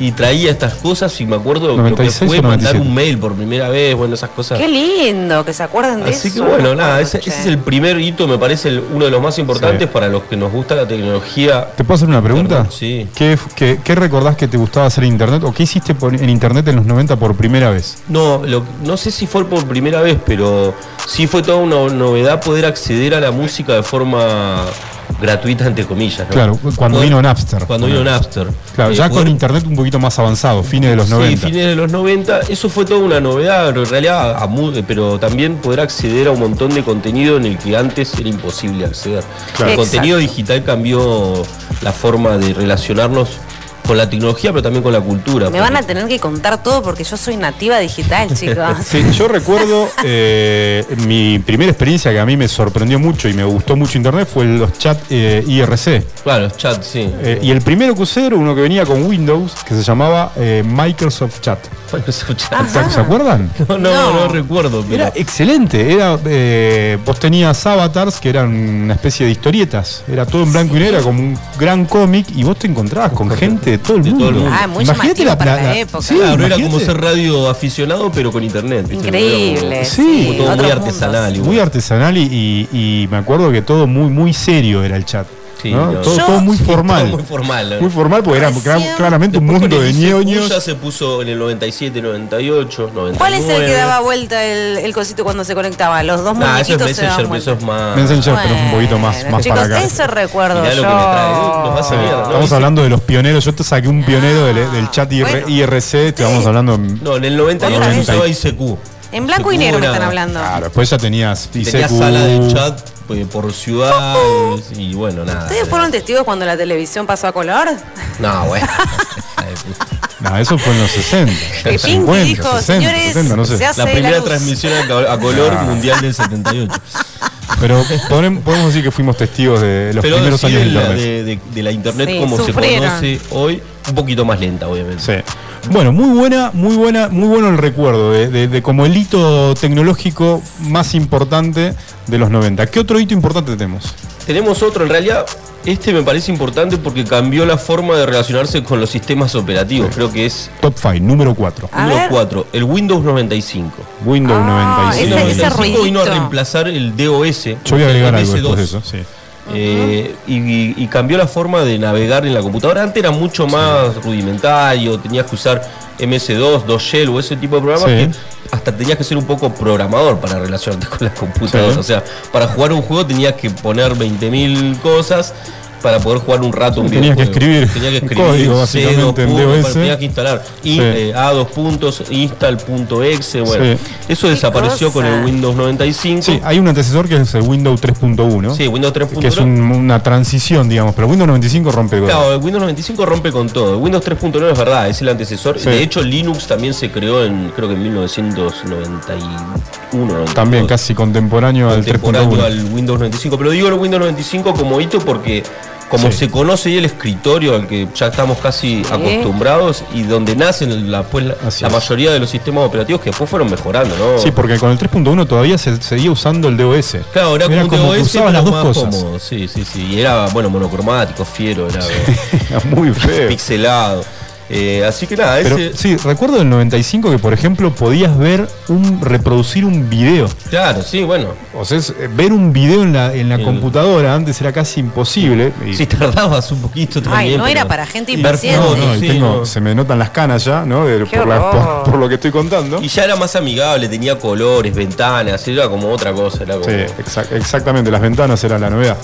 [SPEAKER 3] y traía estas cosas y me acuerdo lo
[SPEAKER 2] 96 o
[SPEAKER 3] que fue mandar
[SPEAKER 2] 97.
[SPEAKER 3] un mail por primera vez, bueno, esas cosas.
[SPEAKER 4] Qué lindo que se acuerden de eso.
[SPEAKER 3] Así que bueno, nada, ese,
[SPEAKER 4] Che.
[SPEAKER 3] ese es el primer hito, me parece el- uno de los más importantes
[SPEAKER 2] Sí.
[SPEAKER 3] para los que nos gusta la tecnología.
[SPEAKER 2] ¿Te puedo hacer una pregunta?
[SPEAKER 3] Internet, sí.
[SPEAKER 2] ¿Qué, qué, qué recordás que te gustaba hacer en internet o qué hiciste por- en internet en los 90 por primera vez?
[SPEAKER 3] No, lo- no sé si fue por primera vez, pero sí fue toda una novedad poder acceder a la música de forma gratuita, entre comillas. ¿no?
[SPEAKER 2] Claro, cuando
[SPEAKER 3] Poder-
[SPEAKER 2] vino Napster.
[SPEAKER 3] Cuando vino Napster.
[SPEAKER 2] Claro,
[SPEAKER 3] Eh,
[SPEAKER 2] ya con
[SPEAKER 3] poder-
[SPEAKER 2] internet un poquito más avanzado, fines de los
[SPEAKER 3] Sí,
[SPEAKER 2] 90.
[SPEAKER 3] fines de los 90. Eso fue toda una novedad, pero en realidad, a mu- pero también poder acceder a un montón de contenido en el que antes era imposible acceder.
[SPEAKER 4] Claro.
[SPEAKER 3] El contenido
[SPEAKER 4] Exacto.
[SPEAKER 3] digital cambió la forma de relacionarnos con la tecnología, pero también con la cultura.
[SPEAKER 4] Me van a tener que contar todo porque yo soy nativa digital, chicos.
[SPEAKER 2] Sí, yo recuerdo eh, mi primera experiencia que a mí me sorprendió mucho y me gustó mucho internet fue los eh, chats IRC.
[SPEAKER 3] Claro, los chats, sí.
[SPEAKER 2] Eh, y el primero que usé era uno que venía con Windows que se llamaba eh, Microsoft Chat.
[SPEAKER 3] Bueno, esos chats.
[SPEAKER 2] ¿Se- ¿Se acuerdan?
[SPEAKER 3] No, no,
[SPEAKER 4] No.
[SPEAKER 3] no recuerdo. pero-
[SPEAKER 2] Era excelente, era eh, vos tenías avatars que eran una especie de historietas, era todo en blanco y negro, como un gran cómic y vos te encontrabas con gente de todo el
[SPEAKER 3] De todo
[SPEAKER 2] mundo.
[SPEAKER 3] el mundo.
[SPEAKER 4] Ah, muy llamativo para la época.
[SPEAKER 2] sí,
[SPEAKER 3] Claro, era como
[SPEAKER 2] imagínate.
[SPEAKER 3] ser radio aficionado, pero con internet. ¿viste? Era
[SPEAKER 4] Increíble.
[SPEAKER 3] como-
[SPEAKER 2] Sí.
[SPEAKER 3] como todo
[SPEAKER 4] otros
[SPEAKER 3] muy
[SPEAKER 4] mundos.
[SPEAKER 3] artesanal. igual.
[SPEAKER 2] Muy artesanal y, y- y me acuerdo que todo muy muy serio era el chat.
[SPEAKER 3] Sí,
[SPEAKER 2] ¿no?
[SPEAKER 3] no.
[SPEAKER 2] Todo,
[SPEAKER 4] Yo-
[SPEAKER 2] todo muy
[SPEAKER 3] Sí, todo
[SPEAKER 2] formal.
[SPEAKER 3] muy formal, ¿no?
[SPEAKER 2] Muy formal porque era
[SPEAKER 4] Recién-
[SPEAKER 2] cla- claramente un
[SPEAKER 3] Después
[SPEAKER 2] mundo
[SPEAKER 3] con
[SPEAKER 2] de
[SPEAKER 3] el ICQ Ya
[SPEAKER 2] ñoños.
[SPEAKER 3] se puso en el 97, 98, 99.
[SPEAKER 4] ¿Cuál es el que daba vuelta el, el cosito cuando se conectaba? Los dos
[SPEAKER 3] Nah, eso es
[SPEAKER 4] muñequitos se
[SPEAKER 3] Messenger,
[SPEAKER 4] daban
[SPEAKER 3] pero eso
[SPEAKER 4] vuelta.
[SPEAKER 3] es más.
[SPEAKER 2] Messenger, pero un poquito más,
[SPEAKER 4] Bueno,
[SPEAKER 2] más
[SPEAKER 4] chicos,
[SPEAKER 2] para acá.
[SPEAKER 4] eso recuerdo
[SPEAKER 3] Mirá
[SPEAKER 4] yo.
[SPEAKER 3] lo que me trae. Uh, nos va a
[SPEAKER 2] Sí,
[SPEAKER 3] salir a-
[SPEAKER 2] Estamos
[SPEAKER 3] no,
[SPEAKER 2] hablando de los pioneros. Yo te saqué un pionero del, del chat IR-
[SPEAKER 4] bueno.
[SPEAKER 2] IRC. Te vamos hablando.
[SPEAKER 3] No, en el 98
[SPEAKER 2] Otra vez.
[SPEAKER 3] empezó ICQ.
[SPEAKER 4] En blanco y
[SPEAKER 3] ICQ
[SPEAKER 4] negro me
[SPEAKER 3] era-
[SPEAKER 4] están hablando.
[SPEAKER 2] Claro, después ya tenías
[SPEAKER 3] Tenía
[SPEAKER 2] ICQ.
[SPEAKER 3] sala de chat pues, por ciudades y bueno, nada.
[SPEAKER 4] ¿Ustedes fueron testigos cuando la televisión pasó a color?
[SPEAKER 3] No, bueno.
[SPEAKER 2] No, eso fue en los 60.
[SPEAKER 4] Que Pinky
[SPEAKER 2] 50,
[SPEAKER 4] dijo,
[SPEAKER 2] 60,
[SPEAKER 4] señores,
[SPEAKER 2] 70, no sé.
[SPEAKER 4] se hace
[SPEAKER 3] La primera
[SPEAKER 4] luz.
[SPEAKER 3] transmisión a co- a color mundial del 78.
[SPEAKER 2] Pero podrem- podemos decir que fuimos testigos de los
[SPEAKER 3] Pero
[SPEAKER 2] primeros
[SPEAKER 3] sí,
[SPEAKER 2] años de
[SPEAKER 3] de, la,
[SPEAKER 2] internet.
[SPEAKER 3] de- de- de la internet
[SPEAKER 4] Sí,
[SPEAKER 3] como
[SPEAKER 4] sufrieron.
[SPEAKER 3] se conoce hoy, un poquito más lenta, obviamente.
[SPEAKER 2] Sí. Bueno, muy buena, muy buena, muy bueno el recuerdo de, de- de como el hito tecnológico más importante de los 90. ¿Qué otro hito importante tenemos?
[SPEAKER 3] Tenemos otro, en realidad este me parece importante porque cambió la forma de relacionarse con los sistemas operativos. Creo que es
[SPEAKER 2] Top 5, número 4.
[SPEAKER 4] A
[SPEAKER 3] número
[SPEAKER 4] ver.
[SPEAKER 3] 4, el Windows 95.
[SPEAKER 2] Windows
[SPEAKER 4] Ah,
[SPEAKER 2] 95.
[SPEAKER 3] el
[SPEAKER 4] Ese- ese
[SPEAKER 3] 95 vino a
[SPEAKER 4] ruidito.
[SPEAKER 3] reemplazar el DOS. Yo
[SPEAKER 2] Yo voy a agregar algo después de eso. sí.
[SPEAKER 3] Eh, y, y cambió la forma de navegar en la computadora. Antes era mucho más rudimentario, tenías que usar MS2, 2 Shell o ese tipo de programas
[SPEAKER 2] Sí.
[SPEAKER 3] que hasta tenías que ser un poco programador para relacionarte con las computadoras.
[SPEAKER 2] Sí.
[SPEAKER 3] O sea, para jugar un juego tenías que poner 20.000 cosas para poder jugar un rato un
[SPEAKER 2] Tenías que
[SPEAKER 3] videojuego.
[SPEAKER 2] escribir
[SPEAKER 3] Tenías que escribir
[SPEAKER 2] código,
[SPEAKER 3] C,
[SPEAKER 2] básicamente,
[SPEAKER 3] dos
[SPEAKER 2] en
[SPEAKER 3] puntos,
[SPEAKER 2] DOS.
[SPEAKER 3] tenías que instalar y,
[SPEAKER 2] Sí.
[SPEAKER 3] eh, a dos puntos install.exe. Bueno,
[SPEAKER 2] Sí.
[SPEAKER 3] eso
[SPEAKER 4] Qué
[SPEAKER 3] desapareció con el
[SPEAKER 4] cosa.
[SPEAKER 3] Windows 95.
[SPEAKER 2] Sí, hay un antecesor que es el Windows 3.1.
[SPEAKER 3] Sí, Windows 3.1.
[SPEAKER 2] Que es un- una transición, digamos, pero Windows 95 rompe el
[SPEAKER 3] Claro, el Windows 95 rompe con todo. El Windows 3.9 es verdad, es el antecesor.
[SPEAKER 2] Sí.
[SPEAKER 3] De hecho, Linux también se creó en, creo que en 1991.
[SPEAKER 2] También
[SPEAKER 3] 92,
[SPEAKER 2] casi contemporáneo al
[SPEAKER 3] Contemporáneo
[SPEAKER 2] 3.1.
[SPEAKER 3] al Windows 95. Pero digo el Windows 95 como hito porque como
[SPEAKER 2] Sí.
[SPEAKER 3] se conoce hoy el escritorio al que ya estamos casi acostumbrados y donde nacen la, pues, la,
[SPEAKER 2] Así
[SPEAKER 3] la
[SPEAKER 2] es.
[SPEAKER 3] mayoría de los sistemas operativos que después fueron mejorando, ¿no?
[SPEAKER 2] Sí, porque con el 3.1 todavía se seguía usando el DOS.
[SPEAKER 3] Claro, era, como, un
[SPEAKER 2] que
[SPEAKER 3] DOS,
[SPEAKER 2] usaba
[SPEAKER 3] pero
[SPEAKER 2] las dos
[SPEAKER 3] más
[SPEAKER 2] cosas.
[SPEAKER 3] cómodo. Sí, sí, sí. Y era, bueno, monocromático, fiero, era
[SPEAKER 2] Era muy feo.
[SPEAKER 3] pixelado. Eh, así que nada,
[SPEAKER 2] Pero
[SPEAKER 3] ese,
[SPEAKER 2] sí, recuerdo del 95 que, por ejemplo, podías ver un reproducir un video.
[SPEAKER 3] Claro, sí, bueno.
[SPEAKER 2] O sea, es- eh, ver un video en la, en la
[SPEAKER 3] El-
[SPEAKER 2] computadora antes era casi imposible. Y-
[SPEAKER 3] Si tardabas un poquito también.
[SPEAKER 4] Ay, no
[SPEAKER 3] pero-
[SPEAKER 4] era para gente
[SPEAKER 3] Y-
[SPEAKER 4] impaciente.
[SPEAKER 2] no, no, y
[SPEAKER 3] sí,
[SPEAKER 2] tengo-
[SPEAKER 3] no.
[SPEAKER 2] se me notan las canas ya, ¿no? De-
[SPEAKER 4] Qué
[SPEAKER 2] por, la-
[SPEAKER 4] horror.
[SPEAKER 2] por- por lo que estoy contando.
[SPEAKER 3] Y ya era más amigable, tenía colores, ventanas, era como otra cosa, era como.
[SPEAKER 2] Sí, exa- exactamente, las ventanas eran la novedad.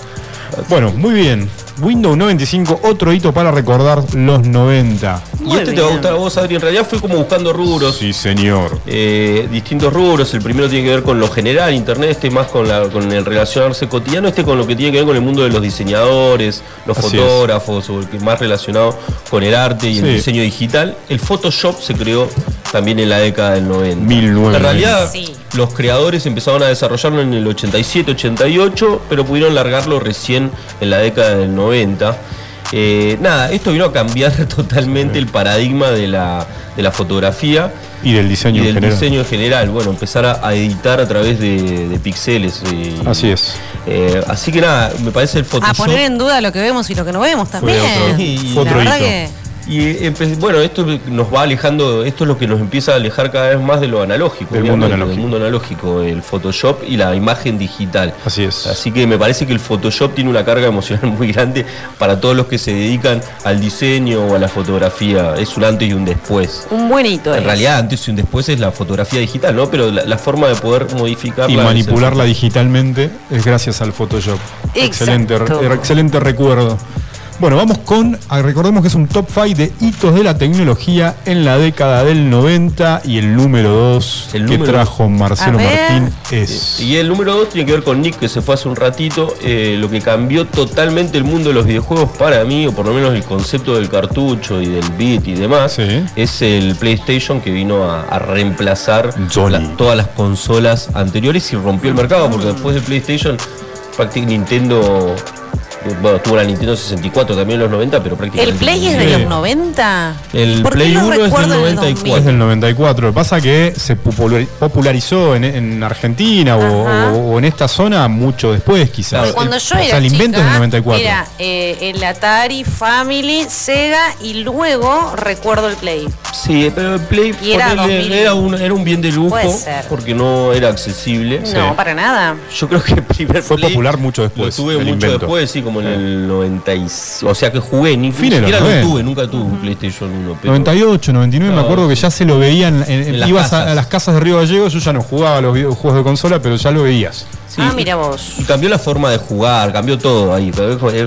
[SPEAKER 2] Bueno, muy bien. Windows 95, otro hito para recordar los 90.
[SPEAKER 3] Y este te va a gustar a vos, Adri. En realidad fue como buscando rubros.
[SPEAKER 2] Sí, señor.
[SPEAKER 3] eh, distintos rubros, el primero tiene que ver con lo general, internet, este más con, la, con el relacionarse cotidiano, este con lo que tiene que ver con el mundo de los diseñadores, los
[SPEAKER 2] Así es.
[SPEAKER 3] fotógrafos, o el que más relacionado con el arte y el
[SPEAKER 2] Sí.
[SPEAKER 3] diseño digital. El Photoshop se creó también en la década del 90.
[SPEAKER 2] 1990.
[SPEAKER 3] En realidad,
[SPEAKER 4] Sí.
[SPEAKER 3] los creadores empezaron a desarrollarlo en el 87, 88, pero pudieron largarlo recién en la década del 90. Eh, nada, esto vino a cambiar totalmente el paradigma de la, de la fotografía
[SPEAKER 2] Y del diseño
[SPEAKER 3] y
[SPEAKER 2] en
[SPEAKER 3] del
[SPEAKER 2] general.
[SPEAKER 3] diseño en general. Bueno, empezar a, a editar a través de, de píxeles. y-
[SPEAKER 2] Así es.
[SPEAKER 3] Eh, así que nada, me parece el
[SPEAKER 4] A
[SPEAKER 3] Photoshop.
[SPEAKER 4] Ah, poner en duda lo que vemos y lo que no vemos también.
[SPEAKER 2] otro-
[SPEAKER 4] Y
[SPEAKER 3] fue
[SPEAKER 2] otro
[SPEAKER 4] la verdad
[SPEAKER 2] hito.
[SPEAKER 4] que
[SPEAKER 3] Y eh, empe- bueno, esto nos va alejando, esto es lo que nos empieza a alejar cada vez más de lo analógico.
[SPEAKER 2] Del mundo
[SPEAKER 3] obviamente,
[SPEAKER 2] analógico.
[SPEAKER 3] Del mundo analógico, el Photoshop y la imagen digital.
[SPEAKER 2] Así es.
[SPEAKER 3] Así que me parece que el Photoshop tiene una carga emocional muy grande para todos los que se dedican al diseño o a la fotografía. Es un antes y un después.
[SPEAKER 4] un buen hito.
[SPEAKER 3] En
[SPEAKER 4] es.
[SPEAKER 3] realidad, antes y un después es la fotografía digital, ¿no? Pero la, la forma de poder modificarla.
[SPEAKER 2] Y
[SPEAKER 3] es el-
[SPEAKER 2] manipularla digitalmente es gracias al Photoshop.
[SPEAKER 4] Exacto.
[SPEAKER 2] Excelente, re- excelente recuerdo. Bueno, vamos con, ah, recordemos que es un top 5 de hitos de la tecnología en la década del 90 y el número 2 que
[SPEAKER 3] El número
[SPEAKER 2] trajo Marcelo
[SPEAKER 4] A ver.
[SPEAKER 2] Martín es...
[SPEAKER 3] Y el número 2 tiene que ver con Nick, que se fue hace un ratito. eh, lo que cambió totalmente el mundo de los videojuegos para mí, o por lo menos el concepto del cartucho y del beat y demás,
[SPEAKER 2] Sí.
[SPEAKER 3] es el PlayStation que vino a, a reemplazar
[SPEAKER 2] Johnny.
[SPEAKER 3] la- todas las consolas anteriores y rompió el mercado, porque después del PlayStation, prácticamente Nintendo. eh, Bueno, tuvo la Nintendo 64 también en los 90, pero prácticamente.
[SPEAKER 4] ¿El Play es
[SPEAKER 2] Sí.
[SPEAKER 4] de los 90?
[SPEAKER 3] El
[SPEAKER 4] ¿Por qué
[SPEAKER 3] Play
[SPEAKER 4] no
[SPEAKER 3] 1 es del
[SPEAKER 4] recuerdo el
[SPEAKER 3] 94.
[SPEAKER 2] Es del 94. Lo que Pasa que se populari- popularizó en, en Argentina o,
[SPEAKER 4] Ajá.
[SPEAKER 2] o- o en esta zona mucho después, quizás.
[SPEAKER 3] Claro,
[SPEAKER 4] Cuando
[SPEAKER 2] El-
[SPEAKER 4] yo
[SPEAKER 2] o
[SPEAKER 4] era
[SPEAKER 2] sea, el invento es
[SPEAKER 4] chica,
[SPEAKER 2] del 94.
[SPEAKER 4] era eh, el Atari, Family, Sega y luego recuerdo el Play.
[SPEAKER 3] Sí, pero el Play
[SPEAKER 4] Y era
[SPEAKER 3] ponele,
[SPEAKER 4] 2000.
[SPEAKER 3] era un, era un bien de lujo
[SPEAKER 4] Puede ser.
[SPEAKER 3] porque no era accesible.
[SPEAKER 4] No, para nada.
[SPEAKER 3] Yo creo que el primer
[SPEAKER 2] Fue
[SPEAKER 3] Play
[SPEAKER 2] popular mucho después,
[SPEAKER 3] Lo tuve
[SPEAKER 2] el
[SPEAKER 3] mucho
[SPEAKER 2] invento.
[SPEAKER 3] después, sí, como en el 90. y- O sea que jugué, ni, ni
[SPEAKER 2] Fin de los
[SPEAKER 3] siquiera lo
[SPEAKER 2] 90.
[SPEAKER 3] tuve, nunca tuve un PlayStation 1. pero-
[SPEAKER 2] 98, 99, me
[SPEAKER 3] Claro,
[SPEAKER 2] acuerdo que
[SPEAKER 3] sí.
[SPEAKER 2] ya se lo veían. En, en-
[SPEAKER 3] En las
[SPEAKER 2] ibas a,
[SPEAKER 3] casas.
[SPEAKER 2] a las casas de Río Gallegos, yo ya no jugaba a los videojuegos de consola, pero ya lo veías.
[SPEAKER 3] Sí,
[SPEAKER 4] Ah, mira vos.
[SPEAKER 3] Y cambió la forma de jugar, cambió todo ahí.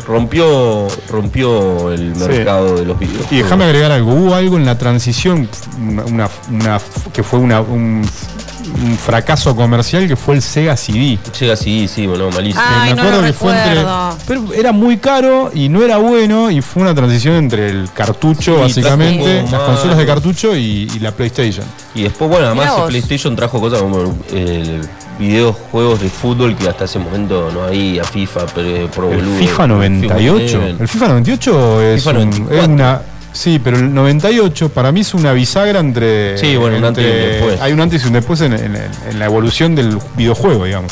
[SPEAKER 3] Rompió, rompió el
[SPEAKER 2] Sí.
[SPEAKER 3] mercado de los videos.
[SPEAKER 2] Y déjame agregar algo, hubo algo en la transición una, una- una- que fue una- un, un fracaso comercial que fue el Sega CD.
[SPEAKER 3] Llega así, sí, bueno, malísimo.
[SPEAKER 4] Ah. Ay,
[SPEAKER 2] me
[SPEAKER 4] no
[SPEAKER 2] acuerdo
[SPEAKER 4] lo
[SPEAKER 2] que fue entre.
[SPEAKER 4] recuerdo.
[SPEAKER 2] Pero era muy caro y no era bueno, y fue una transición entre el cartucho,
[SPEAKER 3] Sí,
[SPEAKER 2] básicamente, las
[SPEAKER 3] trajo más-
[SPEAKER 2] consolas de cartucho y, y la PlayStation.
[SPEAKER 3] Y después, bueno, además
[SPEAKER 4] Mirá
[SPEAKER 3] el
[SPEAKER 4] vos.
[SPEAKER 3] PlayStation trajo cosas como eh, videojuegos de fútbol que hasta ese momento no había, FIFA, pre- Pro
[SPEAKER 2] El
[SPEAKER 3] Evolution,
[SPEAKER 2] FIFA 98.
[SPEAKER 3] Eleven.
[SPEAKER 2] El FIFA 98 es,
[SPEAKER 3] FIFA
[SPEAKER 2] un-
[SPEAKER 3] 94.
[SPEAKER 2] es una Sí, pero el 98 para mí es una bisagra entre.
[SPEAKER 3] Sí, bueno, un antes y un
[SPEAKER 2] entre-
[SPEAKER 3] después.
[SPEAKER 2] Hay un antes y un después en, en- en la evolución del videojuego, digamos.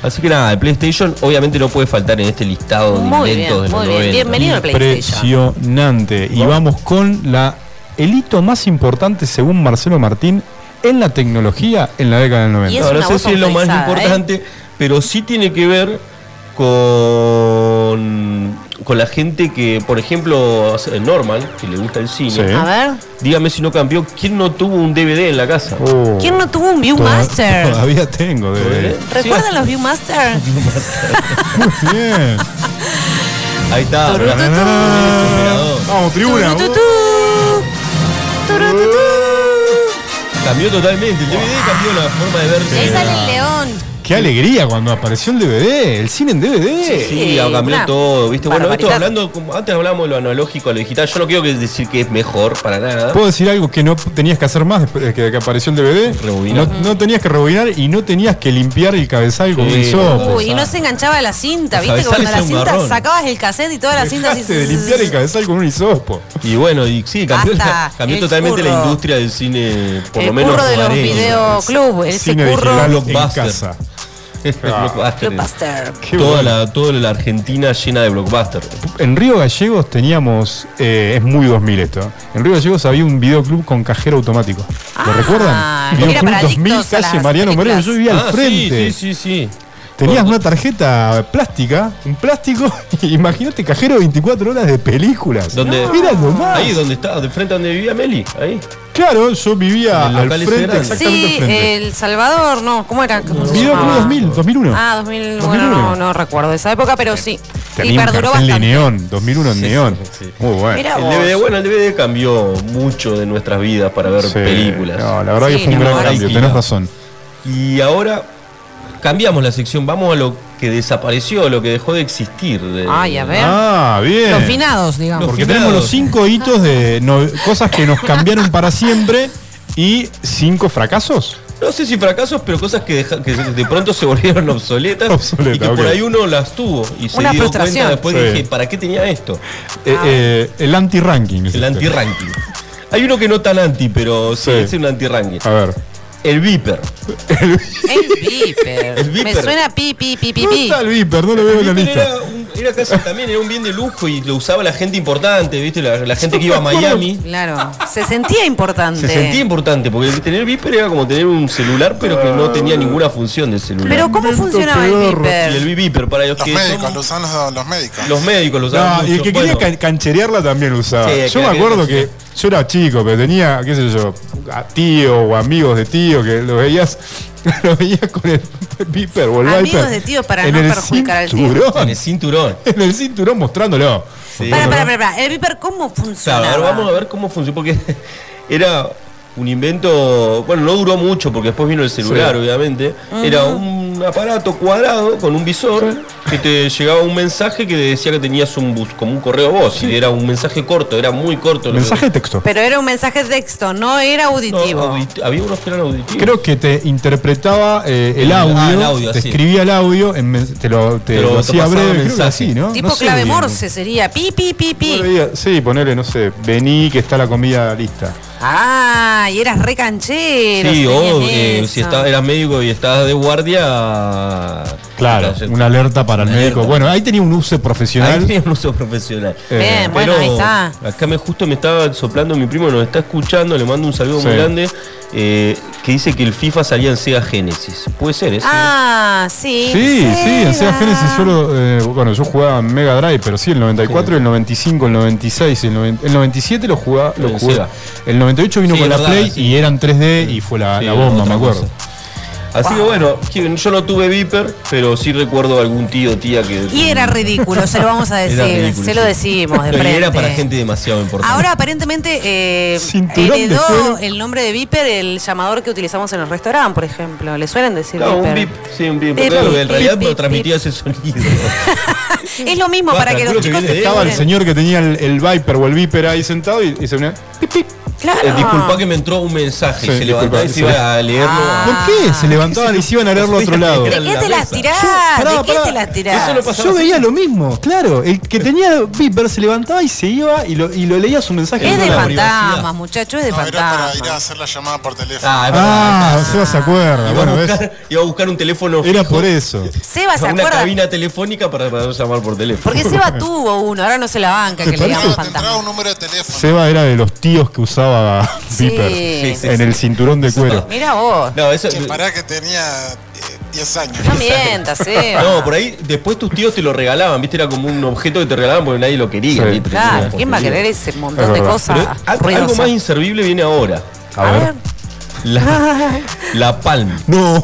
[SPEAKER 3] Así que nada, el PlayStation obviamente no puede faltar en este listado de
[SPEAKER 4] Muy
[SPEAKER 3] inventos
[SPEAKER 4] bien,
[SPEAKER 3] de los
[SPEAKER 4] muy bien.
[SPEAKER 3] 90.
[SPEAKER 4] Bienvenido al PlayStation.
[SPEAKER 2] Impresionante. Y vamos con la, el hito más importante, según Marcelo Martín, en la tecnología en la década del 90.
[SPEAKER 4] Y es
[SPEAKER 3] No,
[SPEAKER 4] una
[SPEAKER 3] no sé
[SPEAKER 4] voz
[SPEAKER 3] si es lo más
[SPEAKER 4] autorizada, ¿eh?
[SPEAKER 3] importante, pero sí tiene que ver con, con la gente que, por ejemplo, Norman, que le gusta el cine.
[SPEAKER 2] Sí.
[SPEAKER 4] A ver,
[SPEAKER 3] Dígame si no cambió, ¿quién no tuvo un DVD en la casa?
[SPEAKER 2] Oh,
[SPEAKER 4] ¿quién no tuvo un
[SPEAKER 2] toda-
[SPEAKER 4] Viewmaster?
[SPEAKER 2] Todavía tengo.
[SPEAKER 3] ¿Eh?
[SPEAKER 2] De,
[SPEAKER 4] ¿Recuerdan los Viewmaster?
[SPEAKER 2] bien.
[SPEAKER 3] Ahí está.
[SPEAKER 4] Tururú,
[SPEAKER 3] ¿verdad?
[SPEAKER 2] Ah. Vamos, tribuna.
[SPEAKER 4] Turututú. Turututú.
[SPEAKER 3] Cambió totalmente. El DVD cambió la forma de ver.
[SPEAKER 8] Ahí sale el león.
[SPEAKER 2] Qué alegría cuando apareció el DVD, el cine en DVD.
[SPEAKER 3] Sí,
[SPEAKER 4] Sí,
[SPEAKER 3] cambió
[SPEAKER 4] una
[SPEAKER 3] todo, ¿viste? Bueno, esto
[SPEAKER 4] barbaridad.
[SPEAKER 3] hablando, como antes hablábamos de lo analógico a lo digital, yo no quiero que decir que es mejor para nada.
[SPEAKER 2] ¿Puedo decir algo que no tenías que hacer más después de que, que apareció el DVD?
[SPEAKER 3] Rebobinar.
[SPEAKER 2] No, no tenías que rebobinar y no tenías que limpiar el cabezal con
[SPEAKER 3] Sí,
[SPEAKER 2] un sopo.
[SPEAKER 4] Uy, y no se enganchaba la cinta,
[SPEAKER 3] Los
[SPEAKER 4] viste, que cuando
[SPEAKER 3] cabezales
[SPEAKER 4] la
[SPEAKER 3] son
[SPEAKER 4] cinta
[SPEAKER 3] garrón.
[SPEAKER 4] sacabas el cassette y toda la cinta así.
[SPEAKER 2] Dejaste de limpiar el cabezal con un hisopo.
[SPEAKER 3] Y bueno, y sí, cambió, la-
[SPEAKER 4] Basta,
[SPEAKER 3] cambió
[SPEAKER 4] el
[SPEAKER 3] totalmente la
[SPEAKER 4] curro.
[SPEAKER 3] industria del cine, por
[SPEAKER 4] "Mm, el
[SPEAKER 3] lo menos.
[SPEAKER 4] curro de los
[SPEAKER 3] hogareño.
[SPEAKER 4] videoclub, ese
[SPEAKER 2] Cine
[SPEAKER 4] curro.
[SPEAKER 2] digital en
[SPEAKER 3] Blockbuster.
[SPEAKER 2] casa.
[SPEAKER 3] El blockbuster.
[SPEAKER 4] Blockbuster.
[SPEAKER 2] Qué bueno.
[SPEAKER 3] Toda, la, toda la Argentina llena de blockbuster.
[SPEAKER 2] En Río Gallegos teníamos, eh, es muy 2000 esto, en Río Gallegos había un videoclub con cajero automático. ¿Lo
[SPEAKER 4] Ah,
[SPEAKER 2] recuerdan?
[SPEAKER 4] que era
[SPEAKER 2] Videoclub
[SPEAKER 4] para
[SPEAKER 2] 2000,
[SPEAKER 4] adictos a
[SPEAKER 2] calle
[SPEAKER 4] las
[SPEAKER 2] Mariano Moreno,
[SPEAKER 4] películas.
[SPEAKER 2] yo vivía al
[SPEAKER 3] Ah,
[SPEAKER 2] frente.
[SPEAKER 3] Sí, sí, sí, sí.
[SPEAKER 2] Tenías una tarjeta plástica, un plástico, imagínate cajero 24 horas de películas.
[SPEAKER 3] Donde-
[SPEAKER 2] Era lo más.
[SPEAKER 3] Ahí donde está, de frente a donde vivía Meli. Ahí.
[SPEAKER 2] Claro, yo vivía
[SPEAKER 3] El
[SPEAKER 2] al
[SPEAKER 3] local ese
[SPEAKER 2] frente,
[SPEAKER 3] grande.
[SPEAKER 2] exactamente al
[SPEAKER 4] Sí, eh,
[SPEAKER 2] frente.
[SPEAKER 4] El Salvador, no, ¿cómo era? ¿Cómo se
[SPEAKER 2] Video
[SPEAKER 4] llamaba?
[SPEAKER 2] 2000, 2001.
[SPEAKER 4] Ah, 2000, bueno, no,
[SPEAKER 2] 2001.
[SPEAKER 4] no recuerdo esa época, pero sí.
[SPEAKER 2] Tenía un cartel de neón, 2001 en neón.
[SPEAKER 3] sí.
[SPEAKER 2] Muy bueno.
[SPEAKER 4] Mirá
[SPEAKER 3] El
[SPEAKER 4] vos.
[SPEAKER 3] DVD, bueno, el DVD cambió mucho de nuestras vidas para ver
[SPEAKER 2] Sí.
[SPEAKER 3] películas.
[SPEAKER 2] No, la verdad
[SPEAKER 4] Sí,
[SPEAKER 2] que fue un
[SPEAKER 4] la
[SPEAKER 2] gran
[SPEAKER 4] verdad.
[SPEAKER 2] cambio, tenés razón.
[SPEAKER 3] Y ahora cambiamos la sección, vamos a lo que desapareció, lo que dejó de existir. de-
[SPEAKER 4] Ay, a ver.
[SPEAKER 2] Ah, bien.
[SPEAKER 4] Los finados, digamos.
[SPEAKER 2] Porque
[SPEAKER 3] Los
[SPEAKER 2] tenemos
[SPEAKER 3] finados.
[SPEAKER 2] los cinco hitos de no- cosas que nos cambiaron para siempre y cinco fracasos.
[SPEAKER 3] No sé si fracasos, pero cosas que, deja- que de pronto se volvieron obsoletas.
[SPEAKER 2] Obsoleta,
[SPEAKER 3] y que
[SPEAKER 2] ok.
[SPEAKER 3] por ahí uno las tuvo y se
[SPEAKER 4] Una
[SPEAKER 3] dio
[SPEAKER 4] frustración.
[SPEAKER 3] cuenta después
[SPEAKER 2] Sí.
[SPEAKER 3] dije, ¿para qué tenía esto?
[SPEAKER 2] Eh,
[SPEAKER 4] Ah.
[SPEAKER 2] eh, el anti-ranking. es
[SPEAKER 3] El
[SPEAKER 2] este.
[SPEAKER 3] anti-ranking. Hay uno que no tan anti, pero sí,
[SPEAKER 2] Sí. Ah.
[SPEAKER 3] es un anti-ranking.
[SPEAKER 2] A ver.
[SPEAKER 3] El Viper.
[SPEAKER 4] El viper.
[SPEAKER 3] El
[SPEAKER 4] Me
[SPEAKER 3] viper.
[SPEAKER 4] suena pi, pi, pi, pi,
[SPEAKER 2] ¿Dónde
[SPEAKER 4] pi.
[SPEAKER 2] está el Viper? No lo veo en Eh, la
[SPEAKER 3] Viper
[SPEAKER 2] lista.
[SPEAKER 3] era, un- era casi también era un bien de lujo y lo usaba la gente importante, ¿viste? La, la gente que iba a Miami.
[SPEAKER 4] Claro. Se sentía importante.
[SPEAKER 3] Se sentía importante, porque el tener Viper era como tener un celular, pero que no tenía ninguna función de celular.
[SPEAKER 4] Pero ¿cómo
[SPEAKER 2] Invento
[SPEAKER 4] funcionaba el
[SPEAKER 2] pedorro.
[SPEAKER 3] Y el
[SPEAKER 4] viper?
[SPEAKER 3] Viper, para los,
[SPEAKER 9] Los
[SPEAKER 5] eh.
[SPEAKER 3] que
[SPEAKER 9] médicos,
[SPEAKER 3] son-
[SPEAKER 9] lo usan los, los médicos.
[SPEAKER 3] los médicos los usaban
[SPEAKER 2] No, y el
[SPEAKER 3] mucho.
[SPEAKER 2] que quería can-
[SPEAKER 3] Bueno,
[SPEAKER 2] cancherearla también lo usaba.
[SPEAKER 3] Sí, el que
[SPEAKER 2] yo me
[SPEAKER 3] la quería
[SPEAKER 2] acuerdo que yo era chico, pero tenía, qué sé yo, a tío o amigos de tío que lo veías, lo veías con el Viper o el
[SPEAKER 4] Amigos
[SPEAKER 2] Viper
[SPEAKER 4] de tío para
[SPEAKER 2] en
[SPEAKER 4] no
[SPEAKER 2] el
[SPEAKER 4] perjudicar al tío.
[SPEAKER 2] cinturón.
[SPEAKER 3] en el cinturón.
[SPEAKER 2] En el cinturón mostrándolo.
[SPEAKER 3] Sí.
[SPEAKER 4] Para, para, para, para. El viper, ¿cómo funcionaba?
[SPEAKER 3] Claro, ahora vamos a ver cómo funciona, porque era un invento, bueno, no duró mucho porque después vino el celular,
[SPEAKER 2] Sí.
[SPEAKER 3] obviamente. Era un aparato cuadrado con un visor que te llegaba un mensaje que decía que tenías un bus, como un correo voz, y era un mensaje corto, era muy corto. lo que-
[SPEAKER 2] Mensaje de texto.
[SPEAKER 4] Pero era un mensaje de texto, no era
[SPEAKER 3] No,
[SPEAKER 4] auditivo.
[SPEAKER 3] audit- había unos que eran auditivos.
[SPEAKER 2] Creo que te interpretaba eh, el
[SPEAKER 3] Ah,
[SPEAKER 2] audio,
[SPEAKER 3] el audio,
[SPEAKER 2] te
[SPEAKER 3] así.
[SPEAKER 2] escribía el audio, en men- te lo, te
[SPEAKER 3] Te
[SPEAKER 2] lo
[SPEAKER 3] lo- te
[SPEAKER 2] hacía
[SPEAKER 3] pasaba
[SPEAKER 2] breve, creo que
[SPEAKER 3] mensaje.
[SPEAKER 2] así, ¿no?
[SPEAKER 4] tipo
[SPEAKER 2] No sé eh,
[SPEAKER 4] clave
[SPEAKER 2] bien.
[SPEAKER 4] morse sería. Pi, pi,
[SPEAKER 2] No
[SPEAKER 4] pi,
[SPEAKER 2] lo
[SPEAKER 4] pi.
[SPEAKER 2] veía. Sí, ponele, no sé, vení que está la comida lista.
[SPEAKER 4] Ah, y eras re canchero.
[SPEAKER 3] Sí,
[SPEAKER 4] si
[SPEAKER 3] o
[SPEAKER 4] tenías
[SPEAKER 3] eh,
[SPEAKER 4] eso.
[SPEAKER 3] si estás, eras médico y estabas de guardia.
[SPEAKER 2] Claro,
[SPEAKER 3] Entonces,
[SPEAKER 2] una alerta para el
[SPEAKER 3] Una
[SPEAKER 2] médico.
[SPEAKER 3] alerta.
[SPEAKER 2] Bueno, ahí tenía un uso
[SPEAKER 3] Ahí
[SPEAKER 2] profesional.
[SPEAKER 3] tenías un uso profesional.
[SPEAKER 2] Eh,
[SPEAKER 4] Bien, bueno, ahí está.
[SPEAKER 3] Acá me justo me estaba soplando mi primo, nos está escuchando, le mando un saludo
[SPEAKER 2] Sí.
[SPEAKER 3] muy grande, eh, que dice que el FIFA salía en Sega Genesis. Puede ser eso.
[SPEAKER 4] Ah, sí.
[SPEAKER 2] Sí, sí, en Sega
[SPEAKER 4] Sega.
[SPEAKER 2] Genesis solo, eh, bueno, yo jugaba en Mega Drive, pero sí, el 94, el 95, el 96, el, noven- el 97 lo jugaba, lo
[SPEAKER 3] En
[SPEAKER 2] jugué.
[SPEAKER 3] Sega.
[SPEAKER 2] El 98 vino
[SPEAKER 3] Sí,
[SPEAKER 2] con
[SPEAKER 3] es
[SPEAKER 2] la
[SPEAKER 3] verdad,
[SPEAKER 2] Play
[SPEAKER 3] sí.
[SPEAKER 2] y eran 3D y fue la,
[SPEAKER 3] Sí,
[SPEAKER 2] la bomba,
[SPEAKER 3] otra
[SPEAKER 2] me acuerdo.
[SPEAKER 3] cosa. Así que bueno, que- yo no tuve Viper, pero sí recuerdo algún tío tía que.
[SPEAKER 4] Y era ridículo, se lo vamos a decir.
[SPEAKER 3] Era ridículo,
[SPEAKER 4] se lo
[SPEAKER 3] sí.
[SPEAKER 4] decimos de
[SPEAKER 3] No, y
[SPEAKER 4] frente.
[SPEAKER 3] era para gente demasiado importante.
[SPEAKER 4] Ahora aparentemente eh,
[SPEAKER 2] Cinturón de
[SPEAKER 4] heredó
[SPEAKER 2] cuero.
[SPEAKER 4] el nombre de Viper el llamador que utilizamos en el restaurante, por ejemplo. ¿Le suelen decir
[SPEAKER 3] Claro, un
[SPEAKER 4] Viper?
[SPEAKER 3] VIP, sí, un VIP.
[SPEAKER 4] Bip,
[SPEAKER 3] Claro,
[SPEAKER 4] bip,
[SPEAKER 3] en realidad
[SPEAKER 4] bip,
[SPEAKER 3] no transmitía ese sonido. Eh,
[SPEAKER 4] Es lo mismo
[SPEAKER 3] Ah,
[SPEAKER 4] para que los
[SPEAKER 3] calculo que viene
[SPEAKER 4] chicos
[SPEAKER 3] de
[SPEAKER 4] se
[SPEAKER 3] él.
[SPEAKER 2] Estaba el
[SPEAKER 4] figuren.
[SPEAKER 2] señor que tenía el, el Viper o el Viper ahí sentado y, y se unía. pip, pip,
[SPEAKER 4] Claro.
[SPEAKER 3] Eh, disculpa que me entró un mensaje.
[SPEAKER 2] Sí,
[SPEAKER 3] se levantaba y se
[SPEAKER 2] disculpa,
[SPEAKER 3] iba a leerlo.
[SPEAKER 4] Ah.
[SPEAKER 2] ¿Por qué? Se levantaban y se iban a leerlo a otro lado.
[SPEAKER 4] ¿De qué te las tirás? ¿De qué te las tirás?
[SPEAKER 3] Eso lo pasaba
[SPEAKER 2] Yo veía lo mismo, claro. El que tenía Viper se levantaba y se iba y lo, y lo leía su mensaje.
[SPEAKER 4] Es
[SPEAKER 2] en
[SPEAKER 4] de
[SPEAKER 2] otro lado.
[SPEAKER 3] privacidad.
[SPEAKER 4] fantasmas, muchachos, es de
[SPEAKER 8] No, era para ir a
[SPEAKER 4] fantasmas.
[SPEAKER 8] hacer la llamada por teléfono.
[SPEAKER 3] Ah, es verdad,
[SPEAKER 2] Ah, Seba se acuerda.
[SPEAKER 3] iba,
[SPEAKER 2] Bueno,
[SPEAKER 3] a
[SPEAKER 2] ves,
[SPEAKER 3] buscar, iba a buscar un teléfono
[SPEAKER 2] era
[SPEAKER 3] fijo,
[SPEAKER 2] por eso.
[SPEAKER 4] Seba se
[SPEAKER 3] una
[SPEAKER 4] acuerda.
[SPEAKER 3] cabina telefónica para poder llamar por teléfono.
[SPEAKER 4] Porque Seba tuvo uno, ahora no se la banca
[SPEAKER 2] ¿Te
[SPEAKER 4] que le
[SPEAKER 2] parece?
[SPEAKER 4] digamos
[SPEAKER 8] Entraba- entraba
[SPEAKER 4] fantasma.
[SPEAKER 8] un número de teléfono.
[SPEAKER 2] Seba era de los tíos que usaba
[SPEAKER 4] Sí.
[SPEAKER 2] Viper
[SPEAKER 4] Sí,
[SPEAKER 3] sí,
[SPEAKER 2] en
[SPEAKER 3] sí.
[SPEAKER 2] el cinturón de cuero.
[SPEAKER 4] Mira vos.
[SPEAKER 3] No, eso,
[SPEAKER 8] Che, pará que tenía eh, 10 años.
[SPEAKER 4] No mientas, Seba.
[SPEAKER 3] no, por ahí después tus tíos te lo regalaban, viste, era como un objeto que te regalaban porque nadie lo quería.
[SPEAKER 2] Sí.
[SPEAKER 3] ¿viste?
[SPEAKER 4] Claro,
[SPEAKER 3] Era
[SPEAKER 4] ¿quién va a
[SPEAKER 3] porquería.
[SPEAKER 4] querer ese
[SPEAKER 2] Es
[SPEAKER 4] montón de
[SPEAKER 2] verdad.
[SPEAKER 3] Pero
[SPEAKER 4] cosas
[SPEAKER 3] al- algo más
[SPEAKER 4] ruidosas?
[SPEAKER 3] inservible viene ahora.
[SPEAKER 2] A ver.
[SPEAKER 3] La, la palma.
[SPEAKER 2] No.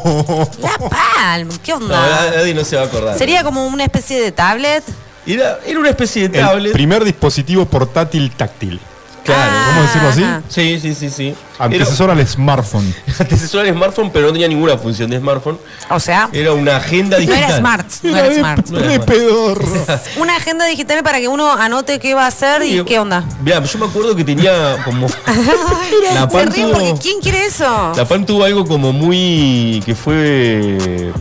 [SPEAKER 4] La Palm, ¿qué
[SPEAKER 3] No,
[SPEAKER 4] onda?
[SPEAKER 3] nadie no se va a
[SPEAKER 2] eh,
[SPEAKER 3] acordar.
[SPEAKER 4] Sería como una especie de tablet.
[SPEAKER 3] Era, era una especie de
[SPEAKER 2] El
[SPEAKER 3] tablet.
[SPEAKER 2] primer dispositivo portátil táctil.
[SPEAKER 3] Claro.
[SPEAKER 2] ¿Cómo decirlo así?
[SPEAKER 4] Ah.
[SPEAKER 3] Sí, sí, sí, sí. Era
[SPEAKER 2] Antecesor al smartphone.
[SPEAKER 3] antecesor al smartphone, pero no tenía ninguna función de smartphone.
[SPEAKER 4] O sea,
[SPEAKER 3] Era una agenda
[SPEAKER 2] Eh,
[SPEAKER 4] no
[SPEAKER 3] digital.
[SPEAKER 4] era smart, no era smart.
[SPEAKER 3] No era
[SPEAKER 2] Re
[SPEAKER 3] smart.
[SPEAKER 2] pedorro.
[SPEAKER 4] Una agenda digital para que uno anote qué va a hacer y qué onda.
[SPEAKER 3] Mirá, yo me acuerdo que tenía como. la
[SPEAKER 4] Se
[SPEAKER 3] Palm
[SPEAKER 4] ríen
[SPEAKER 3] tuvo,
[SPEAKER 4] porque ¿quién quiere eso?
[SPEAKER 3] la Palm tuvo algo como muy. que fue.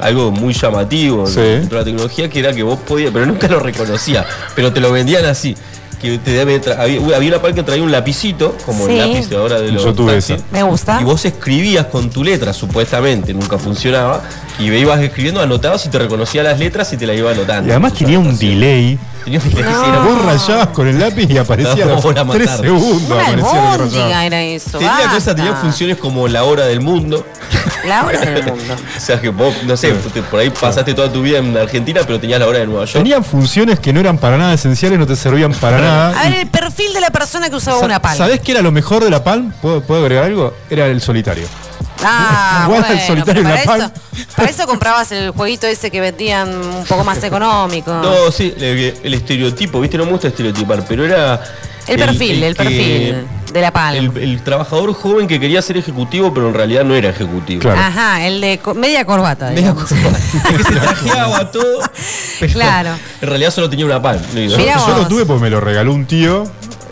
[SPEAKER 3] Algo muy llamativo
[SPEAKER 2] Sí.
[SPEAKER 3] ¿no? dentro de la tecnología que era que vos podías, pero nunca lo reconocía, pero te lo vendían así. Que te, debe tra- había, uy, había una palm que traía un lapicito, como el
[SPEAKER 4] Sí.
[SPEAKER 3] lápiz de ahora de los
[SPEAKER 2] Yo tuve
[SPEAKER 3] táctiles.
[SPEAKER 2] esa.
[SPEAKER 4] Me gusta.
[SPEAKER 3] Y vos escribías con tu letra, supuestamente, nunca funcionaba. Y ve- ibas escribiendo, anotabas y te reconocía las letras y te las iba anotando.
[SPEAKER 2] Y además tenía un delay.
[SPEAKER 3] Tenía un delay, sí, era muy-
[SPEAKER 2] Vos rayabas con el lápiz y aparecía
[SPEAKER 3] No,
[SPEAKER 2] a los
[SPEAKER 3] la
[SPEAKER 2] 3
[SPEAKER 3] mataron.
[SPEAKER 2] segundos.
[SPEAKER 4] Una
[SPEAKER 2] aparecía lo que
[SPEAKER 4] albóndiga eh.
[SPEAKER 2] rayabas.
[SPEAKER 4] era eso.
[SPEAKER 3] Tenía
[SPEAKER 4] basta.
[SPEAKER 3] cosas, tenía funciones como la hora del mundo.
[SPEAKER 4] La hora del mundo.
[SPEAKER 3] O sea que vos, no sé, te- por ahí pasaste toda tu vida en Argentina, pero tenías la hora de Nueva York.
[SPEAKER 2] Tenían funciones que no eran para nada esenciales, no te servían para
[SPEAKER 4] A
[SPEAKER 2] nada.
[SPEAKER 4] ver, el perfil de la persona que usaba
[SPEAKER 2] Ah. Sa-
[SPEAKER 4] una palma.
[SPEAKER 2] ¿Sabés qué era lo mejor de la Palm? ¿Puedo, puedo agregar algo? Era el solitario.
[SPEAKER 4] Ah,
[SPEAKER 2] Guarda el
[SPEAKER 4] bueno,
[SPEAKER 2] solitario
[SPEAKER 4] pero
[SPEAKER 2] en la
[SPEAKER 4] para,
[SPEAKER 2] Palm.
[SPEAKER 4] eso, para eso comprabas el jueguito ese que vendían un poco más económico.
[SPEAKER 3] No, sí, el, el estereotipo, viste, no me gusta estereotipar, pero era.
[SPEAKER 4] el perfil, el,
[SPEAKER 3] que-
[SPEAKER 4] perfil de la palma.
[SPEAKER 3] El, el trabajador joven que quería ser ejecutivo, pero en realidad no era ejecutivo.
[SPEAKER 2] Claro.
[SPEAKER 4] Ajá, el de co- media corbata.
[SPEAKER 3] Media
[SPEAKER 4] digamos.
[SPEAKER 3] cosa. que se trajeaba todo. pero
[SPEAKER 4] Claro.
[SPEAKER 3] En realidad solo tenía una pan.
[SPEAKER 4] Mirá
[SPEAKER 2] Yo
[SPEAKER 4] vos.
[SPEAKER 2] lo tuve porque me lo regaló un tío.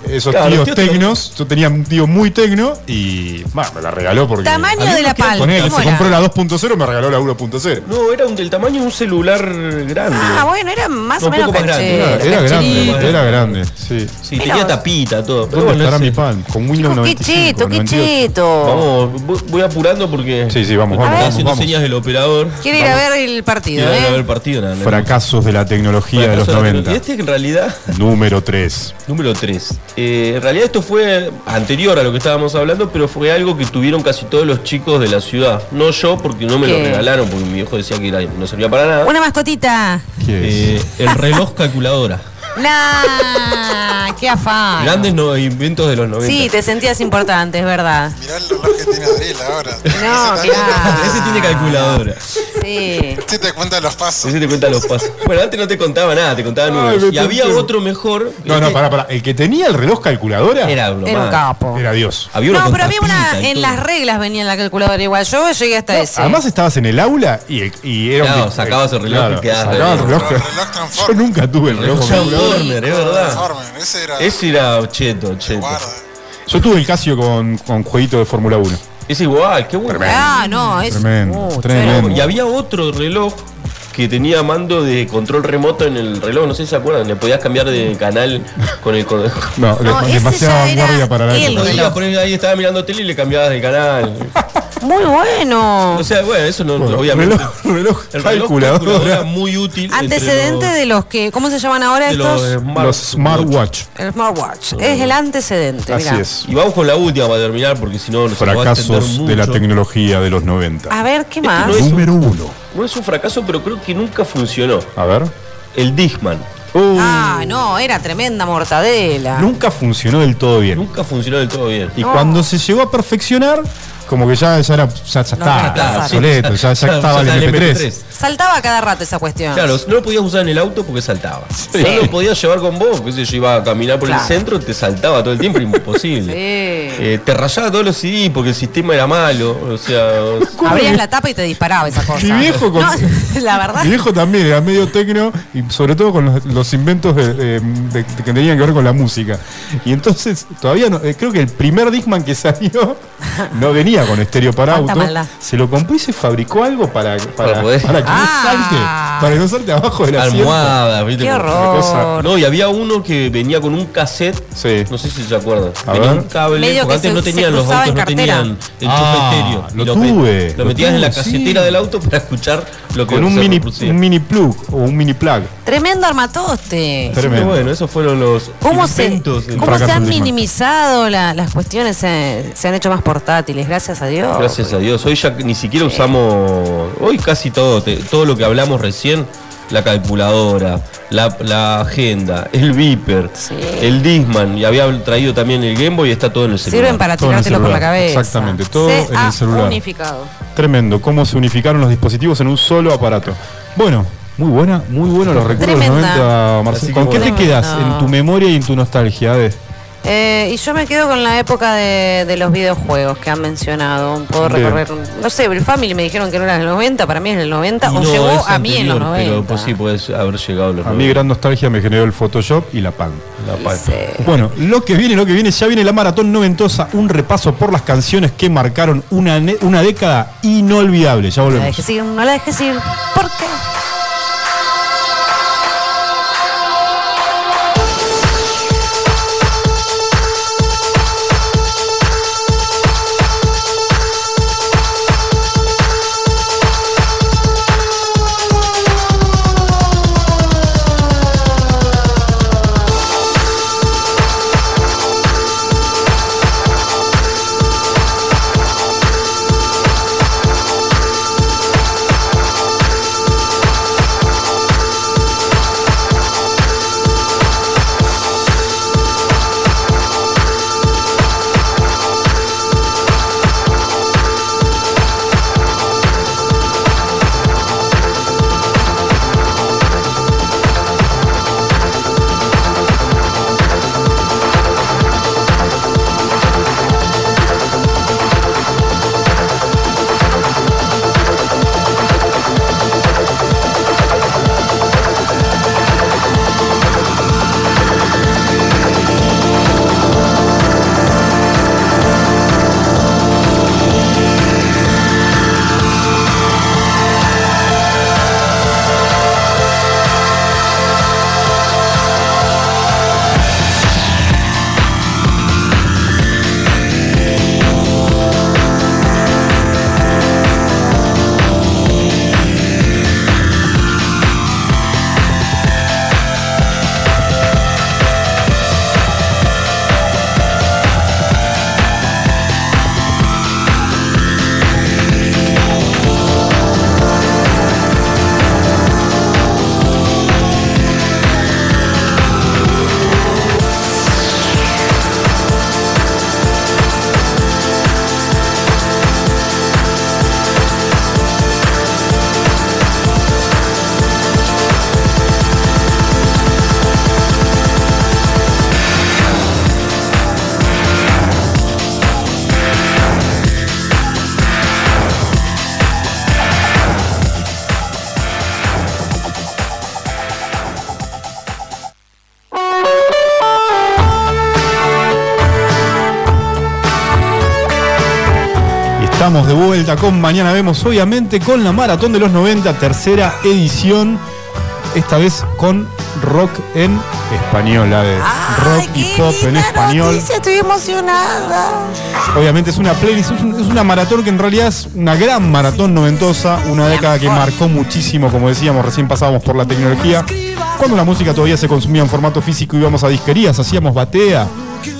[SPEAKER 2] Esos
[SPEAKER 3] Claro,
[SPEAKER 2] tíos
[SPEAKER 3] los tíos te lo-
[SPEAKER 2] tecnos, yo tenía un tío muy tecno y bah, me la regaló porque.
[SPEAKER 4] Tamaño
[SPEAKER 2] alguien
[SPEAKER 4] de la
[SPEAKER 2] quedó
[SPEAKER 4] palma,
[SPEAKER 2] Con él
[SPEAKER 4] ¿cómo
[SPEAKER 2] se
[SPEAKER 4] era?
[SPEAKER 2] compró la 2.0, me regaló la 1.0.
[SPEAKER 3] No, era un, del tamaño de un celular grande.
[SPEAKER 4] Ah, bueno, era más
[SPEAKER 3] No,
[SPEAKER 4] o
[SPEAKER 3] un
[SPEAKER 4] menos
[SPEAKER 3] poco más grande.
[SPEAKER 4] canchero.
[SPEAKER 2] Era, era
[SPEAKER 4] cancherito.
[SPEAKER 2] grande, era grande, sí.
[SPEAKER 3] Sí,
[SPEAKER 4] Mirá
[SPEAKER 3] tenía
[SPEAKER 4] vos.
[SPEAKER 3] tapita, todo. Pero
[SPEAKER 2] ¿Dónde
[SPEAKER 3] bueno,
[SPEAKER 2] estará
[SPEAKER 3] ese-
[SPEAKER 2] mi pan? Con Windows
[SPEAKER 4] Chicos, qué
[SPEAKER 2] 95,
[SPEAKER 4] cheto, qué
[SPEAKER 2] 98.
[SPEAKER 4] cheto.
[SPEAKER 3] Vamos, voy- voy apurando porque.
[SPEAKER 2] Sí, sí, vamos,
[SPEAKER 3] Está
[SPEAKER 2] vamos, vamos,
[SPEAKER 3] haciendo
[SPEAKER 2] vamos.
[SPEAKER 3] señas del operador.
[SPEAKER 4] Quiere ir a ver el partido,
[SPEAKER 3] Quiere ir a ver
[SPEAKER 4] ¿eh?
[SPEAKER 3] el partido, nada, nada.
[SPEAKER 2] Fracasos de la tecnología de los
[SPEAKER 3] Fracaso la
[SPEAKER 2] 90.
[SPEAKER 3] tecnología. Este en realidad,
[SPEAKER 2] Número 3.
[SPEAKER 3] número 3. en realidad esto fue anterior a lo que estábamos hablando, pero fue algo que tuvieron casi todos los chicos de la ciudad. No yo, porque no me lo
[SPEAKER 4] ¿Qué?
[SPEAKER 3] regalaron, porque mi viejo decía que era- no servía para nada.
[SPEAKER 4] Una mascotita.
[SPEAKER 2] ¿Qué
[SPEAKER 3] Eh, el reloj calculadora.
[SPEAKER 4] Nah, qué afán.
[SPEAKER 3] Grandes no- inventos de los 90.
[SPEAKER 4] Ah, Sí, te sentías importante, es verdad.
[SPEAKER 8] Mirá el reloj que tiene Adriel ahora.
[SPEAKER 4] No, claro.
[SPEAKER 3] Ese tiene calculadora.
[SPEAKER 4] Sí.
[SPEAKER 8] Si te cuenta los pasos.
[SPEAKER 3] Ese te cuenta los pasos. Bueno, antes no te contaba nada, te contaba números.
[SPEAKER 2] me
[SPEAKER 3] y había
[SPEAKER 2] tenté.
[SPEAKER 3] otro mejor.
[SPEAKER 2] es? No, no,
[SPEAKER 3] que
[SPEAKER 2] pará, pará. El que tenía el reloj calculadora
[SPEAKER 3] este- Era lo
[SPEAKER 4] Era un
[SPEAKER 3] más.
[SPEAKER 4] capo.
[SPEAKER 2] era Dios.
[SPEAKER 3] Había uno
[SPEAKER 4] No,
[SPEAKER 3] con
[SPEAKER 4] pero había
[SPEAKER 3] tapita
[SPEAKER 4] una.
[SPEAKER 3] y
[SPEAKER 4] En
[SPEAKER 3] todo.
[SPEAKER 4] las reglas venía la calculadora igual. Yo llegué hasta ese.
[SPEAKER 2] Además estabas en el aula y, el- y era
[SPEAKER 3] Claro,
[SPEAKER 2] un...
[SPEAKER 3] sacabas el reloj y quedabas
[SPEAKER 2] sacabas el
[SPEAKER 3] reloj.
[SPEAKER 2] reloj.
[SPEAKER 8] Pero el reloj
[SPEAKER 2] Yo
[SPEAKER 8] transforma.
[SPEAKER 2] nunca tuve el reloj
[SPEAKER 3] Reloj
[SPEAKER 2] calculadora.
[SPEAKER 3] Warner, es verdad.
[SPEAKER 8] Transformer, ese era.
[SPEAKER 3] Ese era cheto, cheto.
[SPEAKER 8] Guarda.
[SPEAKER 2] Yo tuve el Casio con, con jueguito de Fórmula 1.
[SPEAKER 3] Es igual, qué bueno.
[SPEAKER 4] Ah, no, es.
[SPEAKER 2] Tremendo,
[SPEAKER 4] mucho,
[SPEAKER 2] tremendo.
[SPEAKER 4] era-
[SPEAKER 2] bueno.
[SPEAKER 3] Y había otro reloj que tenía mando de control remoto en el reloj, no sé si se acuerdan, le podías cambiar de canal con el con-
[SPEAKER 2] No, de-
[SPEAKER 4] No, ese
[SPEAKER 2] demasiada
[SPEAKER 4] ya era
[SPEAKER 2] vanguardia para la
[SPEAKER 4] el
[SPEAKER 2] época.
[SPEAKER 4] reloj.
[SPEAKER 3] Iba por ahí, ahí estaba mirando tele y le cambiabas de canal.
[SPEAKER 4] Muy bueno.
[SPEAKER 3] O sea, bueno, eso no
[SPEAKER 2] Bueno,
[SPEAKER 3] obviamente.
[SPEAKER 2] reloj- reloj
[SPEAKER 3] el reloj
[SPEAKER 2] calculadora.
[SPEAKER 3] calculadora era muy útil.
[SPEAKER 4] Antecedente de los que. ¿Cómo se llaman ahora
[SPEAKER 3] entre los,
[SPEAKER 4] estos?
[SPEAKER 3] de los smart-
[SPEAKER 2] Los smartwatch.
[SPEAKER 4] El smartwatch. Es el antecedente,
[SPEAKER 2] Así
[SPEAKER 4] mirá.
[SPEAKER 2] es.
[SPEAKER 3] Y vamos con la última para terminar porque si no nos
[SPEAKER 2] Fracasos de la
[SPEAKER 3] tecnología.
[SPEAKER 2] tecnología de los 90.
[SPEAKER 4] A ver, ¿qué
[SPEAKER 3] Este
[SPEAKER 4] más?
[SPEAKER 3] no es-
[SPEAKER 2] Número 1.
[SPEAKER 3] No es un fracaso, pero creo que nunca funcionó.
[SPEAKER 2] A ver.
[SPEAKER 3] El Digman.
[SPEAKER 2] Uh,
[SPEAKER 4] Ah, no, era tremenda mortadela.
[SPEAKER 2] Nunca funcionó del todo bien.
[SPEAKER 3] Nunca funcionó del todo bien. Ah,
[SPEAKER 2] Y cuando se llegó a perfeccionar, Como que ya, ya, era, ya, ya
[SPEAKER 4] No,
[SPEAKER 2] estaba
[SPEAKER 4] no está, sí.
[SPEAKER 2] obsoleto, ya, ya estaba
[SPEAKER 3] está
[SPEAKER 2] el MP3.
[SPEAKER 4] Saltaba a cada rato esa cuestión.
[SPEAKER 3] Claro, no lo podías usar en el auto porque saltaba. No lo podías llevar con vos, porque yo iba a caminar por el
[SPEAKER 4] Claro.
[SPEAKER 3] centro, te saltaba todo el tiempo, imposible.
[SPEAKER 4] Sí.
[SPEAKER 3] Eh, te rayaba todos los CD porque el sistema era malo. O sea,
[SPEAKER 4] Abrías la tapa y te disparaba esa cosa.
[SPEAKER 2] Mi viejo con-
[SPEAKER 4] No, la verdad.
[SPEAKER 2] Mi viejo también era medio tecno y sobre todo con los, los inventos de- de- de- que tenían que ver con la música. Y entonces todavía no, eh, creo que el primer Discman que salió no venía con estéreo para
[SPEAKER 4] Cuánta
[SPEAKER 2] auto.
[SPEAKER 4] maldad.
[SPEAKER 2] Se lo compró y se fabricó algo para, para,
[SPEAKER 3] poder-
[SPEAKER 2] para que
[SPEAKER 4] Ah.
[SPEAKER 2] no salte, para que no salte abajo de la
[SPEAKER 3] almohadas, ¿viste?
[SPEAKER 4] Qué
[SPEAKER 3] Como-
[SPEAKER 4] horror.
[SPEAKER 3] No, y había uno que venía con un cassette.
[SPEAKER 2] Sí.
[SPEAKER 3] No sé si se acuerdan.
[SPEAKER 2] A
[SPEAKER 3] venía
[SPEAKER 2] ver.
[SPEAKER 3] un cable.
[SPEAKER 4] Medio
[SPEAKER 3] porque
[SPEAKER 4] que
[SPEAKER 3] antes
[SPEAKER 4] se-
[SPEAKER 3] no
[SPEAKER 4] se
[SPEAKER 3] tenían los
[SPEAKER 4] cruzaba
[SPEAKER 3] autos,
[SPEAKER 4] en
[SPEAKER 3] no
[SPEAKER 4] cartera.
[SPEAKER 3] tenían el
[SPEAKER 2] Ah,
[SPEAKER 3] estéreo.
[SPEAKER 2] lo
[SPEAKER 3] Y pe-
[SPEAKER 2] tuve, lo
[SPEAKER 3] Lo metías en la
[SPEAKER 2] tuve, sí.
[SPEAKER 3] casetera del auto para escuchar lo que
[SPEAKER 2] Con un
[SPEAKER 3] se
[SPEAKER 2] mini,
[SPEAKER 3] reproducía.
[SPEAKER 2] un mini plug o un mini plug.
[SPEAKER 4] Tremendo armatoste.
[SPEAKER 3] Así que
[SPEAKER 2] Tremendo.
[SPEAKER 3] Bueno, esos fueron los
[SPEAKER 4] ¿Cómo se,
[SPEAKER 3] inventos del-
[SPEAKER 4] cómo se
[SPEAKER 2] fracaso
[SPEAKER 4] han
[SPEAKER 2] del Discman.
[SPEAKER 4] minimizado la- las cuestiones? Se, se han hecho más portátiles, gracias a Dios.
[SPEAKER 3] Gracias a Dios. Hoy ya ni siquiera usamos. Hoy casi todo, te- todo lo que hablamos recién. La calculadora, la, la agenda, el Viper,
[SPEAKER 4] Sí.
[SPEAKER 3] el Disman. Y había traído también el Game Boy y está todo en el celular.
[SPEAKER 4] Sirven para
[SPEAKER 2] Todo en el
[SPEAKER 4] tirártelo por la
[SPEAKER 2] celular,
[SPEAKER 4] cabeza.
[SPEAKER 2] exactamente, todo
[SPEAKER 4] Se
[SPEAKER 2] en el
[SPEAKER 4] ha
[SPEAKER 2] celular.
[SPEAKER 4] unificado.
[SPEAKER 2] Tremendo, cómo se unificaron los dispositivos en un solo aparato. Bueno, muy buena, muy bueno los recuerdos de los
[SPEAKER 4] Tremenda.
[SPEAKER 2] 90, Marcelo.
[SPEAKER 3] Así que
[SPEAKER 2] ¿Con qué
[SPEAKER 3] bueno.
[SPEAKER 2] te quedas en tu memoria y en tu nostalgia? Ade?
[SPEAKER 4] Eh, y yo me quedo con la época de, de los videojuegos que han mencionado. Puedo
[SPEAKER 2] Bien.
[SPEAKER 4] recorrer, no sé, el Family me dijeron que no era del 90, para mí es del 90,
[SPEAKER 3] Y
[SPEAKER 4] o
[SPEAKER 3] no,
[SPEAKER 4] llegó
[SPEAKER 3] es
[SPEAKER 4] a mí en los
[SPEAKER 3] anterior,
[SPEAKER 4] 90.
[SPEAKER 3] Pero pues sí, puedes haber llegado a los
[SPEAKER 2] A mí gran nostalgia me generó el Photoshop y la PAN.
[SPEAKER 3] La
[SPEAKER 4] Y
[SPEAKER 3] paz.
[SPEAKER 4] se-
[SPEAKER 2] Bueno, lo que viene, lo que viene, ya viene la maratón noventosa, un repaso por las canciones que marcaron una, ne- una década inolvidable. Ya
[SPEAKER 4] la
[SPEAKER 2] volvemos.
[SPEAKER 4] dejé seguir, no la dejé seguir. ¿Por qué?
[SPEAKER 2] Estamos de vuelta con Mañana Vemos, obviamente, con la Maratón de los 90, tercera edición. Esta vez con rock en español, Ade. rock y
[SPEAKER 4] qué
[SPEAKER 2] pop en
[SPEAKER 4] linda
[SPEAKER 2] español.
[SPEAKER 4] noticia, estoy emocionada.
[SPEAKER 2] Obviamente es una playlist, es, un- es una maratón que en realidad es una gran maratón noventosa, una década que marcó muchísimo, como decíamos, recién pasábamos por la tecnología. Cuando la música todavía se consumía en formato físico, íbamos a disquerías, hacíamos batea,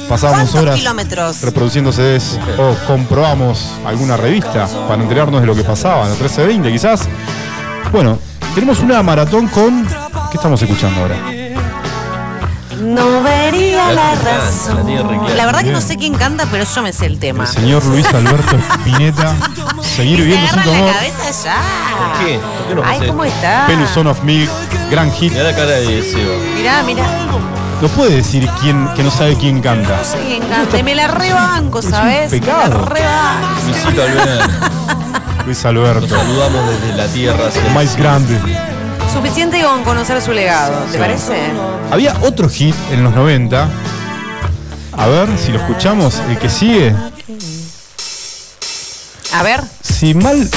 [SPEAKER 2] pasábamos
[SPEAKER 4] ¿Cuántos
[SPEAKER 2] horas
[SPEAKER 4] kilómetros?
[SPEAKER 2] reproduciendo CDs o comprobamos alguna revista para enterarnos de lo que pasaba, en la 1320 quizás. Bueno, tenemos una maratón con... ¿Qué estamos escuchando ahora?
[SPEAKER 4] No vería toda la razón.
[SPEAKER 3] tiene re clara.
[SPEAKER 4] La verdad que no
[SPEAKER 2] Bien.
[SPEAKER 4] sé quién canta, pero yo me sé el tema.
[SPEAKER 2] El señor Luis Alberto Spinetta,
[SPEAKER 4] Y
[SPEAKER 2] seguir
[SPEAKER 4] se
[SPEAKER 2] viviendo sin tu
[SPEAKER 4] agarran la
[SPEAKER 2] amor.
[SPEAKER 4] cabeza ya.
[SPEAKER 3] ¿Por qué? ¿Por qué no
[SPEAKER 4] Ay,
[SPEAKER 3] hace
[SPEAKER 4] ¿cómo
[SPEAKER 3] esto?
[SPEAKER 4] está?
[SPEAKER 2] Pelu Son of Milk, gran hit.
[SPEAKER 3] Mirá la cara de Seba.
[SPEAKER 4] Mirá, mirá.
[SPEAKER 2] No puede decir quién, que no sabe quién canta.
[SPEAKER 4] No sé quién canta. Y me la rebanco,
[SPEAKER 2] un
[SPEAKER 4] ¿sabes? Me la
[SPEAKER 2] pecado.
[SPEAKER 4] rebanco.
[SPEAKER 3] Luisito Alvear,
[SPEAKER 2] Luis
[SPEAKER 3] Nos
[SPEAKER 2] Alberto,
[SPEAKER 3] saludamos desde la tierra. hacia-
[SPEAKER 2] más grande.
[SPEAKER 4] Suficiente con conocer su legado, ¿te parece?
[SPEAKER 2] Había otro hit en los 90. A ver si lo escuchamos. El que sigue,
[SPEAKER 4] A ver.
[SPEAKER 2] si mal.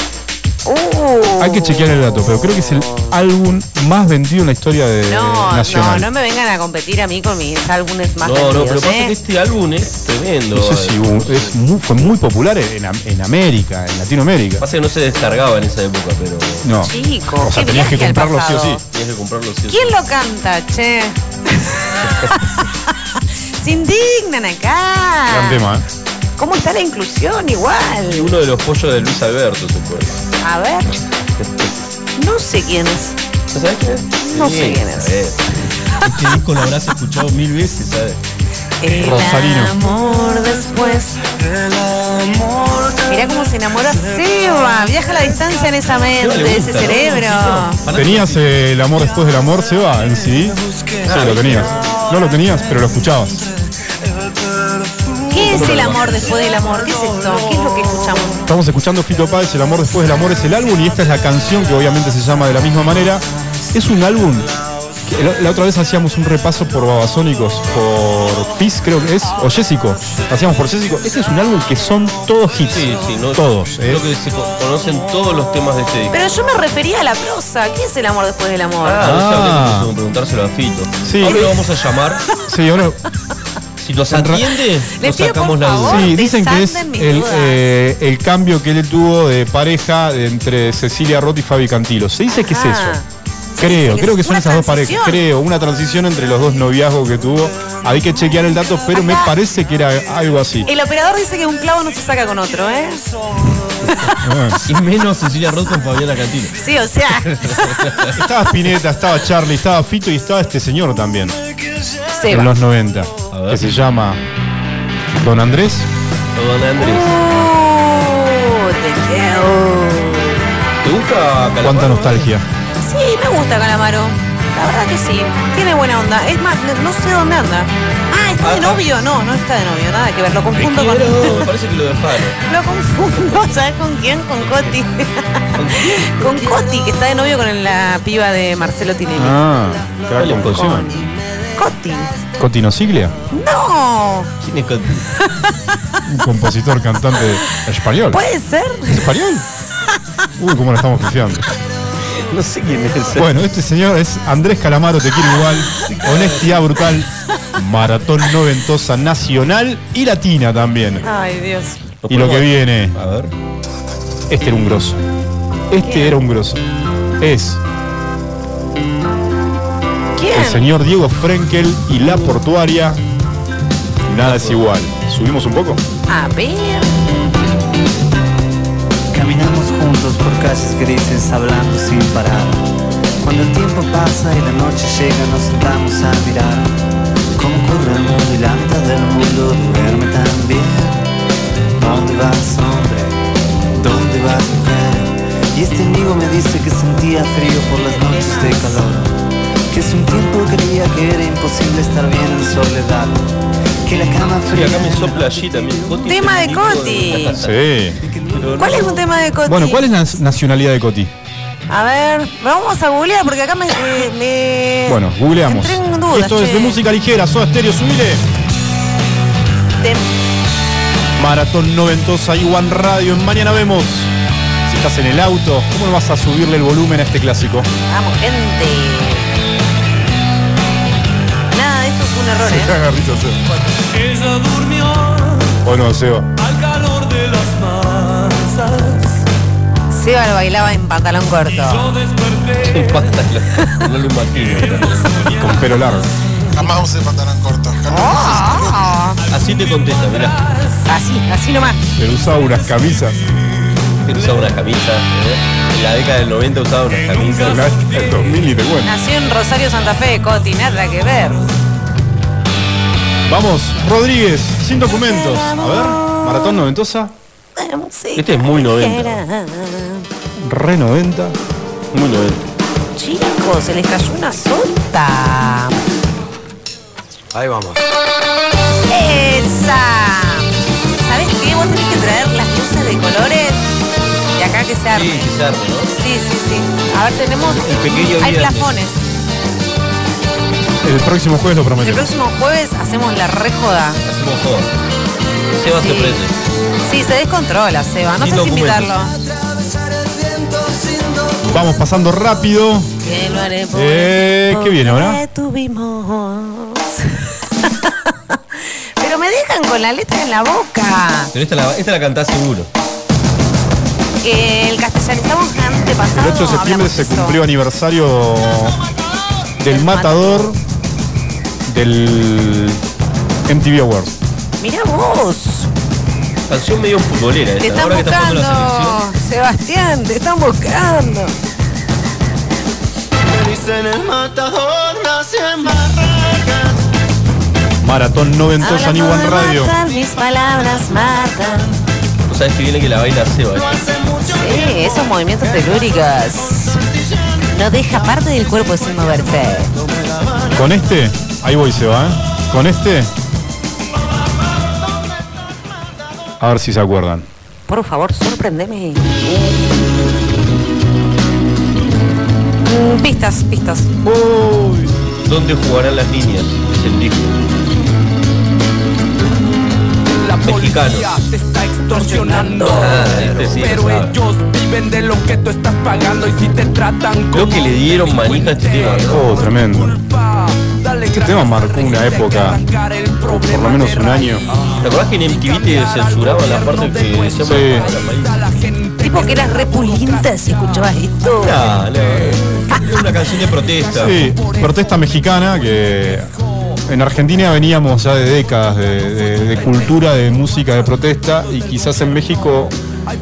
[SPEAKER 4] Uh.
[SPEAKER 2] Hay que chequear el dato, pero creo que es el álbum más vendido en la historia de
[SPEAKER 4] No, no,
[SPEAKER 2] Nacional.
[SPEAKER 4] no me vengan a competir a mí con mis álbumes más
[SPEAKER 3] No, no,
[SPEAKER 4] vendidos,
[SPEAKER 3] pero pasa
[SPEAKER 4] ¿eh?
[SPEAKER 3] que este álbum es tremendo. eh.
[SPEAKER 2] No sé si hubo- es muy- fue muy popular en, Am- en América, en Latinoamérica.
[SPEAKER 3] Pasa que no se descargaba en esa época, pero
[SPEAKER 2] No.
[SPEAKER 4] Chico,
[SPEAKER 2] o sea,
[SPEAKER 4] qué
[SPEAKER 2] tenías que
[SPEAKER 4] viaje al
[SPEAKER 2] comprarlo sí o sí.
[SPEAKER 4] pasado.
[SPEAKER 3] tienes que comprarlo sí o sí.
[SPEAKER 4] ¿Quién lo canta, che? Se indignan acá.
[SPEAKER 2] Gran tema, ¿eh?
[SPEAKER 4] ¿Cómo está la inclusión
[SPEAKER 3] Y
[SPEAKER 4] igual?
[SPEAKER 3] Uno de los pollos de Luis Alberto, se acuerda.
[SPEAKER 4] A ver. No sé quién es.
[SPEAKER 3] ¿Sabes quién es?
[SPEAKER 4] No sé quién es.
[SPEAKER 3] sabés. Este disco lo habrás escuchado mil veces, ¿sabes?
[SPEAKER 4] El
[SPEAKER 2] Rosarino.
[SPEAKER 4] amor después. Mirá cómo se enamora Seba. Viaja a la distancia en esa mente, ese cerebro.
[SPEAKER 2] ¿Tenías eh, el amor después del amor, Seba, en CD? Sí, lo tenías. No lo tenías, pero lo escuchabas.
[SPEAKER 4] ¿Qué es el amor después del amor? ¿Qué es esto? ¿Qué es lo que escuchamos?
[SPEAKER 2] Estamos escuchando Fito Páez, El amor después del amor es el álbum y esta es la canción que obviamente se llama de la misma manera. Es un álbum. que la, la otra vez hacíamos un repaso por Babasónicos, por Fizz creo que es, o Jessico. Hacíamos por Jessico. Este es un álbum que son todos hits.
[SPEAKER 3] Sí, sí, no,
[SPEAKER 2] todos. ¿eh?
[SPEAKER 3] Creo
[SPEAKER 2] es-
[SPEAKER 3] que se co- conocen todos los temas de este disco.
[SPEAKER 4] Pero yo me refería a la prosa. ¿Qué es el amor después del amor?
[SPEAKER 2] Ah.
[SPEAKER 3] Ah, eso habría que preguntárselo a Fito.
[SPEAKER 2] Sí.
[SPEAKER 3] Ahora lo vamos a llamar.
[SPEAKER 2] Sí, ahora-
[SPEAKER 3] Si nos atiende,
[SPEAKER 4] Le
[SPEAKER 3] lo
[SPEAKER 4] pido, por
[SPEAKER 3] sacamos la
[SPEAKER 4] favor.
[SPEAKER 3] duda.
[SPEAKER 2] sí,
[SPEAKER 4] te
[SPEAKER 2] dicen que es
[SPEAKER 4] sanden mis
[SPEAKER 2] el,
[SPEAKER 4] dudas.
[SPEAKER 2] eh, el cambio que él tuvo de pareja de entre Cecilia Roth y Fabi Cantilo. Se dice que es
[SPEAKER 4] Ajá.
[SPEAKER 2] eso.
[SPEAKER 4] Se dice
[SPEAKER 2] Creo,
[SPEAKER 4] que
[SPEAKER 2] creo
[SPEAKER 4] es
[SPEAKER 2] que son
[SPEAKER 4] una
[SPEAKER 2] esas dos parejas.
[SPEAKER 4] transición.
[SPEAKER 2] Creo, una transición entre los dos noviazgos que tuvo. Hay que chequear el dato, pero me
[SPEAKER 4] Acá. Eh,
[SPEAKER 2] parece que era algo así.
[SPEAKER 4] El operador dice que un clavo no se saca con otro, ¿eh?
[SPEAKER 2] Ah.
[SPEAKER 3] Y menos Cecilia Roth con Fabiana Cantilo.
[SPEAKER 4] Sí, o sea,
[SPEAKER 2] Estaba Spinetta, estaba Charlie, estaba Fito y estaba este señor también,
[SPEAKER 4] se
[SPEAKER 2] en
[SPEAKER 4] va.
[SPEAKER 2] los 90,
[SPEAKER 3] A ver.
[SPEAKER 2] que se llama Don Andrés.
[SPEAKER 3] Don Andrés.
[SPEAKER 4] Uh, te quiero.
[SPEAKER 3] ¿Te gusta Calamaro?
[SPEAKER 2] Cuánta nostalgia.
[SPEAKER 4] Sí, me gusta Calamaro. La verdad que sí. Tiene buena onda. Es más, no- no sé dónde anda. Ah, ¿está de novio? No, no está de novio. Nada que ver. Lo
[SPEAKER 3] Te
[SPEAKER 4] confundo con...
[SPEAKER 3] quiero, Me parece que lo dejaron.
[SPEAKER 4] Lo confundo, ¿sabes con quién? Con Coti. con Coti, que está de novio con la piba de Marcelo Tinelli.
[SPEAKER 2] Ah,
[SPEAKER 3] Dale,
[SPEAKER 2] claro,
[SPEAKER 3] Coti.
[SPEAKER 4] Coti.
[SPEAKER 2] Cotino Siglia,
[SPEAKER 4] No.
[SPEAKER 3] ¿Quién es Coti?
[SPEAKER 2] un compositor cantante español.
[SPEAKER 4] ¿Puede ser?
[SPEAKER 2] ¿Es español? Uy, cómo lo estamos confiando.
[SPEAKER 3] No sé quién es.
[SPEAKER 2] Bueno, este señor es Andrés Calamaro, te quiero igual. Honestidad brutal. Maratón noventosa nacional y latina también.
[SPEAKER 4] Ay, Dios.
[SPEAKER 2] Y lo que viene,
[SPEAKER 3] A ver.
[SPEAKER 2] este era un grosso. Este era un grosso. Es el
[SPEAKER 4] ¿Quién?
[SPEAKER 2] señor Diego Frenkel y la portuaria. Nada es igual. ¿Subimos un poco?
[SPEAKER 4] A ver.
[SPEAKER 9] Caminamos juntos por calles grises hablando sin parar. Cuando el tiempo pasa y la noche llega nos sentamos a mirar cómo corre el mundo y la mitad del mundo duerme también. ¿Dónde vas hombre? ¿Dónde vas mujer? Y este amigo me dice que sentía frío por las noches de calor. Que hace un tiempo creía que era imposible estar bien en soledad. Que la cama
[SPEAKER 3] Y
[SPEAKER 9] fría...
[SPEAKER 3] acá me
[SPEAKER 9] en la
[SPEAKER 3] sopla
[SPEAKER 9] noche
[SPEAKER 3] allí también. Coti
[SPEAKER 4] Tema de
[SPEAKER 3] es un
[SPEAKER 4] Coti.
[SPEAKER 3] tipo de-
[SPEAKER 2] Sí.
[SPEAKER 3] Pero
[SPEAKER 4] ¿Cuál
[SPEAKER 3] no-
[SPEAKER 4] es un tema de Coti?
[SPEAKER 2] Bueno, ¿cuál es la nacionalidad de Coti?
[SPEAKER 4] A ver, vamos a googlear porque acá me. me- me-
[SPEAKER 2] Bueno, googleamos.
[SPEAKER 4] Eh, entré en dudas,
[SPEAKER 2] Esto es
[SPEAKER 4] che.
[SPEAKER 2] de música ligera, Soda Stereo, subile.
[SPEAKER 4] Tem-
[SPEAKER 2] Maratón Noventosa y One Radio. En mañana vemos. Si estás en el auto, ¿cómo vas a subirle el volumen a este clásico?
[SPEAKER 4] Vamos, gente. Nada, de esto fue un error, ¿eh?
[SPEAKER 5] Ella durmió
[SPEAKER 2] Bueno, Seba.
[SPEAKER 5] al calor de las masas.
[SPEAKER 4] Seba lo bailaba en pantalón corto.
[SPEAKER 5] Yo desperté.
[SPEAKER 3] Pátalo. No lo imagino.
[SPEAKER 2] Con pelo largo.
[SPEAKER 8] Jamás usé pantalón corto. Jamás.
[SPEAKER 4] Ah,
[SPEAKER 3] Así te contesta, mirá.
[SPEAKER 4] así, así nomás.
[SPEAKER 2] Pero usaba unas camisas.
[SPEAKER 3] Él usaba unas camisas. ¿eh? En la década del 90 usaba unas
[SPEAKER 2] Una
[SPEAKER 3] camisas.
[SPEAKER 2] del 2000 y te cuento.
[SPEAKER 4] Nació en Rosario Santa Fe, Coti, nada que ver.
[SPEAKER 2] Vamos, Rodríguez, sin documentos. A ver, Maratón Noventosa,
[SPEAKER 3] Este es muy 90.
[SPEAKER 2] Re 90.
[SPEAKER 3] Muy 90.
[SPEAKER 4] Chicos, se les cayó una sota.
[SPEAKER 10] Ahí vamos.
[SPEAKER 4] ¡Esa! ¿Sabes qué? Vos tenés que traer las luces de colores de acá que se
[SPEAKER 10] Sí,
[SPEAKER 4] arme.
[SPEAKER 10] se arma, ¿no?
[SPEAKER 4] Sí, sí, sí. A ver, tenemos.
[SPEAKER 10] El pequeño
[SPEAKER 4] Hay
[SPEAKER 10] viernes.
[SPEAKER 4] plafones.
[SPEAKER 2] El próximo jueves lo
[SPEAKER 4] El
[SPEAKER 2] prometemos.
[SPEAKER 4] próximo jueves hacemos la rejoda.
[SPEAKER 10] Hacemos todo. Seba
[SPEAKER 4] Sí.
[SPEAKER 10] se prende.
[SPEAKER 4] Sí, se descontrola, Seba. No
[SPEAKER 10] Sin
[SPEAKER 4] sé si
[SPEAKER 10] documentos.
[SPEAKER 4] invitarlo.
[SPEAKER 2] Vamos pasando rápido.
[SPEAKER 4] Que lo haré por
[SPEAKER 2] Eh, ¿qué viene ahora?
[SPEAKER 4] porque tuvimos. Pero me dejan con la letra en la boca.
[SPEAKER 10] Pero esta la, esta la cantás seguro.
[SPEAKER 4] Que el castellanizamos antepasado.
[SPEAKER 2] El 8 de septiembre
[SPEAKER 4] hablamos
[SPEAKER 2] se
[SPEAKER 4] eso.
[SPEAKER 2] cumplió aniversario del matador del MTV Awards.
[SPEAKER 4] Mirá vos.
[SPEAKER 10] Canción medio futbolera
[SPEAKER 4] Te
[SPEAKER 10] esta.
[SPEAKER 4] están
[SPEAKER 10] Ahora que está jugando la selección.
[SPEAKER 4] buscando, Sebastián, te están buscando.
[SPEAKER 2] Maratón Noventosa en Iwan
[SPEAKER 4] por
[SPEAKER 2] Radio.
[SPEAKER 4] matar, mis palabras matan.
[SPEAKER 10] Vos sabés que viene que la baila Seba. ¿eh? esta.
[SPEAKER 4] Sí, Eh, esos movimientos telúricos. No deja parte del cuerpo sin moverse.
[SPEAKER 2] Con este, ahí voy se va, ¿eh? Con este. A ver si se acuerdan.
[SPEAKER 4] Por favor, sorprendeme. Mm, Pistas, pistas.
[SPEAKER 10] ¿Dónde jugarán las niñas? Es el disco.
[SPEAKER 1] La policía
[SPEAKER 10] Mexicanos.
[SPEAKER 1] te está extorsionando.
[SPEAKER 10] Ah, este sí lo
[SPEAKER 1] pero
[SPEAKER 10] sabe.
[SPEAKER 1] ellos viven de lo que tú estás pagando y si te tratan
[SPEAKER 10] Creo
[SPEAKER 1] como
[SPEAKER 10] que le dieron
[SPEAKER 1] un
[SPEAKER 10] manija a este tema,
[SPEAKER 1] delincuente,
[SPEAKER 10] ¿no?
[SPEAKER 2] Oh, tremendo.
[SPEAKER 1] culpa. Dale
[SPEAKER 2] Este
[SPEAKER 1] gracias
[SPEAKER 2] tema
[SPEAKER 1] al
[SPEAKER 2] marcó
[SPEAKER 1] rey
[SPEAKER 2] una
[SPEAKER 1] que hay que
[SPEAKER 2] época,
[SPEAKER 1] arrancar el
[SPEAKER 2] Por
[SPEAKER 1] problema
[SPEAKER 2] lo menos
[SPEAKER 1] de
[SPEAKER 2] un año.
[SPEAKER 1] raíz.
[SPEAKER 10] ¿Te acordás que en MTV te censuraban la parte que decíamos
[SPEAKER 2] Sí.
[SPEAKER 10] que era maíz?
[SPEAKER 1] La gente
[SPEAKER 4] Tipo que eras repulinta si escuchabas esto.
[SPEAKER 10] No, no. Era una canción de protesta.
[SPEAKER 2] Sí, protesta mexicana que en Argentina veníamos ya de décadas de, de- de cultura, de música, de protesta y quizás en México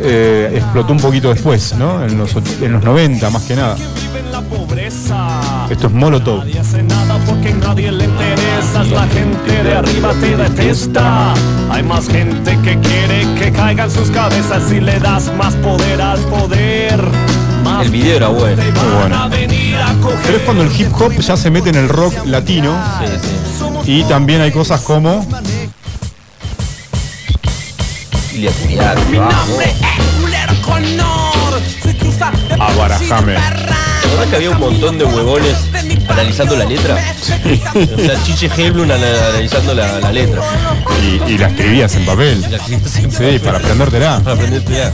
[SPEAKER 2] eh, explotó un poquito después, ¿no? En los, och- en los 90 más que nada.
[SPEAKER 1] vive en la pobreza.
[SPEAKER 2] Esto es Molotov.
[SPEAKER 1] Nadie hace nada porque a nadie le interesas. La gente de arriba te detesta. Hay más gente que quiere que caigan sus cabezas y le das más poder al poder. Más
[SPEAKER 10] El video era bueno.
[SPEAKER 1] te
[SPEAKER 2] Muy
[SPEAKER 1] van
[SPEAKER 2] bueno.
[SPEAKER 1] a venir a coger.
[SPEAKER 2] Pero es cuando el hip hop ya se mete en el rock latino
[SPEAKER 10] Sí, sí.
[SPEAKER 2] y también hay cosas como
[SPEAKER 10] Y le apuñalaron, vamos.
[SPEAKER 1] eh,
[SPEAKER 2] Ah, Abarajame.
[SPEAKER 10] ¿Te acordás que había un montón de huevones analizando la letra? O sea, Chiche Heblun ana- analizando la, la letra.
[SPEAKER 2] y, y la escribías en papel.
[SPEAKER 10] La gente siempre-
[SPEAKER 2] Sí, para aprendértela.
[SPEAKER 10] Para aprenderte ya.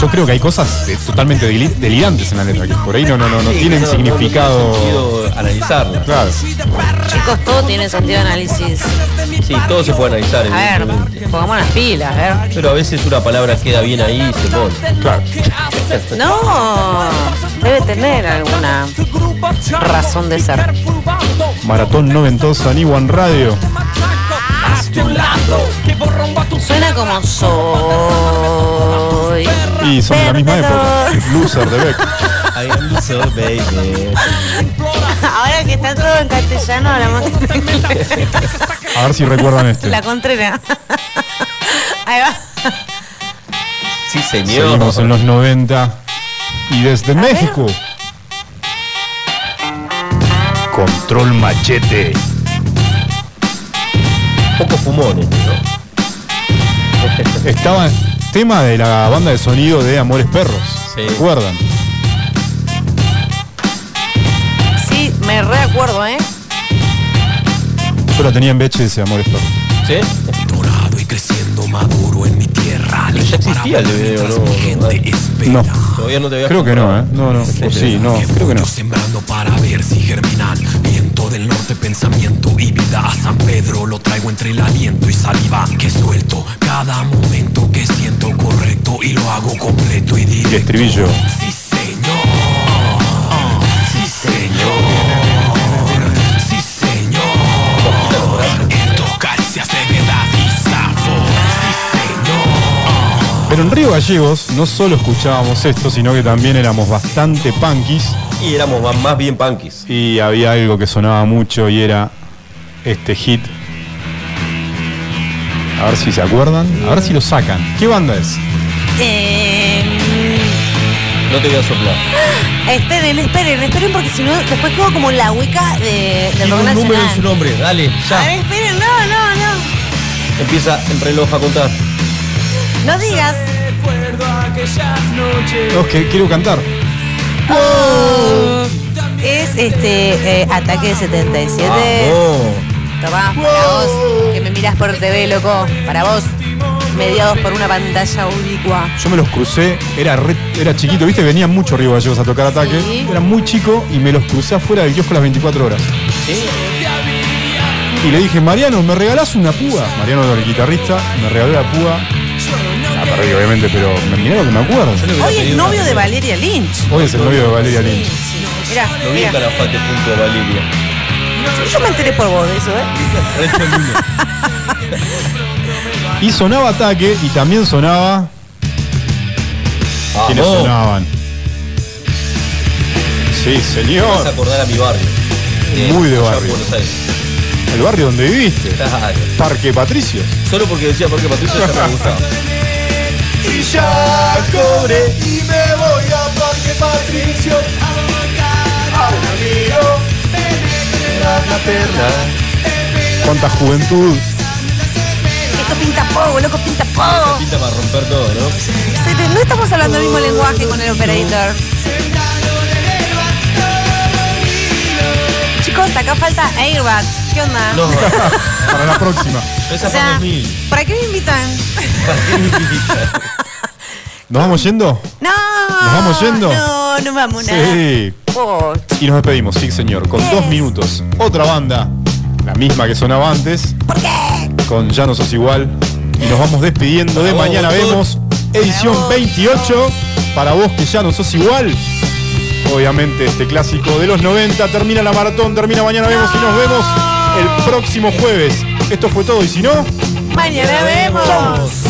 [SPEAKER 2] Yo creo que hay cosas eh, totalmente deli- delirantes en la letra que por ahí no, no, no, no tienen
[SPEAKER 10] No, no, no tiene
[SPEAKER 2] significado.
[SPEAKER 10] sentido analizarla.
[SPEAKER 2] Claro.
[SPEAKER 4] Chicos, todo tiene sentido de análisis.
[SPEAKER 10] Sí, todo se puede analizar,
[SPEAKER 4] A ver,
[SPEAKER 10] evidentemente.
[SPEAKER 4] pongamos las pilas, a ver.
[SPEAKER 10] Pero a veces una palabra queda bien ahí y se pone.
[SPEAKER 2] Claro.
[SPEAKER 4] No, debe tener alguna razón de ser.
[SPEAKER 2] Maratón noventosa en One Radio.
[SPEAKER 4] Suena como soy.
[SPEAKER 2] Y son de la misma época.
[SPEAKER 4] Perdedor.
[SPEAKER 2] Loser de Beck.
[SPEAKER 10] I am so baby.
[SPEAKER 4] Ahora que está todo en castellano, hablamos
[SPEAKER 2] A ver si recuerdan este.
[SPEAKER 4] la contrera. Ahí va.
[SPEAKER 10] Sí, señor.
[SPEAKER 2] Seguimos en los 90. Y desde México. Control machete.
[SPEAKER 10] Poco fumones, ¿no?
[SPEAKER 2] Estaba tema de la banda de sonido de Amores Perros.
[SPEAKER 10] Sí.
[SPEAKER 2] ¿Recuerdan?
[SPEAKER 4] Sí, me reacuerdo, ¿eh?
[SPEAKER 2] Yo la tenía en VHS, Amores Perros.
[SPEAKER 10] ¿Sí?
[SPEAKER 1] Dorado y creciendo maduro en mi tierra.
[SPEAKER 10] Pero ya existía el video, ¿no?
[SPEAKER 2] No.
[SPEAKER 10] Todavía no te había
[SPEAKER 2] Creo que no, ¿eh?
[SPEAKER 10] comprado.
[SPEAKER 2] No, no. O sí, no. Creo que no.
[SPEAKER 1] Yo sembrando para ver si germinan Viento del norte, pensamiento y vida A San Pedro lo traigo entre el aliento y saliva Que suelto cada momento que siento correcto Y lo hago completo y
[SPEAKER 2] Y
[SPEAKER 1] directo
[SPEAKER 2] estribillo.
[SPEAKER 1] Sí señor, sí señor, sí señor Esto caricias de verdad y sabor Sí señor
[SPEAKER 2] Pero en Río Gallegos no solo escuchábamos esto, sino que también éramos bastante punkis
[SPEAKER 3] y éramos más, más bien punkis.
[SPEAKER 2] Y había algo que sonaba mucho y era este hit. A ver si se acuerdan, a ver si lo sacan. ¿Qué banda es?
[SPEAKER 3] No te voy a soplar.
[SPEAKER 4] Em, Esperen, esperen, esperen porque si no después quedo como la hueca de, del
[SPEAKER 3] Tiene
[SPEAKER 4] rock
[SPEAKER 3] un número en su
[SPEAKER 4] nacional.
[SPEAKER 3] nombre, dale,
[SPEAKER 4] A
[SPEAKER 3] ya.
[SPEAKER 4] ver, esperen, no, no, no.
[SPEAKER 3] Empieza el reloj a contar.
[SPEAKER 4] No digas.
[SPEAKER 2] No, que quiero cantar.
[SPEAKER 4] Oh. Es este eh, ataque de 77. Tomá, para vos, que me mirás por TV, loco. Para vos, mediados por una pantalla ubicua.
[SPEAKER 2] Yo me los crucé, era, re- era chiquito, viste, venían muchos riballos a tocar ataque.
[SPEAKER 4] Sí.
[SPEAKER 2] Era muy chico y me los crucé afuera del kiosco las 24 horas. Y le dije, Mariano, ¿me regalás una púa? Mariano era el guitarrista, me regaló la púa. La perdí, obviamente, pero me miré lo que me acuerdo.
[SPEAKER 4] Hoy es novio de Valeria Lynch.
[SPEAKER 2] Hoy es el novio de Valeria Lynch.
[SPEAKER 4] Mirá,
[SPEAKER 3] Lo vi en
[SPEAKER 4] mirá.
[SPEAKER 3] Calafate junto a Valeria.
[SPEAKER 4] Yo me enteré por vos de eso, ¿eh?
[SPEAKER 3] Resto en uno.
[SPEAKER 2] Y sonaba ataque y también sonaba. ¿Quiénes
[SPEAKER 3] Vamos.
[SPEAKER 2] sonaban? Sí,
[SPEAKER 3] Vas a
[SPEAKER 2] señor.
[SPEAKER 3] acordar a mi barrio.
[SPEAKER 2] Muy de
[SPEAKER 3] allá en
[SPEAKER 2] barrio.
[SPEAKER 3] Buenos Aires.
[SPEAKER 2] El barrio donde viviste.
[SPEAKER 3] Claro.
[SPEAKER 2] Parque Patricios.
[SPEAKER 3] Solo porque decía porque Patricio ya me gustaba.
[SPEAKER 2] Y ya cobré y me voy a Parque Patricio. Cuánta juventud.
[SPEAKER 4] Esto pinta poco, loco, pinta poco.
[SPEAKER 3] Pinta para romper todo, ¿no?
[SPEAKER 4] Se- No estamos hablando el mismo lenguaje con el operador. Chicos, acá falta airbag. ¿Qué onda?
[SPEAKER 3] No,
[SPEAKER 2] Para la próxima.
[SPEAKER 3] esa
[SPEAKER 4] O
[SPEAKER 3] fue en
[SPEAKER 4] sea,
[SPEAKER 3] 2000.
[SPEAKER 4] ¿para qué me invitan?
[SPEAKER 2] ¿Nos vamos yendo?
[SPEAKER 4] No.
[SPEAKER 2] ¿Nos vamos yendo?
[SPEAKER 4] No, no vamos nada.
[SPEAKER 2] Sí.
[SPEAKER 4] Oh,
[SPEAKER 2] Y nos despedimos, sí señor, con dos minutos. Otra banda, la misma que sonaba antes.
[SPEAKER 4] ¿Por qué?
[SPEAKER 2] con Ya no sos igual. Y nos vamos despidiendo de
[SPEAKER 3] Para vos,
[SPEAKER 2] mañana
[SPEAKER 3] doctor.
[SPEAKER 2] vemos edición
[SPEAKER 4] Para vos,
[SPEAKER 2] 28 para vos que ya no sos igual. Obviamente este clásico de los 90 termina la maratón, termina mañana vemos y nos vemos el próximo jueves. Esto fue todo y si no,
[SPEAKER 4] Mañana vemos.